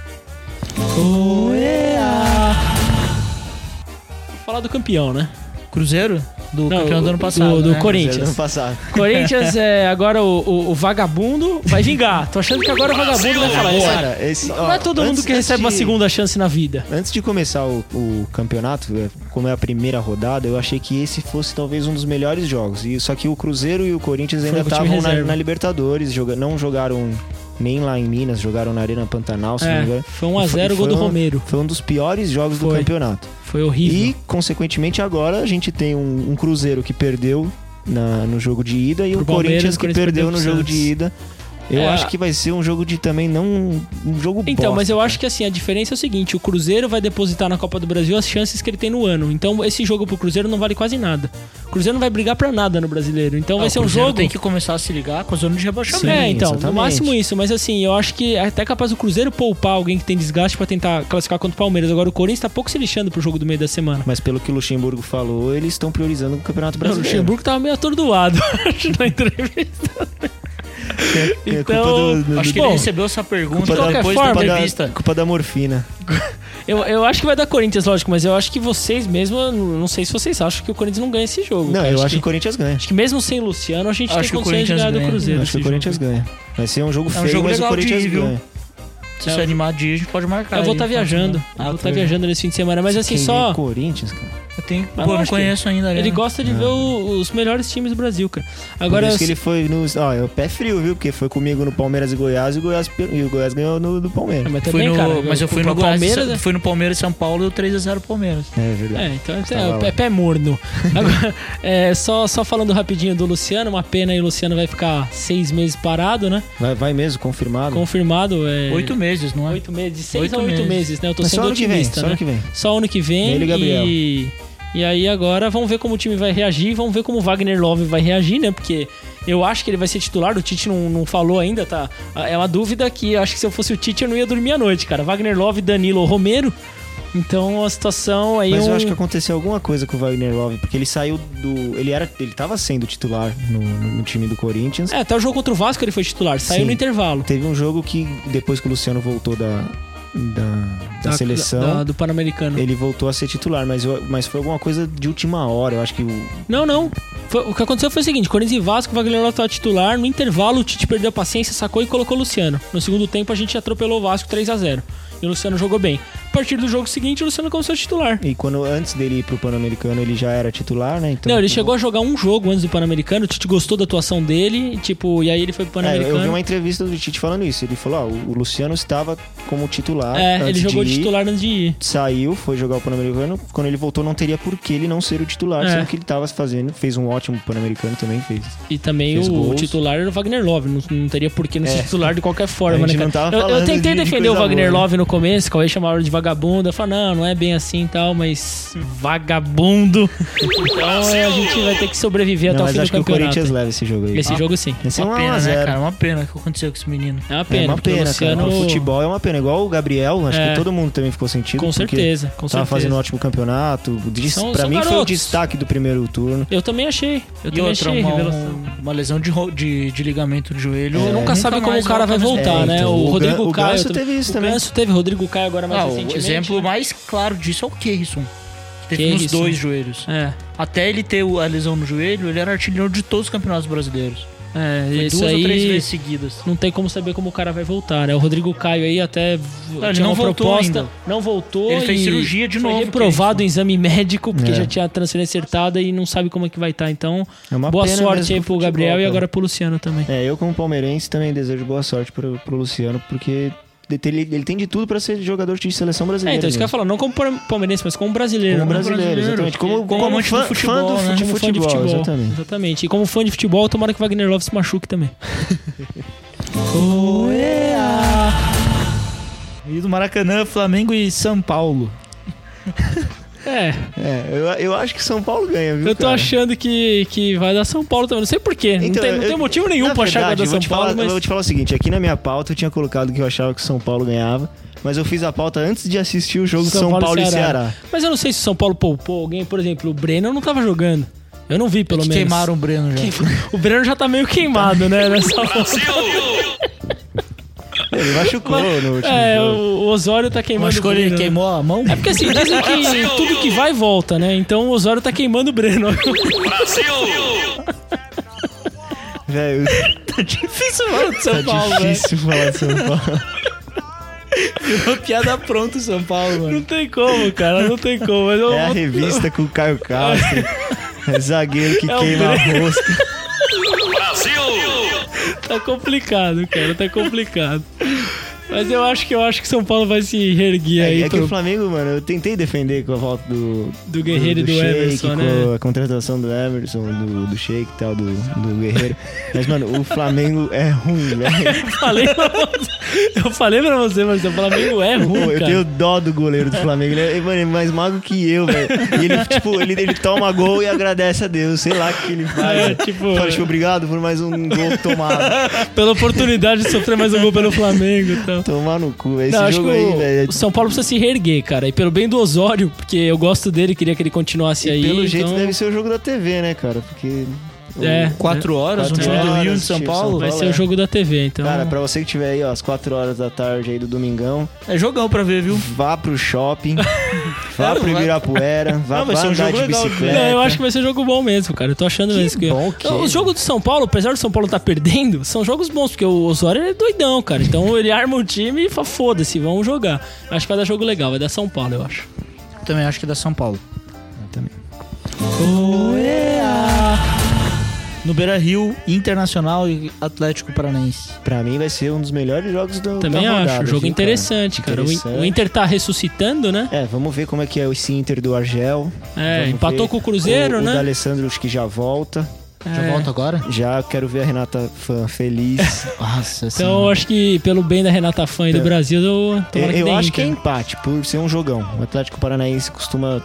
[SPEAKER 2] Falar do campeão, né?
[SPEAKER 1] Cruzeiro? Do
[SPEAKER 2] Não,
[SPEAKER 1] campeão do ano
[SPEAKER 2] do-
[SPEAKER 1] passado.
[SPEAKER 2] do
[SPEAKER 1] né?
[SPEAKER 2] Corinthians.
[SPEAKER 3] Ano passado.
[SPEAKER 2] <laughs> Corinthians é agora o, o- o vagabundo vai vingar. Tô achando que agora o vagabundo vai falar isso.
[SPEAKER 3] Cara, esse, ó,
[SPEAKER 2] Não é todo
[SPEAKER 3] antes-
[SPEAKER 2] mundo que recebe
[SPEAKER 3] antes
[SPEAKER 2] uma
[SPEAKER 3] de-
[SPEAKER 2] segunda chance na vida.
[SPEAKER 3] Antes de começar o, o campeonato, é, como é a primeira rodada, eu achei que esse fosse talvez um dos melhores jogos. E só que o Cruzeiro e o Corinthians ainda
[SPEAKER 2] com o time
[SPEAKER 3] estavam na,
[SPEAKER 2] reserva.
[SPEAKER 3] na Libertadores, joga- não jogaram nem lá em Minas, jogaram na Arena Pantanal, se não me
[SPEAKER 2] É,
[SPEAKER 3] engano.
[SPEAKER 2] foi 1x0 o gol
[SPEAKER 3] Foi
[SPEAKER 2] do
[SPEAKER 3] um-
[SPEAKER 2] Romero.
[SPEAKER 3] Foi um dos piores jogos do
[SPEAKER 2] Foi.
[SPEAKER 3] campeonato.
[SPEAKER 2] Foi horrível.
[SPEAKER 3] E, consequentemente, agora a gente tem um, um Cruzeiro que perdeu na- no jogo de ida e
[SPEAKER 2] Pro
[SPEAKER 3] um
[SPEAKER 2] Palmeiras,
[SPEAKER 3] Corinthians
[SPEAKER 2] o
[SPEAKER 3] que
[SPEAKER 2] Corinthians
[SPEAKER 3] perdeu
[SPEAKER 2] perdeu
[SPEAKER 3] no
[SPEAKER 2] pro
[SPEAKER 3] jogo de
[SPEAKER 2] Santos.
[SPEAKER 3] ida. Eu
[SPEAKER 2] É,
[SPEAKER 3] acho
[SPEAKER 2] a-
[SPEAKER 3] que vai ser um jogo de também não um jogo
[SPEAKER 2] Então,
[SPEAKER 3] bosta,
[SPEAKER 2] mas eu
[SPEAKER 3] cara.
[SPEAKER 2] acho que assim, a diferença é o seguinte: o Cruzeiro vai depositar na Copa do Brasil as chances que ele tem no ano. Então, esse jogo pro Cruzeiro não vale quase nada. O Cruzeiro não vai brigar pra nada no brasileiro. Então,
[SPEAKER 1] Ah,
[SPEAKER 2] vai
[SPEAKER 1] o
[SPEAKER 2] ser um
[SPEAKER 1] Cruzeiro
[SPEAKER 2] jogo.
[SPEAKER 1] Tem que começar a se ligar com a zona de rebaixamento.
[SPEAKER 2] é, então, no
[SPEAKER 3] exatamente.
[SPEAKER 2] máximo isso, mas assim, eu acho que é até capaz do Cruzeiro poupar alguém que tem desgaste pra tentar classificar contra o Palmeiras. Agora o Corinthians tá pouco se lixando pro jogo do meio da semana.
[SPEAKER 3] Mas pelo que o Luxemburgo falou, eles estão priorizando o Campeonato
[SPEAKER 2] O
[SPEAKER 3] Brasileiro.
[SPEAKER 2] Luxemburgo tava meio atordoado acho, na entrevista.
[SPEAKER 3] É
[SPEAKER 2] então,
[SPEAKER 1] Acho que
[SPEAKER 2] Bom,
[SPEAKER 1] ele recebeu essa pergunta
[SPEAKER 2] de qualquer
[SPEAKER 1] depois
[SPEAKER 2] forma,
[SPEAKER 1] da
[SPEAKER 3] culpa,
[SPEAKER 1] entrevista.
[SPEAKER 3] da, culpa da morfina.
[SPEAKER 2] Eu, eu acho que vai dar Corinthians, lógico, mas eu acho que vocês mesmo, eu não sei se vocês acham que o Corinthians não ganha esse jogo.
[SPEAKER 3] Não,
[SPEAKER 2] cara.
[SPEAKER 3] eu acho que o
[SPEAKER 2] que,
[SPEAKER 3] Corinthians ganha.
[SPEAKER 2] acho que mesmo sem o Luciano, a gente
[SPEAKER 1] Acho
[SPEAKER 2] tem
[SPEAKER 1] que o
[SPEAKER 2] condições de
[SPEAKER 1] Corinthians
[SPEAKER 2] ganhar do
[SPEAKER 1] ganha.
[SPEAKER 2] Cruzeiro.
[SPEAKER 3] Acho que o
[SPEAKER 2] esse
[SPEAKER 3] Corinthians
[SPEAKER 2] jogo.
[SPEAKER 3] ganha. Vai ser um jogo
[SPEAKER 1] É um
[SPEAKER 3] feio,
[SPEAKER 1] jogo
[SPEAKER 3] mas o
[SPEAKER 1] legal de
[SPEAKER 3] Corinthians
[SPEAKER 1] ir, viu?
[SPEAKER 3] ganha.
[SPEAKER 1] Se você animar de ir, a gente pode marcar.
[SPEAKER 2] Eu vou
[SPEAKER 1] aí,
[SPEAKER 2] estar
[SPEAKER 1] então,
[SPEAKER 2] viajando.
[SPEAKER 1] né? Ah,
[SPEAKER 2] eu vou estar
[SPEAKER 1] tá
[SPEAKER 2] viajando nesse fim de semana. Mas assim,
[SPEAKER 3] Quem
[SPEAKER 2] só.
[SPEAKER 3] vê Corinthians, cara.
[SPEAKER 1] Eu tenho...
[SPEAKER 2] Mas
[SPEAKER 1] Pô,
[SPEAKER 2] eu
[SPEAKER 1] não
[SPEAKER 2] acho que
[SPEAKER 1] conheço ainda, né?
[SPEAKER 2] Ele gosta de ver o- os melhores times do Brasil, cara.
[SPEAKER 3] Agora
[SPEAKER 2] Agora,
[SPEAKER 3] Por isso que
[SPEAKER 2] eu-
[SPEAKER 3] ele foi nos... Ó, é o pé frio, viu? Porque foi comigo no Palmeiras e Goiás e o Goiás, per- e o Goiás ganhou no, do
[SPEAKER 2] Ah,
[SPEAKER 3] Palmeiras.
[SPEAKER 2] mas
[SPEAKER 1] Fui
[SPEAKER 2] também,
[SPEAKER 1] no,
[SPEAKER 2] cara,
[SPEAKER 1] mas eu fui no,
[SPEAKER 2] pro
[SPEAKER 1] Goiás,
[SPEAKER 2] Palmeiras. né?
[SPEAKER 1] fui no Palmeiras e São Paulo e deu 3x0 Palmeiras.
[SPEAKER 3] É verdade.
[SPEAKER 2] É, então
[SPEAKER 3] Estava
[SPEAKER 2] é,
[SPEAKER 3] lá.
[SPEAKER 2] pé, pé morno. <laughs> Agora, é, só, só falando rapidinho do Luciano, uma pena aí o Luciano vai ficar seis meses parado, né?
[SPEAKER 3] É. Vai, vai mesmo, confirmado.
[SPEAKER 2] Confirmado. É,
[SPEAKER 1] Hum. Oito meses, não é?
[SPEAKER 2] oito meses, de seis
[SPEAKER 1] Oito
[SPEAKER 2] a oito meses.
[SPEAKER 1] meses.
[SPEAKER 2] né? Eu tô
[SPEAKER 3] Mas
[SPEAKER 2] sendo
[SPEAKER 3] só ano que vem, só
[SPEAKER 2] otimista,
[SPEAKER 3] ano
[SPEAKER 2] né?
[SPEAKER 3] que vem.
[SPEAKER 2] Só ano que vem.
[SPEAKER 3] Ele e Gabriel.
[SPEAKER 2] E, e aí agora vamos ver como o time vai reagir, vamos ver como o Wagner Love vai reagir, né? Porque eu acho que ele vai ser titular, o Tite não, não falou ainda, tá? É uma dúvida que eu acho que se eu fosse o Tite eu não ia dormir à noite, cara. Wagner Love, Danilo ou Romero. Então a situação aí.
[SPEAKER 3] Mas
[SPEAKER 2] um...
[SPEAKER 3] eu acho que aconteceu alguma coisa com o Wagner Love, porque ele saiu do... Ele era... Ele tava sendo titular no, no time do Corinthians.
[SPEAKER 2] É, até o jogo contra o Vasco ele foi titular, saiu
[SPEAKER 3] Sim.
[SPEAKER 2] no intervalo.
[SPEAKER 3] Teve um jogo que, depois que o Luciano voltou da, da, da seleção,
[SPEAKER 2] da- do Pan-Americano.
[SPEAKER 3] ele voltou a ser titular, mas, eu- mas foi alguma coisa de última hora. Eu acho que o.
[SPEAKER 2] Não, não. Foi- o que aconteceu foi o seguinte: Corinthians e Vasco, o Wagner Love tava titular. No intervalo, o Tite perdeu a paciência, sacou e colocou o Luciano. No segundo tempo, a gente atropelou o Vasco 3 a 0 E o Luciano jogou bem. A partir do jogo seguinte, o Luciano começou a titular.
[SPEAKER 3] E quando antes dele ir pro Pan-Americano, ele já era titular, né? Então,
[SPEAKER 2] não, ele chegou a jogar um jogo antes do Pan-Americano. O Tite gostou da atuação dele, e, tipo, e aí ele foi pro
[SPEAKER 3] É, eu vi
[SPEAKER 2] Pan-Americano.
[SPEAKER 3] uma entrevista do Tite falando isso. Ele falou: ó, o Luciano estava como titular.
[SPEAKER 2] É,
[SPEAKER 3] antes
[SPEAKER 2] ele jogou
[SPEAKER 3] de ir,
[SPEAKER 2] titular antes de ir.
[SPEAKER 3] Saiu, foi jogar o Pan-Americano. Quando ele voltou, não teria por que ele não ser o titular,
[SPEAKER 2] É.
[SPEAKER 3] sendo que ele tava fazendo. Fez um ótimo Pan-Americano também, fez.
[SPEAKER 2] E também
[SPEAKER 3] Fez
[SPEAKER 2] o
[SPEAKER 3] gols. É.
[SPEAKER 2] titular era o Wagner Love. Não, não teria por que não ser titular de qualquer forma,
[SPEAKER 3] A gente
[SPEAKER 2] né,
[SPEAKER 3] não
[SPEAKER 2] cara?
[SPEAKER 3] tava
[SPEAKER 2] eu, eu
[SPEAKER 3] falando
[SPEAKER 2] tentei
[SPEAKER 3] de- de
[SPEAKER 2] defender o
[SPEAKER 3] coisa
[SPEAKER 2] Wagner
[SPEAKER 3] boa, né?
[SPEAKER 2] Love no começo, que eu chamava ele de vagabundo. Eu falava, não, não é bem assim e tal, mas vagabundo. então é, a gente vai ter que sobreviver
[SPEAKER 3] não,
[SPEAKER 2] até o
[SPEAKER 3] mas
[SPEAKER 2] fim do
[SPEAKER 3] acho que o
[SPEAKER 2] campeonato.
[SPEAKER 3] Corinthians leva esse jogo aí.
[SPEAKER 2] Esse jogo sim.
[SPEAKER 3] Esse é um
[SPEAKER 1] Uma pena, né,
[SPEAKER 3] 1x0.
[SPEAKER 1] cara? Uma pena o que aconteceu com esse menino.
[SPEAKER 2] É uma pena.
[SPEAKER 3] é uma
[SPEAKER 2] porque o
[SPEAKER 3] pena,
[SPEAKER 2] Luciano...
[SPEAKER 3] cara. Pro futebol é uma pena. Igual o Gabriel, acho
[SPEAKER 2] É.
[SPEAKER 3] que todo mundo também ficou sentido.
[SPEAKER 2] Com
[SPEAKER 3] porque
[SPEAKER 2] certeza, com
[SPEAKER 3] Tava
[SPEAKER 2] certeza.
[SPEAKER 3] fazendo um ótimo campeonato. Dis-
[SPEAKER 2] São-
[SPEAKER 3] pra
[SPEAKER 2] são
[SPEAKER 3] mim foi o
[SPEAKER 2] garotos.
[SPEAKER 3] destaque do primeiro turno.
[SPEAKER 2] Eu também achei. Eu
[SPEAKER 1] e
[SPEAKER 2] também
[SPEAKER 1] outra,
[SPEAKER 2] achei.
[SPEAKER 1] uma,
[SPEAKER 2] revelação.
[SPEAKER 1] um- uma lesão de, ro- de, de ligamento do joelho.
[SPEAKER 2] Você nunca sabe como
[SPEAKER 1] mais
[SPEAKER 2] o cara vai
[SPEAKER 1] volta mesmo.
[SPEAKER 2] voltar,
[SPEAKER 3] É,
[SPEAKER 2] né?
[SPEAKER 3] então,
[SPEAKER 2] o
[SPEAKER 3] o Gan-
[SPEAKER 2] Rodrigo
[SPEAKER 3] o
[SPEAKER 2] Caio.
[SPEAKER 3] Ganso teve isso também.
[SPEAKER 2] O Ganso teve, o Rodrigo Caio agora mais
[SPEAKER 1] Ah, o
[SPEAKER 2] recentemente.
[SPEAKER 1] exemplo mais claro disso é o Keirson. que Teve nos
[SPEAKER 2] Keirson.
[SPEAKER 1] dois joelhos.
[SPEAKER 2] É,
[SPEAKER 1] Até ele ter o- a lesão no joelho, ele era artilheiro de todos os campeonatos brasileiros.
[SPEAKER 2] é
[SPEAKER 1] Foi
[SPEAKER 2] isso
[SPEAKER 1] duas
[SPEAKER 2] aí...
[SPEAKER 1] ou três vezes seguidas.
[SPEAKER 2] não tem como saber como o cara vai voltar, né? O Rodrigo Caio aí até v-
[SPEAKER 1] Ah, ele
[SPEAKER 2] tinha
[SPEAKER 1] não
[SPEAKER 2] uma
[SPEAKER 1] voltou
[SPEAKER 2] proposta,
[SPEAKER 1] ainda.
[SPEAKER 2] não voltou.
[SPEAKER 1] Ele fez
[SPEAKER 2] e
[SPEAKER 1] cirurgia de
[SPEAKER 2] foi
[SPEAKER 1] novo,
[SPEAKER 2] reprovado
[SPEAKER 1] que
[SPEAKER 2] em exame médico, porque
[SPEAKER 3] É.
[SPEAKER 2] já tinha a transferência acertada e não sabe como é que vai estar. Então,
[SPEAKER 3] É uma
[SPEAKER 2] boa
[SPEAKER 3] pena
[SPEAKER 2] sorte
[SPEAKER 3] mesmo
[SPEAKER 2] aí pro
[SPEAKER 3] futebol,
[SPEAKER 2] Gabriel e
[SPEAKER 3] cara.
[SPEAKER 2] agora pro Luciano também.
[SPEAKER 3] É, eu como palmeirense também desejo boa sorte pro, pro Luciano, porque ele, tem- ele tem de tudo pra ser jogador de seleção
[SPEAKER 2] É,
[SPEAKER 3] brasileira.
[SPEAKER 2] então isso que eu ia
[SPEAKER 3] mesmo.
[SPEAKER 2] falar, não como palme- palmeirense, mas como brasileiro.
[SPEAKER 3] como
[SPEAKER 2] né?
[SPEAKER 3] brasileiro,
[SPEAKER 1] brasileiro,
[SPEAKER 3] exatamente.
[SPEAKER 1] que
[SPEAKER 3] Como,
[SPEAKER 1] tem
[SPEAKER 3] como
[SPEAKER 1] amante do
[SPEAKER 3] fã,
[SPEAKER 1] futebol,
[SPEAKER 3] fã do
[SPEAKER 1] né?
[SPEAKER 3] fute-
[SPEAKER 2] Como fã de
[SPEAKER 3] futebol,
[SPEAKER 2] futebol.
[SPEAKER 3] exatamente.
[SPEAKER 2] E como fã de futebol, tomara que o Wagner Love se machuque também.
[SPEAKER 1] E do Maracanã, Flamengo e São Paulo.
[SPEAKER 2] É,
[SPEAKER 3] É, eu, eu acho que São Paulo ganha, viu?
[SPEAKER 2] eu tô
[SPEAKER 3] cara? Então,
[SPEAKER 2] achando que, que vai dar São Paulo também. Não sei porquê. não tem, não
[SPEAKER 3] eu-
[SPEAKER 2] tem motivo nenhum
[SPEAKER 3] na
[SPEAKER 2] pra achar que vai
[SPEAKER 3] verdade,
[SPEAKER 2] dar
[SPEAKER 3] eu vou
[SPEAKER 2] São
[SPEAKER 3] te
[SPEAKER 2] Paulo,
[SPEAKER 3] falar-
[SPEAKER 2] mas.
[SPEAKER 3] Eu vou te falar o seguinte, aqui na minha pauta eu tinha colocado que eu achava que o São Paulo ganhava, mas eu fiz a pauta antes de assistir o jogo São, Paulo, e Ceará.
[SPEAKER 2] Mas eu não sei se o São Paulo poupou alguém, por exemplo, o Breno não tava jogando. Eu não vi, pelo
[SPEAKER 3] É
[SPEAKER 1] Que
[SPEAKER 2] menos.
[SPEAKER 1] queimaram o Breno já.
[SPEAKER 2] O Breno já tá meio queimado, né? Nessa hora.
[SPEAKER 3] Ele machucou no último
[SPEAKER 2] <laughs> É, o
[SPEAKER 3] jogo.
[SPEAKER 2] o Osório tá queimando
[SPEAKER 1] Acho que
[SPEAKER 2] o Breno.
[SPEAKER 1] ele
[SPEAKER 2] né?
[SPEAKER 1] queimou a mão.
[SPEAKER 2] É porque assim, dizem que tudo que vai volta, né? Então o Osório tá queimando o Breno. <laughs> É
[SPEAKER 3] Velho,
[SPEAKER 2] Difícil falar de São
[SPEAKER 3] tá
[SPEAKER 2] Paulo, né?
[SPEAKER 3] difícil falar de São
[SPEAKER 2] <laughs>
[SPEAKER 3] Paulo.
[SPEAKER 1] piada pronta o São Paulo, mano.
[SPEAKER 2] Não tem como, cara, não tem como. Mas tá eu
[SPEAKER 3] É a
[SPEAKER 2] vou-
[SPEAKER 3] revista com o Caio Castro. É zagueiro que
[SPEAKER 2] É o
[SPEAKER 3] queima a rosca.
[SPEAKER 2] tá complicado, cara, tá complicado. Mas eu acho que eu acho que São Paulo vai se reerguer
[SPEAKER 3] É,
[SPEAKER 2] aí
[SPEAKER 3] é que
[SPEAKER 2] pro-
[SPEAKER 3] o Flamengo, mano, eu tentei defender com a volta do.
[SPEAKER 2] do Guerreiro e do,
[SPEAKER 3] Sheik,
[SPEAKER 2] Everson,
[SPEAKER 3] com
[SPEAKER 2] né?
[SPEAKER 3] a contratação do Everson, do, do Sheik e tal, do, do Guerreiro. Mas, mano, o Flamengo é ruim,
[SPEAKER 2] <laughs>
[SPEAKER 3] velho.
[SPEAKER 2] Falei pra você, eu falei pra você, mas o Flamengo é
[SPEAKER 3] Pô,
[SPEAKER 2] ruim,
[SPEAKER 3] eu
[SPEAKER 2] cara.
[SPEAKER 3] tenho dó do goleiro do Flamengo. Ele é, mano, ele é mais magro que eu, velho. E ele, tipo, ele, ele toma gol e agradece a Deus. Sei lá o que ele faz.
[SPEAKER 2] É,
[SPEAKER 3] velho.
[SPEAKER 2] tipo-
[SPEAKER 3] Fala, tipo, obrigado por mais um gol tomado.
[SPEAKER 2] Pela oportunidade de sofrer mais um gol pelo Flamengo e tal.
[SPEAKER 3] Tomar no cu, velho. Esse
[SPEAKER 2] Não, acho que
[SPEAKER 3] jogo aí,
[SPEAKER 2] o,
[SPEAKER 3] velho. é
[SPEAKER 2] o São Paulo precisa se reerguer, cara. E pelo bem do Osório, porque eu gosto dele, queria que ele continuasse aí.
[SPEAKER 3] Pelo jeito
[SPEAKER 2] então-
[SPEAKER 3] deve ser o jogo da TV, né, cara? Porque. o-
[SPEAKER 2] É,
[SPEAKER 1] Quatro horas,
[SPEAKER 3] Quatro
[SPEAKER 1] um time do
[SPEAKER 3] horas,
[SPEAKER 1] Rio de São
[SPEAKER 3] time
[SPEAKER 1] Paulo.
[SPEAKER 2] vai
[SPEAKER 3] São
[SPEAKER 2] ser
[SPEAKER 3] é.
[SPEAKER 2] o jogo da TV, então.
[SPEAKER 3] Cara, pra você que tiver aí, ó, às 4 horas da tarde aí do domingão,
[SPEAKER 1] É jogão pra ver, viu?
[SPEAKER 3] vá pro
[SPEAKER 2] <laughs>
[SPEAKER 3] shopping, vá
[SPEAKER 1] Não,
[SPEAKER 3] pro
[SPEAKER 1] vai-
[SPEAKER 3] Ibirapuera, vá,
[SPEAKER 1] Não, vai
[SPEAKER 3] vá
[SPEAKER 1] ser um
[SPEAKER 3] andar
[SPEAKER 1] jogo
[SPEAKER 3] de
[SPEAKER 1] legal.
[SPEAKER 3] bicicleta.
[SPEAKER 2] né? Não, eu acho que vai ser um jogo bom mesmo, cara. Eu tô achando mesmo que.
[SPEAKER 3] bom que-
[SPEAKER 2] O jogo do São Paulo, apesar do São Paulo tá perdendo, são jogos bons, porque o Osório é doidão, cara. Então <laughs> ele arma o time e fala, foda-se, vamos jogar. Acho que vai dar jogo legal, vai dar São Paulo, eu acho.
[SPEAKER 1] Também acho que é da São Paulo.
[SPEAKER 3] também.
[SPEAKER 1] No Beira Rio, Internacional e Atlético Paranaense.
[SPEAKER 3] Pra mim vai ser um dos melhores jogos do
[SPEAKER 2] Também
[SPEAKER 3] da rodada,
[SPEAKER 2] acho. Jogo
[SPEAKER 3] viu,
[SPEAKER 2] interessante, cara. O In-
[SPEAKER 3] Interessante.
[SPEAKER 2] O Inter tá ressuscitando, né?
[SPEAKER 3] É, vamos ver como é que é esse Inter do Argel.
[SPEAKER 2] É,
[SPEAKER 3] Vamos
[SPEAKER 2] empatou
[SPEAKER 3] ver.
[SPEAKER 2] com o Cruzeiro,
[SPEAKER 3] o,
[SPEAKER 2] né?
[SPEAKER 3] O Alessandro que já volta.
[SPEAKER 1] Já
[SPEAKER 2] É.
[SPEAKER 1] volta agora?
[SPEAKER 3] Já quero ver a Renata fã
[SPEAKER 2] <laughs>
[SPEAKER 3] feliz.
[SPEAKER 1] Nossa
[SPEAKER 2] Então eu acho que pelo bem da Renata Fã e do
[SPEAKER 3] É.
[SPEAKER 2] Brasil, eu
[SPEAKER 3] eu
[SPEAKER 2] tomara que
[SPEAKER 3] eu
[SPEAKER 2] dê
[SPEAKER 3] acho que é
[SPEAKER 2] Inter.
[SPEAKER 3] empate, por ser um jogão. O Atlético Paranaense costuma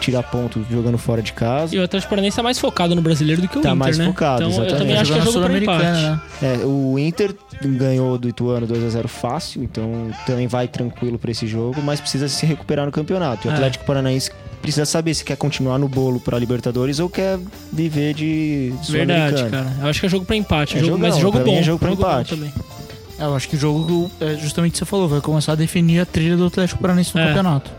[SPEAKER 3] tirar ponto jogando fora de casa.
[SPEAKER 2] E o Atlético Paranaense tá mais focado no brasileiro do que o
[SPEAKER 3] é Tá
[SPEAKER 2] Inter,
[SPEAKER 3] mais
[SPEAKER 2] né?
[SPEAKER 3] focado,
[SPEAKER 2] então eu
[SPEAKER 3] exatamente.
[SPEAKER 2] também acho que é jogo pra empate.
[SPEAKER 1] né?
[SPEAKER 3] É, o Inter ganhou do Ituano 2x0 fácil, então também vai tranquilo pra esse jogo, mas precisa se recuperar no campeonato. E o
[SPEAKER 2] É.
[SPEAKER 3] Atlético Paranaense precisa saber se quer continuar no bolo pra Libertadores ou quer viver de
[SPEAKER 2] Verdade,
[SPEAKER 3] Sul-Americana.
[SPEAKER 2] cara. Eu acho que é jogo pra empate.
[SPEAKER 3] É
[SPEAKER 2] jogo,
[SPEAKER 3] jogão,
[SPEAKER 2] mas jogo
[SPEAKER 3] pra
[SPEAKER 2] bom.
[SPEAKER 3] mim é jogo pra
[SPEAKER 2] bom
[SPEAKER 3] empate.
[SPEAKER 2] também.
[SPEAKER 1] É, eu acho que o jogo, é justamente o que você falou, vai começar a definir a trilha do Atlético Paranaense no
[SPEAKER 2] É.
[SPEAKER 1] campeonato.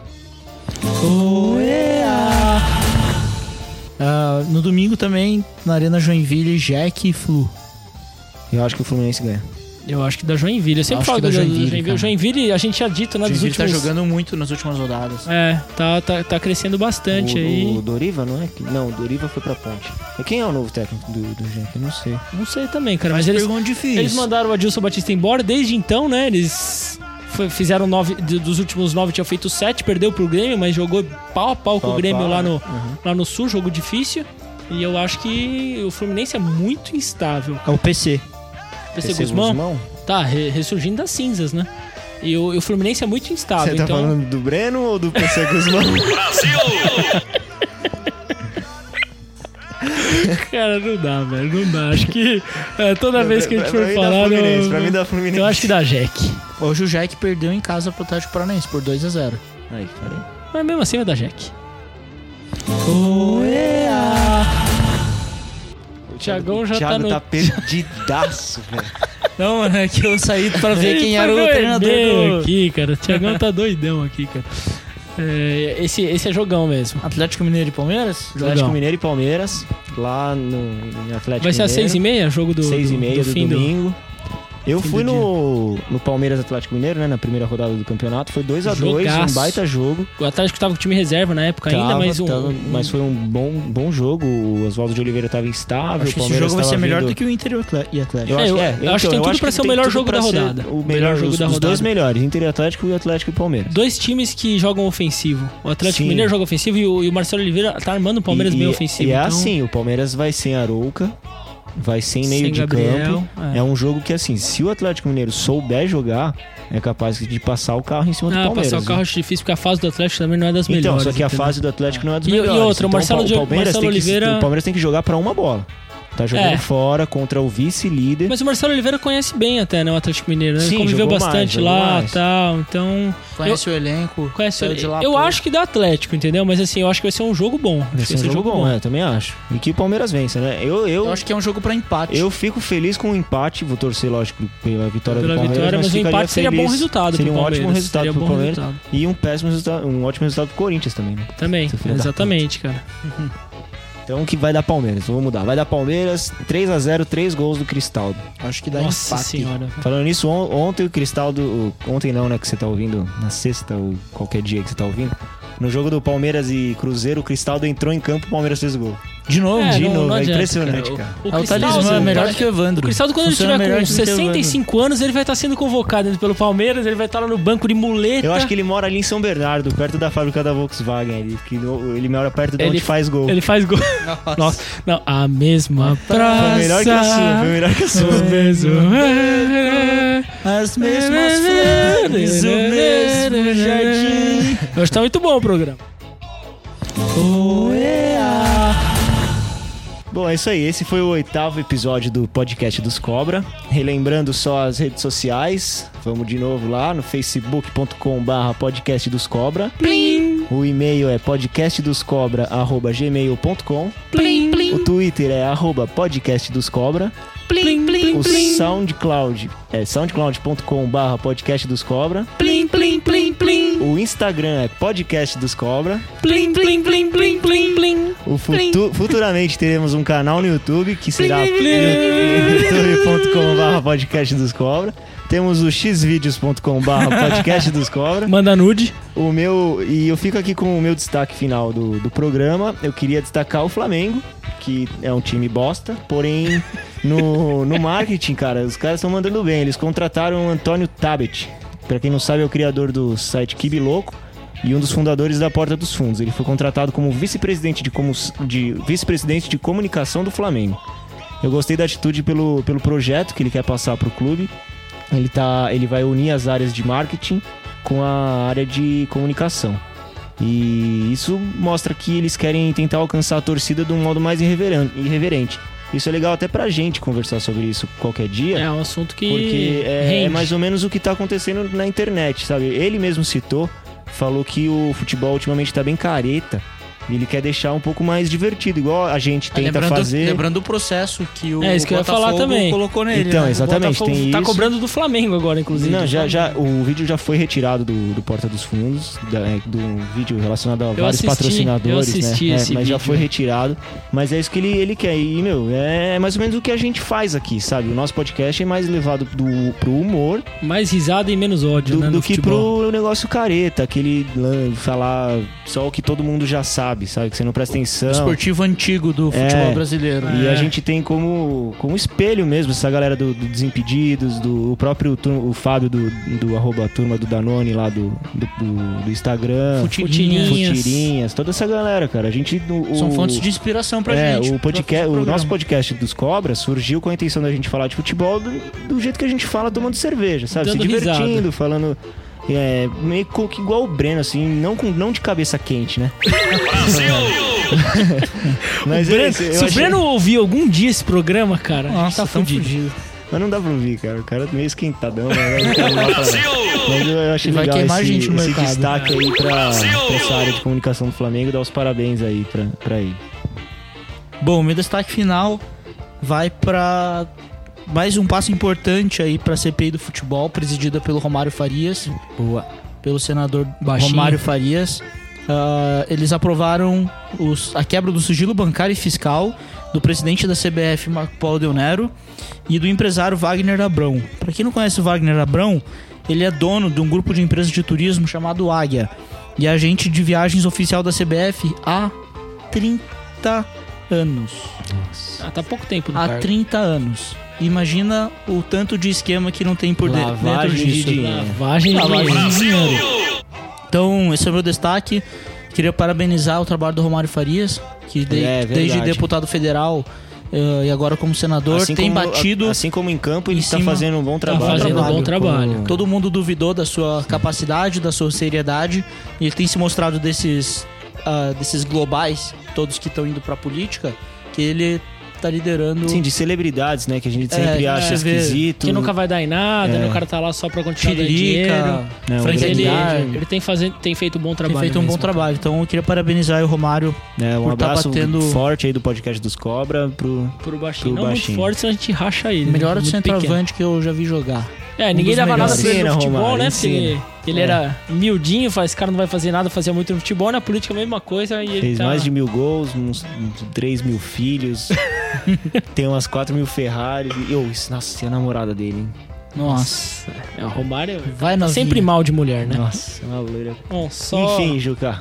[SPEAKER 1] Ah, no domingo também, na Arena Joinville, Jack e Flu.
[SPEAKER 3] Eu acho que o Fluminense ganha.
[SPEAKER 2] Eu acho que da Joinville. Eu sempre
[SPEAKER 1] Acho
[SPEAKER 2] falo
[SPEAKER 1] que
[SPEAKER 2] da
[SPEAKER 1] da
[SPEAKER 2] Joinville.
[SPEAKER 1] Joinville,
[SPEAKER 2] Joinville.
[SPEAKER 1] cara.
[SPEAKER 2] Joinville, a gente tinha dito, né? Dos
[SPEAKER 1] Joinville tá
[SPEAKER 2] últimos...
[SPEAKER 1] jogando muito nas últimas rodadas.
[SPEAKER 2] É, tá, tá, tá crescendo bastante
[SPEAKER 3] o,
[SPEAKER 2] aí.
[SPEAKER 3] o Doriva, não é? que- Não, o Doriva foi pra ponte. E Quem é o novo técnico do, do Genk? Eu não sei.
[SPEAKER 2] Não sei também, cara. Mas, eles,
[SPEAKER 1] Pergunta difícil.
[SPEAKER 2] eles mandaram o Adilson Batista embora. Desde então, né? Eles foi- fizeram nove... de- Dos últimos nove, tinha feito sete. Perdeu pro Grêmio, mas jogou pau a pau com
[SPEAKER 3] Pau
[SPEAKER 2] o
[SPEAKER 3] a
[SPEAKER 2] Grêmio
[SPEAKER 3] pau,
[SPEAKER 2] lá,
[SPEAKER 3] né?
[SPEAKER 2] no, lá no Sul. Jogo difícil. E eu acho que o Fluminense é muito instável.
[SPEAKER 1] É o PC.
[SPEAKER 2] PC
[SPEAKER 3] Terceiro
[SPEAKER 2] Guzmão
[SPEAKER 3] Guzmão?
[SPEAKER 2] tá re- ressurgindo das cinzas, né? E o, e o Fluminense é muito instável.
[SPEAKER 3] Você tá
[SPEAKER 2] então...
[SPEAKER 3] falando do Breno ou do PC Guzmão?
[SPEAKER 2] Cara, não dá, velho. Não dá. Acho que é, toda vez que a gente
[SPEAKER 3] Pra- pra
[SPEAKER 2] for
[SPEAKER 3] mim dá
[SPEAKER 2] falar.
[SPEAKER 3] Fluminense,
[SPEAKER 2] eu-
[SPEAKER 3] Pra mim dá Fluminense.
[SPEAKER 2] Eu acho que dá Jack.
[SPEAKER 1] Hoje o Jack perdeu em casa pro Atlético Paranaense por 2 a 0
[SPEAKER 3] Aí, falei.
[SPEAKER 2] Mas mesmo assim vai dar Jack. O Thiagão já tá
[SPEAKER 3] ah. Thiago
[SPEAKER 2] no.
[SPEAKER 3] tá perdidaço, velho.
[SPEAKER 1] Não, mano, é que eu saí pra ver quem
[SPEAKER 2] Ele
[SPEAKER 1] era o
[SPEAKER 2] pagou herdeiro
[SPEAKER 1] treinador do
[SPEAKER 2] aqui, cara. O Thiagão tá doidão aqui, cara. É, esse, esse é jogão mesmo.
[SPEAKER 1] Atlético Mineiro e Palmeiras?
[SPEAKER 2] Jogão.
[SPEAKER 3] Atlético Mineiro e Palmeiras, lá no em Atlético
[SPEAKER 2] Vai ser às
[SPEAKER 3] Mineiro.
[SPEAKER 2] 6h30 jogo do,
[SPEAKER 3] 6 e meia
[SPEAKER 2] do,
[SPEAKER 3] do,
[SPEAKER 2] do fim do.
[SPEAKER 3] domingo. Eu
[SPEAKER 2] fim
[SPEAKER 3] fui
[SPEAKER 2] do
[SPEAKER 3] no, no Palmeiras Atlético Mineiro, né, na primeira rodada do campeonato, foi 2 a 2,
[SPEAKER 2] Jogaço.
[SPEAKER 3] um baita jogo.
[SPEAKER 2] O Atlético tava com time reserva na época ainda,
[SPEAKER 3] Tava,
[SPEAKER 2] mas um.
[SPEAKER 3] tava,
[SPEAKER 2] um-
[SPEAKER 3] mas foi um bom, bom jogo. O Oswaldo de Oliveira tava instável,
[SPEAKER 1] Acho
[SPEAKER 3] o
[SPEAKER 1] que esse
[SPEAKER 3] Palmeiras
[SPEAKER 1] jogo vai
[SPEAKER 3] tava
[SPEAKER 1] ser melhor
[SPEAKER 3] vindo-
[SPEAKER 1] do que o Inter e o Atle- e Atlético.
[SPEAKER 3] Eu
[SPEAKER 2] É,
[SPEAKER 3] acho,
[SPEAKER 2] eu-
[SPEAKER 3] é,
[SPEAKER 2] eu
[SPEAKER 3] então,
[SPEAKER 2] acho que tem tudo pra
[SPEAKER 3] que
[SPEAKER 2] ser o
[SPEAKER 3] tem
[SPEAKER 2] melhor
[SPEAKER 3] tudo
[SPEAKER 2] jogo
[SPEAKER 3] pra
[SPEAKER 2] da
[SPEAKER 3] ser
[SPEAKER 2] rodada.
[SPEAKER 3] O
[SPEAKER 2] Melhor
[SPEAKER 3] melhor
[SPEAKER 2] jogo
[SPEAKER 3] jogo os,
[SPEAKER 2] da
[SPEAKER 3] os dois
[SPEAKER 2] rodada.
[SPEAKER 3] melhores, Inter e Atlético e Atlético e Palmeiras.
[SPEAKER 2] Dois times que jogam ofensivo. O Atlético
[SPEAKER 3] Sim.
[SPEAKER 2] Mineiro joga ofensivo e o, e o Marcelo Oliveira tá armando o Palmeiras
[SPEAKER 3] E- é
[SPEAKER 2] meio
[SPEAKER 3] e-
[SPEAKER 2] ofensivo.
[SPEAKER 3] E é
[SPEAKER 2] então-
[SPEAKER 3] assim, o Palmeiras vai sem Arouca, vai sem meio
[SPEAKER 2] Sem
[SPEAKER 3] de
[SPEAKER 2] Gabriel,
[SPEAKER 3] campo.
[SPEAKER 2] é.
[SPEAKER 3] É. um jogo que, assim, se o Atlético Mineiro souber jogar, é capaz de passar o carro em cima do
[SPEAKER 2] Ah,
[SPEAKER 3] Palmeiras.
[SPEAKER 2] passar o
[SPEAKER 3] né?
[SPEAKER 2] carro é difícil, porque a fase do Atlético também não é das
[SPEAKER 3] Então,
[SPEAKER 2] melhores.
[SPEAKER 3] só que a
[SPEAKER 2] entendeu?
[SPEAKER 3] fase do Atlético não é dos
[SPEAKER 2] E- e
[SPEAKER 3] melhores.
[SPEAKER 2] outra,
[SPEAKER 3] então,
[SPEAKER 2] o Marcelo
[SPEAKER 3] o
[SPEAKER 2] Diogo-
[SPEAKER 3] Palmeiras
[SPEAKER 2] Marcelo
[SPEAKER 3] tem que-
[SPEAKER 2] Oliveira-
[SPEAKER 3] o Palmeiras tem que jogar pra uma bola. Tá jogando
[SPEAKER 2] É.
[SPEAKER 3] fora contra o vice-líder.
[SPEAKER 2] Mas o Marcelo Oliveira conhece bem até, né, o Atlético Mineiro, né? Ele
[SPEAKER 3] Sim,
[SPEAKER 2] conviveu
[SPEAKER 3] jogou mais,
[SPEAKER 2] bastante
[SPEAKER 3] jogou
[SPEAKER 2] lá e
[SPEAKER 3] mais.
[SPEAKER 2] tal, então...
[SPEAKER 1] Conhece o elenco.
[SPEAKER 2] Conhece
[SPEAKER 1] saiu de lá
[SPEAKER 2] Eu
[SPEAKER 1] pouco.
[SPEAKER 2] acho que dá Atlético, entendeu? Mas assim, eu acho que vai ser um jogo bom. Acho que
[SPEAKER 3] Vai ser um jogo bom, é, também acho. E que o Palmeiras vença, né? Eu, eu,
[SPEAKER 1] Eu
[SPEAKER 3] eu,
[SPEAKER 1] acho que é um jogo pra empate.
[SPEAKER 3] fico feliz com o empate. Vou torcer, lógico, pela vitória
[SPEAKER 2] Pela
[SPEAKER 3] do Palmeiras.
[SPEAKER 2] vitória, mas o
[SPEAKER 3] ficaria
[SPEAKER 2] empate seria
[SPEAKER 3] feliz.
[SPEAKER 2] bom resultado
[SPEAKER 3] Seria
[SPEAKER 2] pro
[SPEAKER 3] um
[SPEAKER 2] Palmeiras.
[SPEAKER 3] ótimo resultado
[SPEAKER 2] Seria
[SPEAKER 3] pro
[SPEAKER 2] bom
[SPEAKER 3] Palmeiras.
[SPEAKER 2] resultado.
[SPEAKER 3] E um péssimo resultado, um ótimo resultado pro Corinthians também, né?
[SPEAKER 2] Também,
[SPEAKER 3] Seu filho da
[SPEAKER 2] exatamente, cara.
[SPEAKER 3] Então que vai dar Palmeiras, vou mudar. Vai dar Palmeiras, 3 a 0 3 gols do Cristaldo.
[SPEAKER 1] Acho que dá
[SPEAKER 2] Nossa
[SPEAKER 1] empate.
[SPEAKER 2] senhora.
[SPEAKER 3] Falando nisso, on- ontem o Cristaldo. o- Ontem não, né? Que você tá ouvindo na sexta ou qualquer dia que você tá ouvindo. No jogo do Palmeiras e Cruzeiro, o Cristaldo entrou em campo e o Palmeiras fez o gol.
[SPEAKER 1] De novo.
[SPEAKER 2] É,
[SPEAKER 3] de
[SPEAKER 2] não-
[SPEAKER 3] novo,
[SPEAKER 2] não
[SPEAKER 3] é
[SPEAKER 2] adianta,
[SPEAKER 3] impressionante, cara.
[SPEAKER 1] É
[SPEAKER 2] O,
[SPEAKER 1] o
[SPEAKER 2] Cristaldo,
[SPEAKER 1] talismã,
[SPEAKER 2] o-
[SPEAKER 1] melhor que o Evandro.
[SPEAKER 2] O Cristaldo, quando ele
[SPEAKER 1] Funciona
[SPEAKER 2] tiver
[SPEAKER 1] melhor
[SPEAKER 2] com
[SPEAKER 1] do que
[SPEAKER 3] né?
[SPEAKER 1] o Evandro.
[SPEAKER 2] 65 anos, ele vai estar sendo convocado ainda pelo Palmeiras, ele vai estar lá no banco de muleta.
[SPEAKER 3] Eu acho que ele mora ali em São Bernardo, perto da fábrica da Volkswagen. Ele, que no- ele mora perto de
[SPEAKER 2] Ele-
[SPEAKER 3] onde faz gol.
[SPEAKER 2] ele faz gol. Nossa. Não, a mesma praça.
[SPEAKER 3] é Foi melhor que a sua, foi melhor que a sua.
[SPEAKER 2] O mesmo. É,
[SPEAKER 1] As mesmas flores, o mesmo jardim.
[SPEAKER 2] Hoje tá muito bom o programa.
[SPEAKER 3] Bom, é isso aí. Esse foi o oitavo episódio do podcast dos Cobra. Relembrando só as redes sociais. Vamos de novo lá no facebook.com/barra podcast dos Cobra. O e-mail é podcastdoscobra@gmail.com.
[SPEAKER 2] Plim, plim,
[SPEAKER 3] O Twitter é arroba podcastdoscobra.
[SPEAKER 2] plim, plim,
[SPEAKER 3] O
[SPEAKER 2] plim,
[SPEAKER 3] SoundCloud é soundcloud.com/barra podcast dos Cobra.
[SPEAKER 2] plim, plim, plim, plim.
[SPEAKER 3] O Instagram é podcast dos Cobra.
[SPEAKER 2] Plim, plim, plim, plim, plim, plim.
[SPEAKER 3] O futu- futuramente teremos um canal no YouTube que será youtube.com.br podcast dos cobra. Temos o xvideos.com.br podcast dos cobra.
[SPEAKER 2] Manda nude.
[SPEAKER 3] O meu. E eu fico aqui com o meu destaque final do, do programa. Eu queria destacar o Flamengo, que é um time bosta, porém no, no marketing, cara, os caras estão mandando bem. Eles contrataram o Antônio Tabet. Pra quem não sabe, é o criador do site Kibi Louco e um dos fundadores da Porta dos Fundos. Ele foi contratado como vice-presidente de, como, de vice-presidente de comunicação do Flamengo. Eu gostei da atitude pelo, pelo projeto que ele quer passar pro clube. Ele, tá, ele vai unir as áreas de marketing com a área de comunicação. E isso mostra que eles querem tentar alcançar a torcida de um modo mais irreveran- irreverente. Isso é legal até pra gente conversar sobre isso qualquer dia.
[SPEAKER 2] É um assunto que.
[SPEAKER 3] Porque é,
[SPEAKER 2] rende.
[SPEAKER 3] é mais ou menos o que tá acontecendo na internet, sabe? Ele mesmo citou, falou que o futebol ultimamente tá bem careta. e Ele quer deixar um pouco mais divertido, igual a
[SPEAKER 2] Tá
[SPEAKER 3] gente tenta
[SPEAKER 1] lembrando,
[SPEAKER 3] fazer.
[SPEAKER 1] lembrando o processo que o
[SPEAKER 2] É, isso que eu ia falar
[SPEAKER 1] Botafogo
[SPEAKER 2] também.
[SPEAKER 1] colocou nele.
[SPEAKER 3] Então,
[SPEAKER 1] né? O
[SPEAKER 3] exatamente,
[SPEAKER 1] Botafogo
[SPEAKER 3] tem
[SPEAKER 2] Tá
[SPEAKER 3] isso.
[SPEAKER 2] cobrando do Flamengo agora, inclusive.
[SPEAKER 3] Não, já, já, o vídeo já foi retirado do, do Porta dos Fundos, da, é, do vídeo relacionado a vários
[SPEAKER 2] assisti,
[SPEAKER 3] patrocinadores,
[SPEAKER 2] eu assisti
[SPEAKER 3] né? É,
[SPEAKER 2] esse
[SPEAKER 3] mas já
[SPEAKER 2] vídeo.
[SPEAKER 3] foi retirado. Mas é isso que ele, ele quer. E, meu, é mais ou menos o que a gente faz aqui, sabe? O nosso podcast é mais levado do, pro humor
[SPEAKER 2] Mais risada e menos ódio,
[SPEAKER 3] do,
[SPEAKER 2] né?
[SPEAKER 3] do
[SPEAKER 2] no
[SPEAKER 3] que
[SPEAKER 2] futebol.
[SPEAKER 3] pro negócio careta, aquele lan- falar só o que todo mundo já sabe, sabe? Que você não presta atenção.
[SPEAKER 1] Esportivo antigo do
[SPEAKER 3] É.
[SPEAKER 1] futebol brasileiro.
[SPEAKER 3] E
[SPEAKER 2] É.
[SPEAKER 3] a gente tem como, como espelho mesmo essa galera do, do Desimpedidos, do o próprio tur- o Fábio do, do arroba turma do Danone lá do, do, do- do Instagram,
[SPEAKER 2] Futirinhas.
[SPEAKER 3] Futirinhas, toda essa galera, cara. A gente. O,
[SPEAKER 1] São
[SPEAKER 3] o-
[SPEAKER 1] fontes de inspiração pra
[SPEAKER 3] é,
[SPEAKER 1] gente.
[SPEAKER 3] o, podcast,
[SPEAKER 1] pro
[SPEAKER 3] o
[SPEAKER 1] programa.
[SPEAKER 3] nosso podcast dos Cobras surgiu com a intenção da gente falar de futebol do, do jeito que a gente fala tomando cerveja, sabe?
[SPEAKER 2] Dando
[SPEAKER 3] Se
[SPEAKER 2] risada.
[SPEAKER 3] divertindo, falando. É, meio co- que igual o Breno, assim, não, com, não de cabeça quente, né? <laughs> Mas é isso, eu
[SPEAKER 2] Se o
[SPEAKER 3] achei-
[SPEAKER 2] Breno ouvir algum dia esse programa, cara, a gente
[SPEAKER 1] Nossa,
[SPEAKER 2] tá
[SPEAKER 1] tamo
[SPEAKER 2] fudido.
[SPEAKER 1] fudido.
[SPEAKER 3] Mas não dá pra ouvir, cara. O cara é meio esquentadão, né? Não dá pra- Mas eu, eu achei
[SPEAKER 1] Ele vai
[SPEAKER 3] legal
[SPEAKER 1] queimar a
[SPEAKER 3] esse,
[SPEAKER 1] gente no
[SPEAKER 3] esse
[SPEAKER 1] mercado.
[SPEAKER 3] destaque aí pra, pra essa área de comunicação do Flamengo. Dar os parabéns aí pra, pra ele.
[SPEAKER 1] Bom, meu destaque final vai pra mais um passo importante aí pra CPI do futebol, presidida pelo Romário Farias. Boa. Pelo senador
[SPEAKER 2] Baixinho.
[SPEAKER 1] Romário Farias. Ah, eles aprovaram os- a quebra do sigilo bancário e fiscal do presidente da CBF, Marco Paulo Del Nero, e do empresário Wagner Abrão. Pra quem não conhece o Wagner Abrão, ele é dono de um grupo de empresas de turismo chamado Águia e é agente de viagens oficial da CBF há 30 anos
[SPEAKER 2] Ah, tá pouco tempo do
[SPEAKER 1] há
[SPEAKER 2] cargo.
[SPEAKER 1] 30 anos. Imagina o tanto de esquema que não tem por de- dentro
[SPEAKER 3] Lavagem de
[SPEAKER 1] disso.
[SPEAKER 3] dinheiro.
[SPEAKER 2] tá. Lavagem de
[SPEAKER 1] Lavagem de
[SPEAKER 2] dinheiro.
[SPEAKER 1] Então, esse é o meu destaque. Queria parabenizar o trabalho do Romário Farias, que de-
[SPEAKER 3] É, verdade.
[SPEAKER 1] desde deputado federal eh, e agora como senador,
[SPEAKER 3] Assim
[SPEAKER 1] tem
[SPEAKER 3] como-
[SPEAKER 1] batido.
[SPEAKER 3] Assim como em campo,
[SPEAKER 1] em
[SPEAKER 3] ele está
[SPEAKER 1] cima,
[SPEAKER 3] fazendo um bom
[SPEAKER 2] Tá
[SPEAKER 3] trabalho.
[SPEAKER 2] fazendo um bom trabalho.
[SPEAKER 1] Todo mundo duvidou da sua capacidade, da sua seriedade, e ele tem se mostrado desses, ah, desses globais, todos que estão indo pra política, que ele tá liderando.
[SPEAKER 3] Sim, assim, de celebridades, né? Que a gente
[SPEAKER 1] É,
[SPEAKER 3] sempre
[SPEAKER 1] é,
[SPEAKER 3] acha
[SPEAKER 1] você vê,
[SPEAKER 3] esquisito.
[SPEAKER 2] Que nunca vai dar em nada,
[SPEAKER 3] É.
[SPEAKER 2] né? o cara tá lá só pra continuar dando dinheiro.
[SPEAKER 1] Chirica,
[SPEAKER 3] Não,
[SPEAKER 1] Frank
[SPEAKER 2] Ele,
[SPEAKER 1] Aguiar,
[SPEAKER 2] ele tem, faze- tem feito um bom
[SPEAKER 1] tem
[SPEAKER 2] trabalho.
[SPEAKER 1] feito um bom
[SPEAKER 2] mesmo.
[SPEAKER 1] trabalho. Então eu queria parabenizar o Romário.
[SPEAKER 3] né, um
[SPEAKER 1] por tá
[SPEAKER 3] abraço
[SPEAKER 1] batendo-
[SPEAKER 3] forte aí do podcast dos Cobra pro.
[SPEAKER 2] Pro baixinho.
[SPEAKER 3] Pro
[SPEAKER 2] não
[SPEAKER 3] baixinho.
[SPEAKER 2] muito forte, senão a gente racha ele. né?
[SPEAKER 1] Melhor
[SPEAKER 2] Muito pequeno.
[SPEAKER 1] centroavante que eu já vi jogar.
[SPEAKER 2] É,
[SPEAKER 1] Um
[SPEAKER 2] ninguém
[SPEAKER 1] dos
[SPEAKER 2] dava nada
[SPEAKER 1] melhores.
[SPEAKER 2] pra ele no
[SPEAKER 3] Ensina,
[SPEAKER 2] futebol,
[SPEAKER 3] Romário,
[SPEAKER 2] né? Porque ele,
[SPEAKER 3] ensina. É.
[SPEAKER 2] ele era miudinho, fala, esse cara não vai fazer nada, fazia muito no futebol, na política a mesma coisa. E ele
[SPEAKER 3] Fez
[SPEAKER 2] tá-
[SPEAKER 3] mais de mil gols, uns 3
[SPEAKER 1] <laughs>
[SPEAKER 3] mil filhos. tem umas 4 mil Ferraris. E, oh, isso, nossa, e a namorada dele, hein?
[SPEAKER 1] Nossa.
[SPEAKER 2] É, o Romário
[SPEAKER 1] Vai
[SPEAKER 2] tá
[SPEAKER 1] novinha.
[SPEAKER 2] sempre mal de mulher, né?
[SPEAKER 3] Nossa, é uma loira.
[SPEAKER 2] Bom, só
[SPEAKER 3] Enfim, Juca.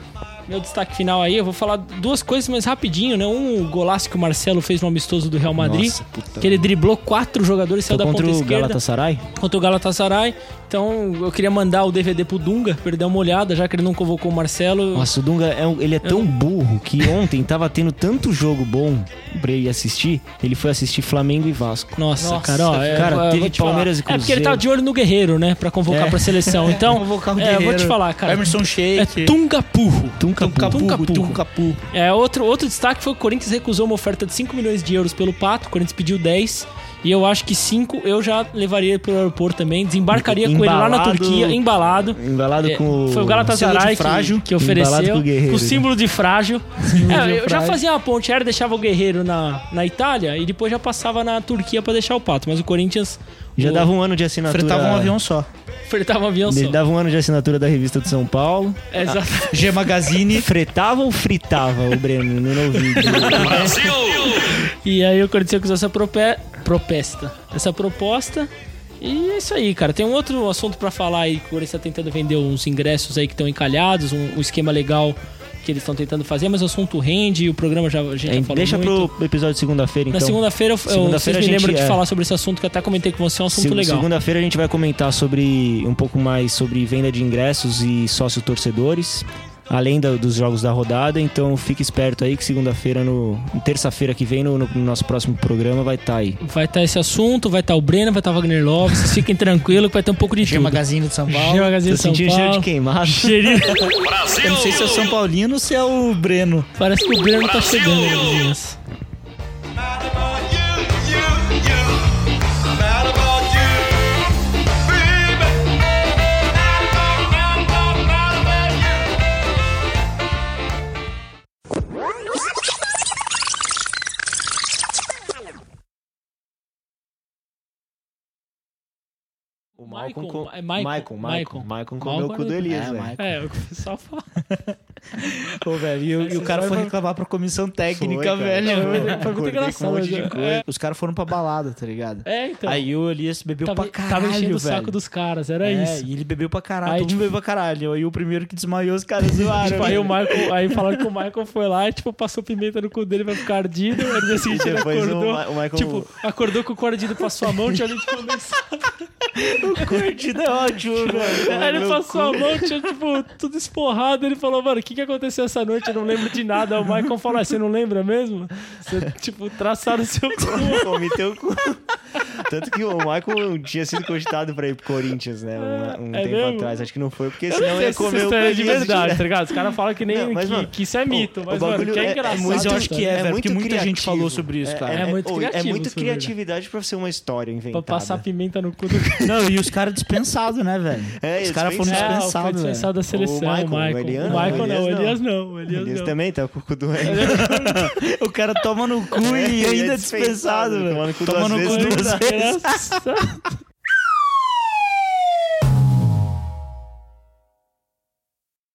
[SPEAKER 2] meu destaque final aí, eu vou falar duas coisas, mas rapidinho, né? Um, o golaço que o Marcelo fez no amistoso do Real Madrid.
[SPEAKER 3] Nossa, puta.
[SPEAKER 2] Que ele driblou quatro jogadores, saiu
[SPEAKER 3] Foi
[SPEAKER 2] da ponta
[SPEAKER 3] contra o
[SPEAKER 2] esquerda.
[SPEAKER 3] Galatasaray?
[SPEAKER 2] contra o Galatasaray. Então eu queria mandar o DVD pro Dunga pra ele dar uma olhada, já que ele não convocou o Marcelo.
[SPEAKER 3] Nossa, o Dunga é, um- ele é tão burro
[SPEAKER 2] <laughs>
[SPEAKER 3] que ontem tava tendo tanto jogo bom pra ele assistir, ele foi assistir Flamengo e Vasco.
[SPEAKER 2] Nossa,
[SPEAKER 1] Nossa,
[SPEAKER 2] cara, ó, é,
[SPEAKER 3] cara,
[SPEAKER 2] eu vou
[SPEAKER 3] teve
[SPEAKER 2] te falar.
[SPEAKER 3] Palmeiras e
[SPEAKER 2] É porque ele
[SPEAKER 3] Cruzeiro.
[SPEAKER 2] tá de olho no Guerreiro, né? Pra convocar
[SPEAKER 3] É.
[SPEAKER 2] pra seleção. <laughs> Então,
[SPEAKER 1] Convocar o
[SPEAKER 2] é, eu vou te
[SPEAKER 1] Guerreiro,
[SPEAKER 2] falar, cara.
[SPEAKER 1] Emerson
[SPEAKER 2] É
[SPEAKER 1] Sheik.
[SPEAKER 2] Tunga Purro.
[SPEAKER 3] Tunca,
[SPEAKER 1] Tunca
[SPEAKER 3] burro.
[SPEAKER 1] Capu,
[SPEAKER 2] Tunca Purro.
[SPEAKER 1] Tunca Capu.
[SPEAKER 2] É, outro, outro destaque foi que o Corinthians recusou uma oferta de 5 milhões de euros pelo Pato. O Corinthians pediu 10. E eu acho que 5 eu já levaria ele pro aeroporto também. Desembarcaria com ele lá na
[SPEAKER 3] Embalado.
[SPEAKER 2] Turquia, embalado.
[SPEAKER 3] Embalado
[SPEAKER 2] É,
[SPEAKER 3] com
[SPEAKER 2] Foi o
[SPEAKER 1] símbolo
[SPEAKER 2] Galatasaray
[SPEAKER 1] de frágil,
[SPEAKER 2] que, que ofereceu
[SPEAKER 3] embalado com o Guerreiro. né?
[SPEAKER 2] o símbolo de frágil. É,
[SPEAKER 1] de
[SPEAKER 2] eu já
[SPEAKER 1] frágil.
[SPEAKER 2] fazia uma ponte aérea, deixava o Guerreiro na, na Itália e depois já passava na Turquia pra deixar o pato. Mas o Corinthians
[SPEAKER 3] Já
[SPEAKER 2] o-
[SPEAKER 3] dava um ano de assinatura.
[SPEAKER 1] Fretava
[SPEAKER 2] é.
[SPEAKER 1] um avião só.
[SPEAKER 2] fretava um avião
[SPEAKER 3] Ele
[SPEAKER 2] só.
[SPEAKER 3] dava um ano de assinatura da revista de São Paulo.
[SPEAKER 2] É, Exato.
[SPEAKER 1] G Magazine.
[SPEAKER 3] Fretava ou fritava o Breno? Não, não ouvi.
[SPEAKER 2] <laughs> E aí o Corinthians recusou essa propé- proposta. Essa proposta. E é isso aí, cara. Tem um outro assunto pra falar aí. que O Corinthians tá tentando vender uns ingressos aí que estão encalhados, um, um esquema legal que eles estão tentando fazer, mas o assunto rende, o programa já, a gente já falou
[SPEAKER 3] É, Deixa
[SPEAKER 2] muito.
[SPEAKER 3] pro episódio de segunda-feira,
[SPEAKER 2] Na
[SPEAKER 3] então.
[SPEAKER 2] segunda-feira, eu- eu- vocês
[SPEAKER 3] segunda-feira
[SPEAKER 2] me
[SPEAKER 3] a gente-
[SPEAKER 2] lembram de
[SPEAKER 3] é.
[SPEAKER 2] falar sobre esse assunto que eu até comentei com você, é um
[SPEAKER 3] Se-
[SPEAKER 2] assunto legal.
[SPEAKER 3] Segunda-feira a gente vai comentar sobre um pouco mais sobre venda de ingressos e sócio-torcedores, além da- dos jogos da rodada. Então fique esperto aí que segunda-feira, no terça-feira que vem, no, no- no nosso próximo programa, vai estar aí.
[SPEAKER 2] Vai estar esse assunto, vai estar o Breno, vai estar o Wagner Lopes, vocês fiquem tranquilos que vai ter um pouco de
[SPEAKER 1] G
[SPEAKER 2] tudo.
[SPEAKER 1] Magazine de São Paulo.
[SPEAKER 2] G Magazine
[SPEAKER 3] Tô
[SPEAKER 2] São
[SPEAKER 3] sentindo cheiro de
[SPEAKER 2] Paulo.
[SPEAKER 3] queimado.
[SPEAKER 2] Cheirinho.
[SPEAKER 1] Eu não sei se é o São Paulino ou se é o Breno.
[SPEAKER 2] Parece que o Breno tá chegando na vizinhança.
[SPEAKER 6] Mad about you, you, you. Mad about you, baby. Mad about, mad about, mad about you.
[SPEAKER 3] O
[SPEAKER 2] Maicon,
[SPEAKER 3] Maicon, com-
[SPEAKER 2] Ma- Maicon,
[SPEAKER 3] Maicon, Maicon,
[SPEAKER 2] Maicon.
[SPEAKER 3] Maicon, comeu
[SPEAKER 2] Maicon
[SPEAKER 3] o cu do
[SPEAKER 2] é-
[SPEAKER 3] Elias,
[SPEAKER 1] É,
[SPEAKER 3] velho. <laughs>
[SPEAKER 1] Maicon.
[SPEAKER 2] É, o que o pessoal fala.
[SPEAKER 1] Pô, velho, e, o- e o cara foi reclamar pra comissão técnica,
[SPEAKER 3] Foi, cara.
[SPEAKER 1] velho. um
[SPEAKER 2] Foi muito engraçado. né? É,
[SPEAKER 1] Os caras foram pra balada, tá ligado?
[SPEAKER 2] É, então.
[SPEAKER 1] Aí o Elias bebeu
[SPEAKER 2] tava,
[SPEAKER 1] pra caralho,
[SPEAKER 2] tava enchendo
[SPEAKER 1] velho.
[SPEAKER 2] o saco dos caras, era
[SPEAKER 1] É,
[SPEAKER 2] isso.
[SPEAKER 1] e ele bebeu pra caralho,
[SPEAKER 2] Aí,
[SPEAKER 1] todo mundo
[SPEAKER 2] tipo-
[SPEAKER 1] bebeu pra caralho. Aí o primeiro que desmaiou, os caras zoaram. né?
[SPEAKER 2] Tipo,
[SPEAKER 1] <laughs>
[SPEAKER 2] aí o Michael, aí falaram que o Michael foi lá e, tipo, passou pimenta no cu dele pra ficar ardido. Aí no dia seguinte ele
[SPEAKER 3] Depois o
[SPEAKER 2] acordou.
[SPEAKER 3] Ma- o Michael-
[SPEAKER 2] Tipo, acordou com o cu ardido passou a mão,
[SPEAKER 3] <laughs>
[SPEAKER 2] tinha leite condensado.
[SPEAKER 1] curtido é
[SPEAKER 2] <laughs>
[SPEAKER 1] ótimo, velho.
[SPEAKER 2] Aí Tipo, ele passou a mão, tinha, tipo, tudo esporrado. Ele falou, mano, o que, que aconteceu essa noite? Eu não lembro de nada. Aí O Michael falou, ah, você não lembra mesmo? Você, tipo, traçaram
[SPEAKER 3] <laughs>
[SPEAKER 2] o seu cu.
[SPEAKER 3] Comi teu cu. Tanto que o Michael tinha sido cogitado pra ir pro Corinthians, né? Um, um
[SPEAKER 2] É
[SPEAKER 3] tempo
[SPEAKER 2] mesmo?
[SPEAKER 3] atrás. Acho que não foi, porque
[SPEAKER 2] Eu não
[SPEAKER 3] senão
[SPEAKER 2] sei
[SPEAKER 3] ia
[SPEAKER 2] se essa
[SPEAKER 3] comer o
[SPEAKER 2] história é de
[SPEAKER 3] Corinthians <laughs>
[SPEAKER 2] verdade, tá ligado? Os caras falam que nem
[SPEAKER 3] Não, mas,
[SPEAKER 2] que,
[SPEAKER 3] mano,
[SPEAKER 2] que isso é
[SPEAKER 3] o-
[SPEAKER 2] mito,
[SPEAKER 3] o
[SPEAKER 2] mas, mano,
[SPEAKER 3] bagulho
[SPEAKER 2] que é,
[SPEAKER 3] é- é
[SPEAKER 2] engraçado.
[SPEAKER 1] Mas eu
[SPEAKER 3] muito-
[SPEAKER 1] acho que é,
[SPEAKER 3] é
[SPEAKER 1] velho, porque
[SPEAKER 3] muito
[SPEAKER 1] muita gente
[SPEAKER 3] criativo.
[SPEAKER 1] falou sobre isso, cara.
[SPEAKER 2] É muito
[SPEAKER 3] oh,
[SPEAKER 2] criativo,
[SPEAKER 3] É muito
[SPEAKER 2] isso é verdade.
[SPEAKER 3] criatividade pra ser uma história
[SPEAKER 2] Pra
[SPEAKER 3] inventada.
[SPEAKER 2] passar pimenta no cu
[SPEAKER 3] <laughs>
[SPEAKER 2] do
[SPEAKER 1] Não, e os caras dispensados, né, velho?
[SPEAKER 3] É,
[SPEAKER 1] os caras foram
[SPEAKER 3] dispensado.
[SPEAKER 1] dispensados, velho.
[SPEAKER 2] É, foi dispensado da seleção, o
[SPEAKER 3] O Michael,
[SPEAKER 2] Michael.
[SPEAKER 3] o Elias
[SPEAKER 2] o
[SPEAKER 3] não,
[SPEAKER 2] Michael não, o
[SPEAKER 3] o
[SPEAKER 2] Elias
[SPEAKER 3] Elias
[SPEAKER 2] não, o Elias,
[SPEAKER 3] Eles
[SPEAKER 2] não.
[SPEAKER 3] também tá com o cu
[SPEAKER 2] É
[SPEAKER 3] doente.
[SPEAKER 1] O cara toma no cu
[SPEAKER 3] É,
[SPEAKER 1] e
[SPEAKER 3] e é
[SPEAKER 1] ainda <laughs> é
[SPEAKER 3] dispensado,
[SPEAKER 1] dispensado, velho.
[SPEAKER 3] tomando cu
[SPEAKER 1] Toma
[SPEAKER 3] duas
[SPEAKER 1] no cu
[SPEAKER 3] vezes,
[SPEAKER 1] duas
[SPEAKER 3] não dá.
[SPEAKER 1] vezes.
[SPEAKER 2] é Engraçado.